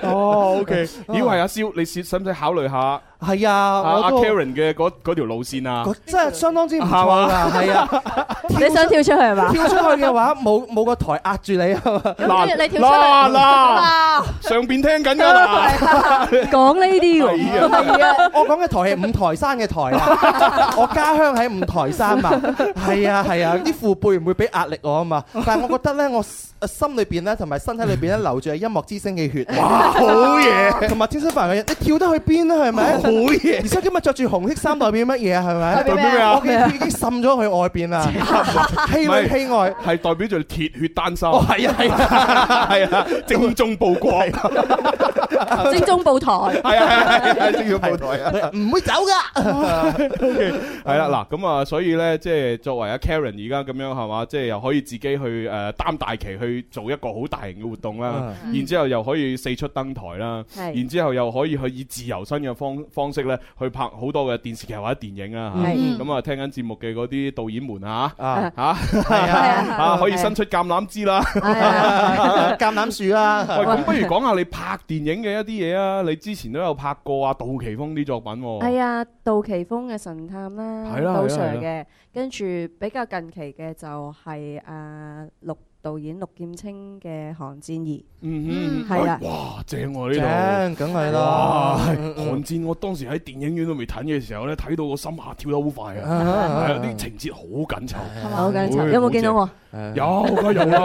[SPEAKER 3] 哦，OK。以為阿蕭，你使使唔使考慮下？
[SPEAKER 4] 係啊，
[SPEAKER 3] 阿
[SPEAKER 4] 我都
[SPEAKER 3] Karen 嘅嗰嗰條路線啊？
[SPEAKER 4] 真係相當之唔錯
[SPEAKER 3] 係
[SPEAKER 4] 㗎，
[SPEAKER 3] 嘛
[SPEAKER 4] 係 啊。
[SPEAKER 11] 你想跳出去係嘛？
[SPEAKER 4] 跳出去嘅話，冇冇個台壓住你啊嘛。
[SPEAKER 11] 嗱你跳出嚟
[SPEAKER 3] 嗱上邊聽緊㗎 啦。
[SPEAKER 11] 講呢啲喎，
[SPEAKER 4] 係啊，我講嘅台係五台山嘅台啊，我家鄉喺五台山啊，係啊係啊，啲父輩唔會俾壓力我啊嘛，但係我覺得咧，我 s- 心裏邊咧同埋身體裏邊咧流住係音樂之聲嘅血，啊
[SPEAKER 3] 哇好嘢
[SPEAKER 4] 同埋天生凡人，你跳得去邊啊？係咪？
[SPEAKER 3] 好嘢！
[SPEAKER 4] 而且今日着住紅色衫代表乜嘢啊？係咪？
[SPEAKER 3] 代表咩啊
[SPEAKER 4] 我嘅血已經滲咗去外邊 啦，氣裏氣外。
[SPEAKER 3] 係代表住鐵血丹心。
[SPEAKER 4] 哦係啊啊係
[SPEAKER 3] 啊， 係 啊，正宗報國。
[SPEAKER 11] 精忠報台。
[SPEAKER 3] 係啊係啊係啊，正宗報台啊。
[SPEAKER 4] 唔會走噶。
[SPEAKER 3] 系啦，嗱咁啊，所以咧，即係作為阿 Karen 而家咁樣係嘛，即係又可以自己去诶擔大旗去做一個好大型嘅活動啦，
[SPEAKER 4] 啊
[SPEAKER 2] 嗯
[SPEAKER 3] 然之后又可以四出登台啦，
[SPEAKER 2] 係
[SPEAKER 3] 然之后又可以去以自由身嘅方方式咧去拍好多嘅電視劇或者電影啦，嚇
[SPEAKER 2] 係
[SPEAKER 3] 咁啊聽緊節目嘅嗰啲導演們啊，
[SPEAKER 4] 啊
[SPEAKER 3] 吓 啊可以伸出橄欖枝啦，啊
[SPEAKER 4] 橄欖樹啦。
[SPEAKER 3] 喂，咁不如講下你拍電影嘅一啲嘢啊，你之前都有拍過啊杜琪峰啲作品喎，
[SPEAKER 11] 係啊，杜琪峰嘅神探啦，
[SPEAKER 3] 係啦
[SPEAKER 11] 杜
[SPEAKER 3] 係啦
[SPEAKER 11] Sir
[SPEAKER 3] 係啦
[SPEAKER 11] 嘅，跟住比較近期嘅就係啊陸導演陸劍青嘅《寒戰二》，
[SPEAKER 3] 嗯
[SPEAKER 11] 係啊啦，
[SPEAKER 3] 哇，正喎呢
[SPEAKER 4] 正
[SPEAKER 3] 度，
[SPEAKER 4] 梗係啦
[SPEAKER 3] 哇
[SPEAKER 4] 嗯嗯
[SPEAKER 3] 寒戰我當時喺電影院都未睇嘅時候咧，睇到個心下跳得好快
[SPEAKER 4] À,
[SPEAKER 3] 啊，
[SPEAKER 4] 啊
[SPEAKER 3] 係啊，啲情節好緊湊，
[SPEAKER 11] 好緊湊
[SPEAKER 3] 哎
[SPEAKER 11] 有冇見到我？
[SPEAKER 3] 好正有，梗係有啦，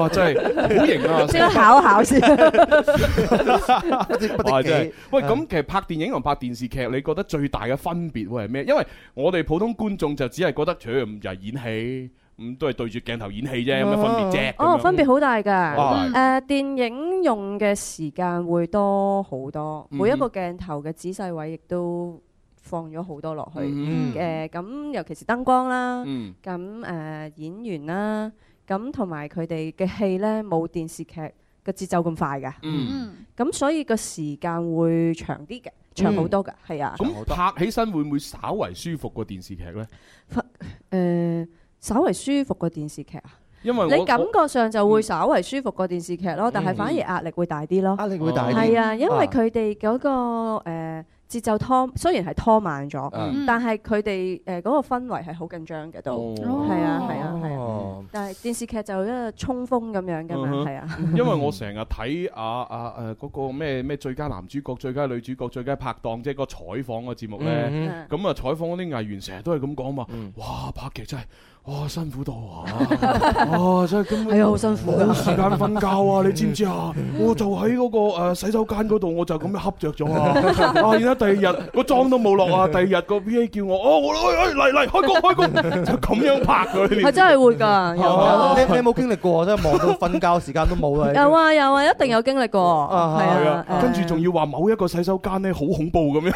[SPEAKER 3] 哇，真係好型啊！
[SPEAKER 11] 即刻考一考先。
[SPEAKER 3] 哇真係喂，咁其實拍電影同拍電視劇，你覺得最大嘅分別會係咩？因為我哋普通觀眾就只係覺得，除唔就係演戲，咁都係對住鏡頭演戲啫，有咩分別啫？咁樣
[SPEAKER 11] 哦，分別好大
[SPEAKER 3] 哇
[SPEAKER 11] 㗎。誒，電影用嘅時間會多好多，
[SPEAKER 3] 嗯
[SPEAKER 11] 每一個鏡頭嘅仔細位亦都放咗好多落去。
[SPEAKER 3] 嗯
[SPEAKER 11] 誒，咁尤其是燈光啦，
[SPEAKER 3] 嗯
[SPEAKER 11] 咁誒演員啦，咁同埋佢哋嘅戲呢，冇電視劇嘅節奏咁快㗎。
[SPEAKER 3] 嗯，
[SPEAKER 11] 咁所以個時間會長啲嘅，長
[SPEAKER 4] Ừ.
[SPEAKER 11] 好多㗎，係啊。
[SPEAKER 3] 咁拍起身會唔會稍為舒服過電視劇呢？
[SPEAKER 11] 誒，稍為舒服過電視劇啊。
[SPEAKER 3] 因為我
[SPEAKER 11] 你感覺上就會稍為舒服過電視劇咯，但係
[SPEAKER 3] 嗯
[SPEAKER 11] 反而壓力會大啲咯。壓力
[SPEAKER 3] 會大啲
[SPEAKER 11] 係啊，因
[SPEAKER 3] 啊
[SPEAKER 11] 為佢哋嗰個哦誒節奏拖，雖然係拖慢咗
[SPEAKER 3] 嗯，
[SPEAKER 11] 但係佢哋誒嗰個氛圍係好緊張嘅都。係啊，係啊，係啊
[SPEAKER 3] 哦。
[SPEAKER 11] 但係電視劇就一個衝鋒咁樣㗎嘛，
[SPEAKER 3] 嗯哼
[SPEAKER 11] 係啊。
[SPEAKER 3] 因為我成日睇啊啊誒嗰個咩咩最佳男主角、最佳女主角、最佳拍檔，即係個採訪個
[SPEAKER 4] Ừ,
[SPEAKER 3] 節目
[SPEAKER 2] 嗯
[SPEAKER 3] 呢。咁啊採訪嗰啲藝員成日都係咁講嘛，哇拍劇真係哇辛苦到 啊！哇真係咁
[SPEAKER 11] 係啊好辛苦㗎嗯
[SPEAKER 3] 冇時間瞓覺啊！你知唔知啊？我就喺嗰個誒洗手間嗰度，我就咁樣恰着咗啊！啊，然後第二日個妝都冇落啊！第二日個 P A 叫我哦，我哎哎嚟嚟開工開工，就咁樣拍佢。
[SPEAKER 11] 係真係會㗎，有
[SPEAKER 4] 哦
[SPEAKER 11] 啊
[SPEAKER 4] 你你有冇經歷過？真係忙到瞓覺時間都冇
[SPEAKER 13] Ờ,
[SPEAKER 4] 啦。已經
[SPEAKER 11] 有啊有啊，一定有經歷過，
[SPEAKER 4] Ờ.
[SPEAKER 11] 係
[SPEAKER 3] 係
[SPEAKER 11] 啊
[SPEAKER 3] 啊。，跟住仲要話某一個洗手間咧好恐怖咁樣。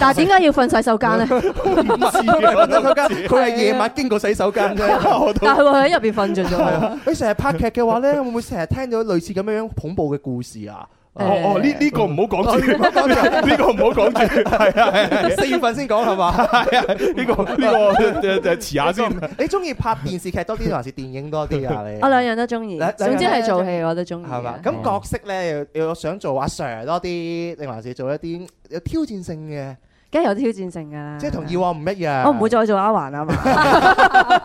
[SPEAKER 11] 但係點解要瞓洗手間呢？
[SPEAKER 4] 唔係佢係瞓洗手間，佢係夜晚經過洗手間啫。我都
[SPEAKER 11] 但係佢喺入邊瞓着咗。
[SPEAKER 4] 你成日拍劇嘅話咧，會唔會成日聽到類似咁樣樣恐怖嘅故事啊？
[SPEAKER 3] 哦哦，呢呢個唔
[SPEAKER 11] 嗯
[SPEAKER 3] 好講住，呢個唔好講住，係啊係啊，
[SPEAKER 4] 四月份先講係嘛？
[SPEAKER 3] 係啊，呢個呢個誒誒遲下先。
[SPEAKER 4] 你中意拍電視劇多啲，還是電影多啲啊？你
[SPEAKER 11] 我兩樣都中意
[SPEAKER 4] 兩，
[SPEAKER 11] 總之
[SPEAKER 4] 兩樣
[SPEAKER 11] 係
[SPEAKER 4] 都
[SPEAKER 11] 做戲我都中意。啊
[SPEAKER 4] 係嘛？咁角色咧，又又想做阿 Sir 多啲，定還是做一啲有挑戰性嘅？
[SPEAKER 11] 梗係有挑戰性㗎啦。
[SPEAKER 4] 即係同以往唔一樣。
[SPEAKER 11] 啊我唔會再做丫環啊嘛。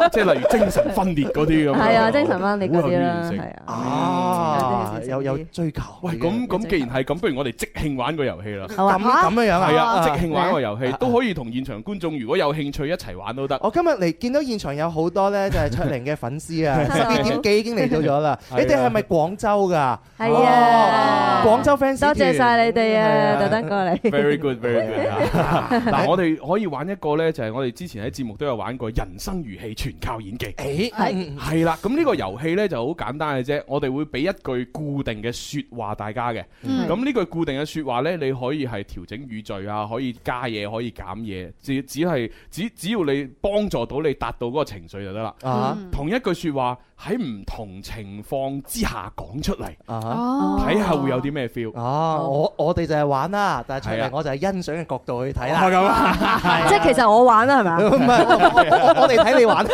[SPEAKER 3] 即係例如精神分裂嗰啲咁樣。
[SPEAKER 11] 係啊，精神分裂嗰啲啦，係啊。
[SPEAKER 3] 啊，
[SPEAKER 4] 有有追求。
[SPEAKER 3] 喂，咁咁既然係咁，不如我哋即興玩個遊戲啦。
[SPEAKER 4] 好啊 咁咁樣樣啊
[SPEAKER 3] 係啊，
[SPEAKER 4] 啊
[SPEAKER 3] 即興玩個遊戲都可以同現場觀眾如果有興趣一齊玩都得。
[SPEAKER 11] 哦
[SPEAKER 4] 我今日嚟見到現場有好多咧，就係卓玲嘅粉絲 啊，十
[SPEAKER 3] Hello
[SPEAKER 4] 二點幾已經嚟到咗啦。
[SPEAKER 3] 係啊
[SPEAKER 4] 你哋係咪廣州㗎？哦
[SPEAKER 11] 係啊
[SPEAKER 4] 哦，廣州 fans
[SPEAKER 11] 多謝晒你哋啊，
[SPEAKER 3] 嗯
[SPEAKER 11] 特登過嚟。
[SPEAKER 3] Very good，very good 啊。嗱，我哋可以玩一個呢，就係我哋之前喺節目都有玩過《人生如戲，全靠演技》。
[SPEAKER 4] 誒嗯係
[SPEAKER 3] 係啦，咁呢個遊戲呢就好簡單嘅啫，我哋會俾一句固定嘅説話大家嘅。
[SPEAKER 4] 嗯
[SPEAKER 3] 咁呢句固定嘅説話呢，你可以係調整語序啊，可以加嘢，可以減嘢，只只係只只要你幫助到你達到嗰個情緒就得啦。
[SPEAKER 4] 啊嗯
[SPEAKER 3] 同一句説話喺唔同情況之下講出嚟，
[SPEAKER 11] 嗯
[SPEAKER 4] 哦
[SPEAKER 3] 睇下會有啲咩 feel。
[SPEAKER 4] 哦，我我哋就係玩啦，但係卓
[SPEAKER 3] 係啊
[SPEAKER 4] 玲我就係欣賞嘅角度去睇啦。
[SPEAKER 3] 哦咁啊
[SPEAKER 11] 即係其實我玩啦，係咪啊？
[SPEAKER 4] 唔係我我我我哋睇 你玩。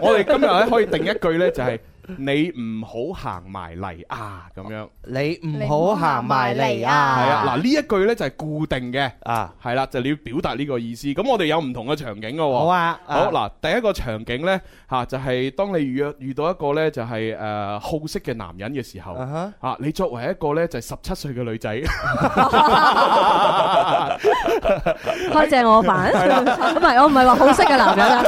[SPEAKER 3] 我哋今日咧可以定一句呢，就係你唔好行埋嚟啊咁樣。
[SPEAKER 4] 你唔好行埋嚟
[SPEAKER 3] 係啊，
[SPEAKER 4] 啊！
[SPEAKER 3] 嗱呢一句呢就係固定嘅
[SPEAKER 4] 啊，
[SPEAKER 3] 係啦，就你要表達呢個意思。咁我哋有唔同嘅場景嘅喎。
[SPEAKER 4] 好啊啊
[SPEAKER 3] 好嗱，第一個場景呢，嚇就係當你遇遇到一個呢就係誒好色嘅男人嘅時候，
[SPEAKER 4] 啊哈
[SPEAKER 3] 啊你作為一個呢就係十七歲嘅女仔，
[SPEAKER 11] 開正我版，
[SPEAKER 3] 係啦
[SPEAKER 11] 唔 係我唔係話好識嘅男人啊！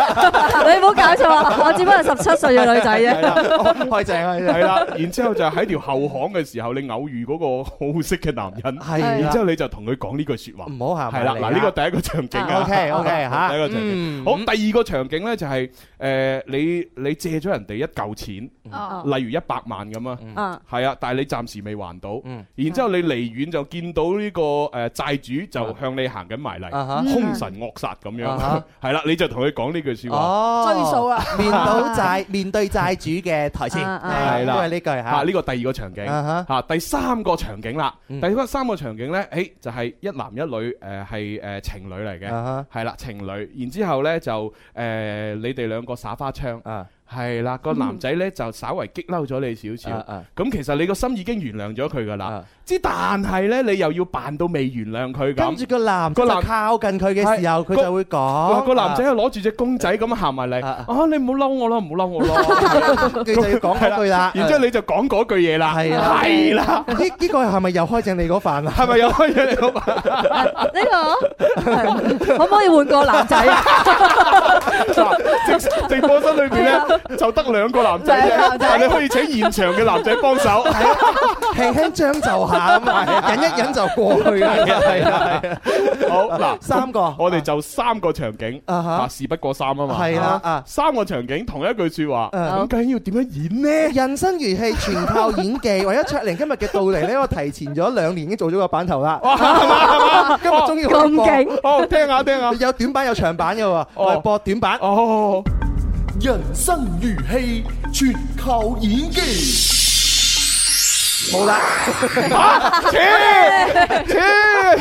[SPEAKER 11] 你唔好搞錯 啊！我只不過十七歲嘅女仔
[SPEAKER 3] 係啦
[SPEAKER 11] 啫。
[SPEAKER 4] 開正開正
[SPEAKER 3] 係啦，然之後就喺條後巷嘅時候，你偶遇嗰個好色嘅男人，
[SPEAKER 4] 啊係啦
[SPEAKER 3] 然之後你就同佢講呢句説話，
[SPEAKER 4] 唔好行埋
[SPEAKER 3] 係啦，
[SPEAKER 4] 嚟
[SPEAKER 3] 嗱
[SPEAKER 4] 啊
[SPEAKER 3] 呢個第一個場景啊
[SPEAKER 4] 啊，OK，OK，嚇
[SPEAKER 3] 第一個場景。
[SPEAKER 4] 嗯
[SPEAKER 3] 好，第二個場景咧就係誒你你借咗人哋一嚿錢，
[SPEAKER 11] 哦
[SPEAKER 4] 啊
[SPEAKER 3] 例如一百萬咁
[SPEAKER 11] 嗯
[SPEAKER 3] 啊，係啊，但係你暫時未還
[SPEAKER 4] 嗯
[SPEAKER 3] 到，然之後你離遠就見到呢個誒債主就向你行緊埋嚟
[SPEAKER 4] 啊啊哈，
[SPEAKER 3] 兇神惡煞咁
[SPEAKER 4] 啊
[SPEAKER 3] 樣
[SPEAKER 4] 哈，
[SPEAKER 3] 係啦，你就同佢講呢句説話。
[SPEAKER 4] 哦，
[SPEAKER 5] 追數啦
[SPEAKER 4] 面到債 面對債主嘅台詞，
[SPEAKER 3] 係啦，
[SPEAKER 4] 都係呢句
[SPEAKER 3] 啊
[SPEAKER 4] 嚇。
[SPEAKER 3] 呢個第二個場景
[SPEAKER 4] 啊嗯
[SPEAKER 3] 嚇，第三個場景啦，第三個場景呢，誒就係一男一女誒係誒情侶嚟嘅
[SPEAKER 4] 啊，
[SPEAKER 3] 係啦情侶，然之後呢，就誒你哋兩個耍花槍。係啦，個男仔呢就稍為激嬲咗你少少
[SPEAKER 4] 嗯啊啊，
[SPEAKER 3] 咁其實你個心已經原諒咗佢噶啦，之但係呢，你又要扮到未原諒佢咁
[SPEAKER 4] 跟。住個男個
[SPEAKER 3] 男
[SPEAKER 4] 男靠近佢嘅時候，佢就會
[SPEAKER 3] 哇！
[SPEAKER 4] 講
[SPEAKER 3] 個男仔 又攞住只公仔咁行埋嚟，啊！你唔好嬲我啦，唔好嬲我啦，
[SPEAKER 4] 佢就要講嗰句啦
[SPEAKER 3] 然之後你就講嗰句嘢啦，
[SPEAKER 4] 啊係啊
[SPEAKER 3] 係啦。
[SPEAKER 4] 呢呢個係咪又開正你嗰 飯啊？
[SPEAKER 3] 係咪又開正你嗰飯？
[SPEAKER 11] 呢個可唔可以換個男仔啊？
[SPEAKER 3] 直直播室裏邊
[SPEAKER 4] 啊
[SPEAKER 3] 咧就得兩個男仔
[SPEAKER 4] 兩個
[SPEAKER 3] 啫，
[SPEAKER 4] 男仔
[SPEAKER 3] 但你可以請現場嘅男仔幫手。
[SPEAKER 4] 啊輕輕將就下咁啊，忍一忍就過去啦。
[SPEAKER 3] 係啊係啊好嗱，
[SPEAKER 4] 三個，
[SPEAKER 3] 我哋就三個場景
[SPEAKER 4] 啊哈
[SPEAKER 3] 啊，事不過三啊嘛。
[SPEAKER 4] 係啦
[SPEAKER 3] 啊，三個場景同一句説話，
[SPEAKER 4] 啊
[SPEAKER 3] 咁究竟要點樣演呢？
[SPEAKER 4] 人生如戲，全靠演技。 為咗卓玲今日嘅到嚟呢，我提前咗兩年已經做咗個版頭啦。 今日終於可以播
[SPEAKER 3] 哦，聽下 聽下，
[SPEAKER 4] 有短版有長版嘅喎，我哋播短版。
[SPEAKER 3] 哦，
[SPEAKER 6] 人生如戲，全靠演技。
[SPEAKER 4] 冇啦，
[SPEAKER 3] 切切，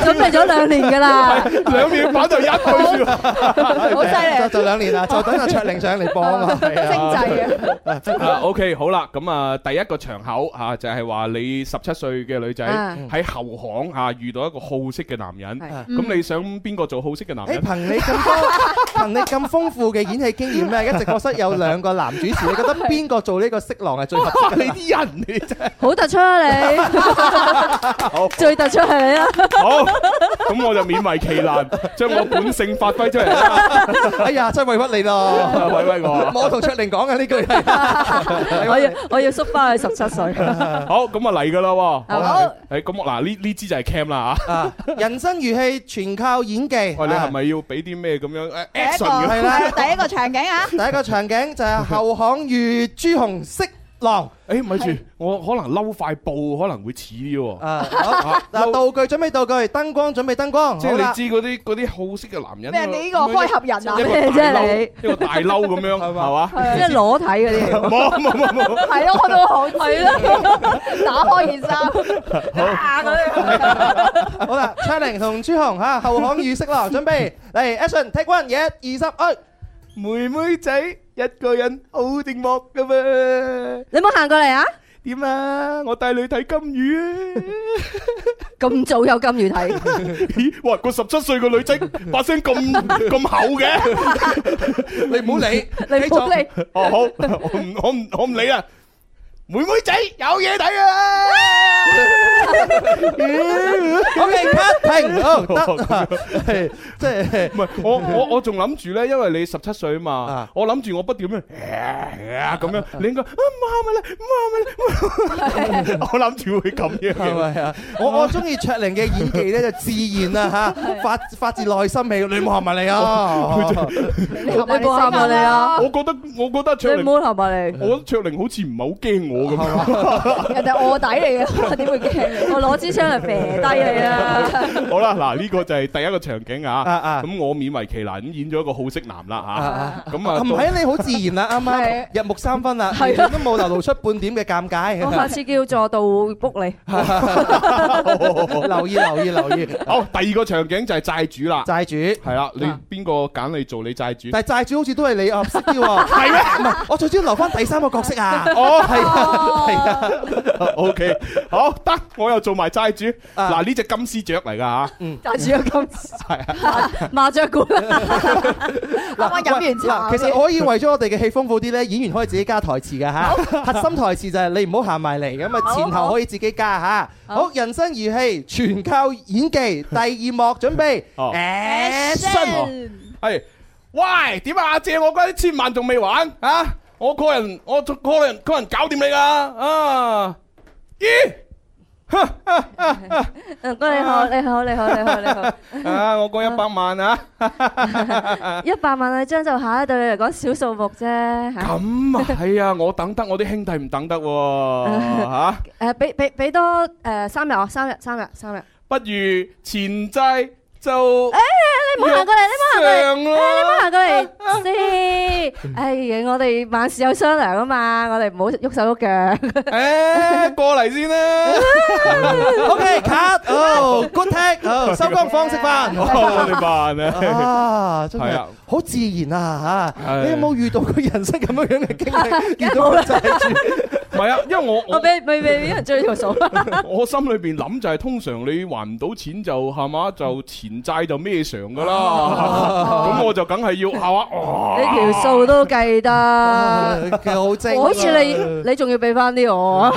[SPEAKER 11] 準備咗兩年㗎啦，
[SPEAKER 3] 兩面版就一句説話，
[SPEAKER 11] 好犀利
[SPEAKER 4] 就就兩年啦，就等阿卓玲上嚟播 啊嘛。係啊
[SPEAKER 3] 啊，OK，好啦，咁啊，第一個場口啊，就係話你十七歲嘅女仔
[SPEAKER 4] 嗯
[SPEAKER 3] 喺後巷啊遇到一個好色嘅男人，
[SPEAKER 4] 係
[SPEAKER 3] 咁你想邊個做好色嘅男
[SPEAKER 4] 誒，
[SPEAKER 3] 人？
[SPEAKER 4] 憑你 咁多，憑你咁豐富嘅演戲經驗咧，而家直播室有兩個男主持，你 覺得邊個做呢個色狼係最合適嘅？
[SPEAKER 3] 啲人你真係
[SPEAKER 11] 好突出啊你，最突出係你啦。
[SPEAKER 3] 好，咁我就勉為其難，將我本性發揮出嚟 啦。
[SPEAKER 4] 哎呀，真係委屈你咯，
[SPEAKER 3] 委屈我
[SPEAKER 4] 我同卓玲講嘅呢 句係，
[SPEAKER 11] 我要我要縮翻去十七歲。
[SPEAKER 3] 好，咁啊嚟噶啦喎，
[SPEAKER 11] 好好
[SPEAKER 3] 誒，咁我嗱呢呢支就係 cam 啦吓。
[SPEAKER 4] 啊人生如戲，全靠演技。
[SPEAKER 3] 喂，你係
[SPEAKER 4] 啊
[SPEAKER 3] 咪要俾啲咩咁樣誒
[SPEAKER 5] 第一個
[SPEAKER 3] action
[SPEAKER 4] 係
[SPEAKER 3] 嘅？
[SPEAKER 4] 啦
[SPEAKER 5] 第一個場景啊，
[SPEAKER 4] 第一個場景就係後巷遇朱紅色狼。
[SPEAKER 3] 誒，咪住，我可能嬲塊布可能會似啲喎。
[SPEAKER 4] 啊，好嗱，道具準備道具，燈光準備燈光。
[SPEAKER 3] 即
[SPEAKER 4] 好啦
[SPEAKER 3] 係你知嗰啲嗰啲好色嘅男人，啊
[SPEAKER 5] 咩？啊你呢個開合人啊？
[SPEAKER 3] 一個
[SPEAKER 11] 即
[SPEAKER 3] 大
[SPEAKER 11] 係
[SPEAKER 3] 褸，一個大褸咁樣，係嘛？
[SPEAKER 11] 即係裸體嗰啲。
[SPEAKER 3] 冇冇冇冇。
[SPEAKER 5] 係咯，我都好似
[SPEAKER 11] 係咯，
[SPEAKER 5] 打開件衫，
[SPEAKER 11] 打佢。
[SPEAKER 4] 好啦，卓玲同朱紅嚇後巷遇色狼，準備嚟 action take one，一、二、三，哎！
[SPEAKER 3] 妹妹仔一個人好寂寞噶嘛，
[SPEAKER 11] 你冇行過嚟啊？
[SPEAKER 3] 點啊？我帶你睇金魚啊！
[SPEAKER 11] 咁早有金魚睇，
[SPEAKER 3] 咦？哇！個十七歲個女仔把聲咁咁厚嘅，你唔好理，
[SPEAKER 11] 你唔好理
[SPEAKER 3] 繼續。哦，好，我唔我唔我唔理啦。妹妹仔有嘢睇啊！
[SPEAKER 4] OK，cut，停，好得。
[SPEAKER 3] 係即係唔係？ 我我我仲諗住咧，因為你十七歲啊嘛，我諗住我不斷咁樣咁樣，你應該。啊 我諗住會咁樣，
[SPEAKER 4] 係咪啊？我我中意卓玲嘅演技咧，就自然啦嚇，發發自內心嚟，你唔好合埋你啊！
[SPEAKER 11] 你合埋你試下你啊
[SPEAKER 3] 我覺得我覺得卓
[SPEAKER 11] 你
[SPEAKER 3] 玲，
[SPEAKER 11] 唔好合埋你
[SPEAKER 3] 我覺得卓玲好似唔係好驚我咁樣。
[SPEAKER 11] 人哋卧底嚟嘅，我點會驚你？我攞支槍嚟射低你啊！
[SPEAKER 3] 好啦，嗱呢個就係第一個場景啊，咁我勉為其難咁演咗一個好色男啦吓，咁啊
[SPEAKER 4] 唔係你好自然啦，啱
[SPEAKER 11] 係
[SPEAKER 4] 啱入木三分啦，
[SPEAKER 11] 係啊
[SPEAKER 4] 完全都冇流露出半點嘅尷
[SPEAKER 11] 我下
[SPEAKER 4] 尬。
[SPEAKER 11] 次叫助導 book 你，
[SPEAKER 4] 留意留意留意。
[SPEAKER 3] 好，第二個場景就係債主啦，
[SPEAKER 4] 債主
[SPEAKER 3] 係啦，你邊個揀你做你債主？
[SPEAKER 4] 但係債主好似都係你啊合適啲喎，係
[SPEAKER 3] 咩？
[SPEAKER 4] 唔係，我最中意留翻第三個角色啊！
[SPEAKER 3] 哦
[SPEAKER 4] 係啊，係啊。
[SPEAKER 3] O K，好得，我又做埋債主。嗱，呢只金絲雀嚟噶吓，
[SPEAKER 11] 揸住個金
[SPEAKER 3] 係啊，
[SPEAKER 11] 絲麻雀館，
[SPEAKER 4] 嗱
[SPEAKER 11] 啱啱飲完茶
[SPEAKER 4] 嗱其實可以為咗我哋嘅戲豐富啲咧，演員可以自己加台詞嘅嚇。 核心台詞就係你唔好行埋嚟，咁啊前後可以自己加嚇。好，人生如戲，全靠演技。第二幕準備
[SPEAKER 3] 哦
[SPEAKER 4] ，action！
[SPEAKER 3] 係喂，點啊？借我嗰一千萬仲未還啊？我個人，我個人，個人搞掂你噶啊！ 咦？
[SPEAKER 11] 嗯，哥你好，你好，你好，你好，你好。
[SPEAKER 3] 啊！我嗰一百萬啊！
[SPEAKER 11] 一百萬啊張就下，對你嚟講小數目啫嚇。
[SPEAKER 3] 咁啊，係啊，我等得，我啲兄弟唔等得 喎嚇。
[SPEAKER 11] 誒，俾俾俾多誒三日啊，三日，三日，三日。
[SPEAKER 3] 不如前債就誒，
[SPEAKER 11] 你唔好行過嚟，你唔好行過嚟，誒你唔好
[SPEAKER 3] 行
[SPEAKER 11] 行過嚟先。哎呀，我哋萬事有商量啊嘛，我哋唔好喐手喐腳。
[SPEAKER 3] 誒，過嚟先 啦。
[SPEAKER 4] OK，cut，哦，good take，哦收工放食飯。
[SPEAKER 3] 我哋扮
[SPEAKER 4] 哦啊，
[SPEAKER 3] 啊，
[SPEAKER 4] 真
[SPEAKER 3] 係
[SPEAKER 4] 係
[SPEAKER 3] 啊。
[SPEAKER 4] 好自然啊嚇！
[SPEAKER 3] 係
[SPEAKER 4] 你有冇遇到過人生咁樣樣嘅 經歷？遇到
[SPEAKER 11] 冇
[SPEAKER 4] 個
[SPEAKER 11] 啦
[SPEAKER 4] 債主，
[SPEAKER 3] 唔係啊，因為我
[SPEAKER 11] 我哦俾俾俾人追條數。
[SPEAKER 3] 我心裏邊諗就係通常你還唔到錢就係嘛，就前債就咩償噶啦。咁我就梗係要係嘛，哦
[SPEAKER 11] 哦你條數都計得，
[SPEAKER 4] 佢好精啊。
[SPEAKER 11] 好似你你仲要俾翻啲我，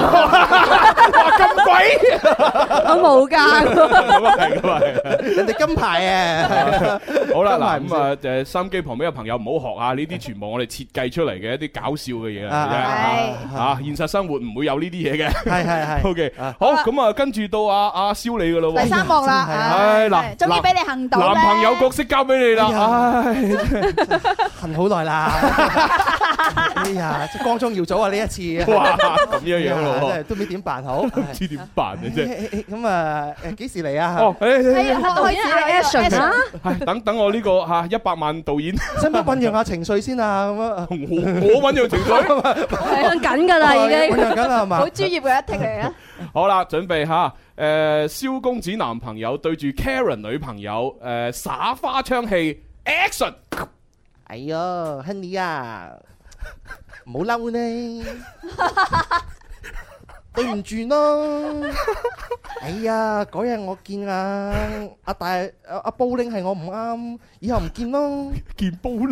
[SPEAKER 3] 咁貴，
[SPEAKER 11] 我冇㗎。
[SPEAKER 3] 咁啊係，咁啊係。
[SPEAKER 4] 人哋金牌 啊！
[SPEAKER 3] 好啦，
[SPEAKER 4] 今
[SPEAKER 3] 嗱
[SPEAKER 4] 日唔
[SPEAKER 3] 咁啊，誒，收音機旁邊嘅朋友唔好學啊，呢啲全部我哋設計出嚟嘅一啲搞笑嘅嘢
[SPEAKER 4] 啊
[SPEAKER 3] 嚟嘅，啊，現實生活唔會有呢啲嘢嘅，
[SPEAKER 4] 係係係
[SPEAKER 3] OK，好，咁啊，跟住到阿阿蕭你噶咯喎，
[SPEAKER 5] 第三幕啦，
[SPEAKER 3] 唉，
[SPEAKER 5] 唉
[SPEAKER 3] 嗱，
[SPEAKER 5] 終於俾
[SPEAKER 3] 男
[SPEAKER 5] 你行到
[SPEAKER 3] 男朋
[SPEAKER 5] 咧。
[SPEAKER 3] 友角色哎交俾你啦，唉，
[SPEAKER 4] 行好耐啦。哎呀，光宗耀祖啊！呢一次，
[SPEAKER 3] 哇，咁
[SPEAKER 4] Dạ,
[SPEAKER 3] 樣樣
[SPEAKER 4] 真
[SPEAKER 3] 咯
[SPEAKER 4] 係
[SPEAKER 3] 喎，
[SPEAKER 4] 都唔知點辦好。
[SPEAKER 3] 唔知點辦啊真係。
[SPEAKER 4] 咁啊，誒幾時嚟啊？
[SPEAKER 3] 哦，誒
[SPEAKER 5] 係
[SPEAKER 3] 誒
[SPEAKER 5] 啊
[SPEAKER 11] 導演係 action 啊，
[SPEAKER 3] 誒哎等等我呢個嚇一百萬導演，
[SPEAKER 4] 使唔使醖釀下情緒先啊？咁啊，
[SPEAKER 3] 我我揾樣情 緒。
[SPEAKER 11] 係緊㗎啦
[SPEAKER 4] 醖
[SPEAKER 11] 已
[SPEAKER 4] 釀
[SPEAKER 11] 經。
[SPEAKER 4] 緊啦，係嘛？
[SPEAKER 5] 好專業嘅一剔嚟啊！
[SPEAKER 3] 好啦，準備啊吓，誒、蕭公子男朋友對住 Karen 女朋友，誒、耍花槍戲，action！
[SPEAKER 4] 哎呀，Henry à. 啊，唔好嬲呢，對唔住咯。哎呀，嗰日我見啊阿大阿阿煲拎係我唔啱，以後唔見咯。
[SPEAKER 3] 見煲拎，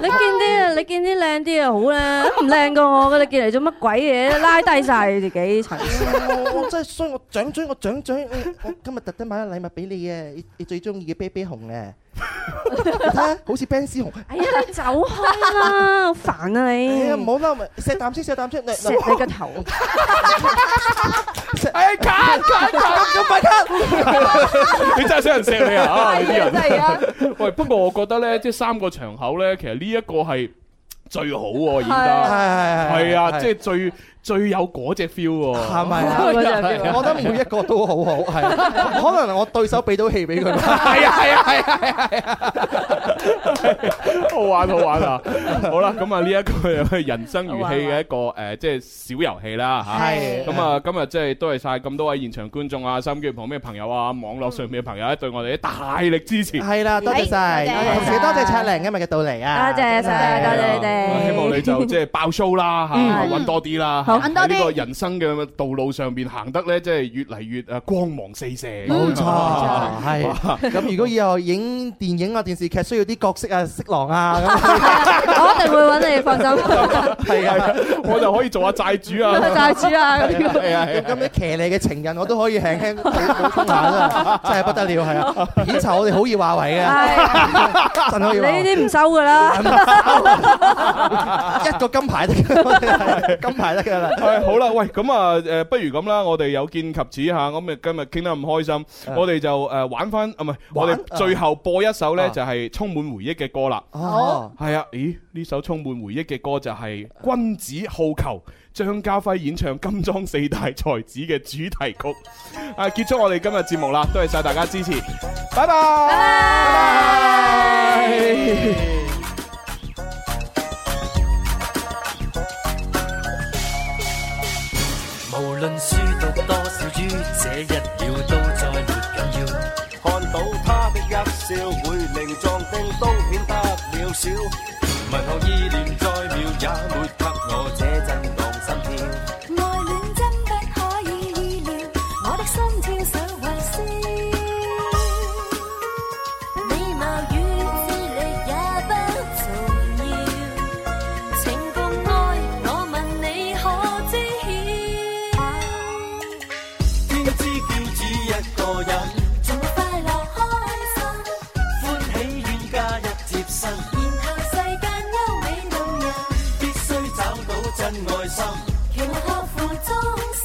[SPEAKER 11] 你見啲啊，你見啲靚啲啊好啦，唔靚過我嘅，你見嚟做乜鬼嘢？拉低晒你自己層。
[SPEAKER 4] 哎我我真係衰，我掌嘴，我掌嘴，我嗯我今日特登買咗禮物俾你啊！你你最中意嘅啤啤熊啊，你睇下好似 Ben 絲熊。
[SPEAKER 11] 哎呀，你走開啦，好煩啊
[SPEAKER 4] 哎
[SPEAKER 11] 你
[SPEAKER 4] 呀，！唔好嬲，咪錫啖先，錫啖先。
[SPEAKER 11] 錫你個頭，
[SPEAKER 3] 哎卡卡 卡，
[SPEAKER 4] 唔係
[SPEAKER 3] 你真係想人錫你啊！啊，呢啲
[SPEAKER 13] Dạ,
[SPEAKER 5] 真係啊
[SPEAKER 3] 人，喂，不過我覺得咧，即係三個場口咧，其實呢一個係最好喎，演得
[SPEAKER 4] 係係係係
[SPEAKER 3] 係啊，
[SPEAKER 4] 係
[SPEAKER 3] 即係最最有嗰只 feel 喎。
[SPEAKER 4] 係咪啊？
[SPEAKER 13] vâng.
[SPEAKER 4] 我覺得每一個都好好，係。可能我對手俾到氣俾佢。係啊係啊係啊係啊！
[SPEAKER 3] 啊好玩好玩啊！好啦，咁啊呢一個係人生如戲嘅一個誒，即係小遊戲啦嚇。
[SPEAKER 4] 係
[SPEAKER 3] 咁啊，今日即係多謝晒咁多位現場觀眾啊、收音機旁邊嘅朋友啊、網絡上面嘅朋友咧，啊對我哋啲大力支持。
[SPEAKER 4] 係啦，哎多謝晒，同時多謝卓玲今日嘅到嚟啊！
[SPEAKER 5] 多謝晒多謝你哋
[SPEAKER 3] 啊希望你就即係爆 show 啦嚇，
[SPEAKER 5] 嗯
[SPEAKER 3] 揾多啲啦，
[SPEAKER 5] 好
[SPEAKER 3] 喺
[SPEAKER 5] 揾多啲
[SPEAKER 3] 呢個人生嘅道路上邊行得咧，即係越嚟越誒光芒四射。
[SPEAKER 4] 冇錯，係
[SPEAKER 3] 嗯哇
[SPEAKER 4] 咁。如果以後影電影啊、電視劇需要啲角色啊、色狼啊咁，
[SPEAKER 5] 我一定會揾你，放心。
[SPEAKER 4] 係啊，
[SPEAKER 3] 我就可以 做下債主啊
[SPEAKER 5] 債主啊咁樣
[SPEAKER 4] 係啊，咁啲騎呢嘅情人我都可以輕輕補充下啦， 真係不得了，係啊！片酬我哋好易話為嘅，真係可以話為
[SPEAKER 5] 你呢啲唔收噶啦，
[SPEAKER 4] 一個金牌得㗎，金牌得㗎啦。
[SPEAKER 3] 系好啦，喂，咁啊，诶，不如咁啦，我哋有見及此吓，咁啊，今日傾得咁開心，我哋就诶啊玩翻，啊唔係，我哋最後播一首咧就係充滿回憶嘅歌啦。
[SPEAKER 4] 哦，
[SPEAKER 3] 係啊，咦，呢首充滿回憶嘅歌就係《君子好逑》，張家輝演唱金裝四大才子嘅主題曲。 啊，結束我哋今日節目啦，多謝晒大家支持，拜拜。
[SPEAKER 10] 無論書讀多少於這一秒都再沒緊要。
[SPEAKER 15] 看到他的一笑，會令壯丁都顯得渺小。
[SPEAKER 10] 文學意念再妙也沒給我這震盪心跳。
[SPEAKER 13] 愛戀真不可以意料，我的心跳上雲霄。美貌與智力也不重要，情共愛，我問你可知曉？
[SPEAKER 15] 天之驕子一個人，
[SPEAKER 13] 做我快樂開心，
[SPEAKER 15] 歡喜冤家一接生，
[SPEAKER 13] 然後世間優美動人，
[SPEAKER 15] 必須找到真愛心。
[SPEAKER 13] 權力後付終身。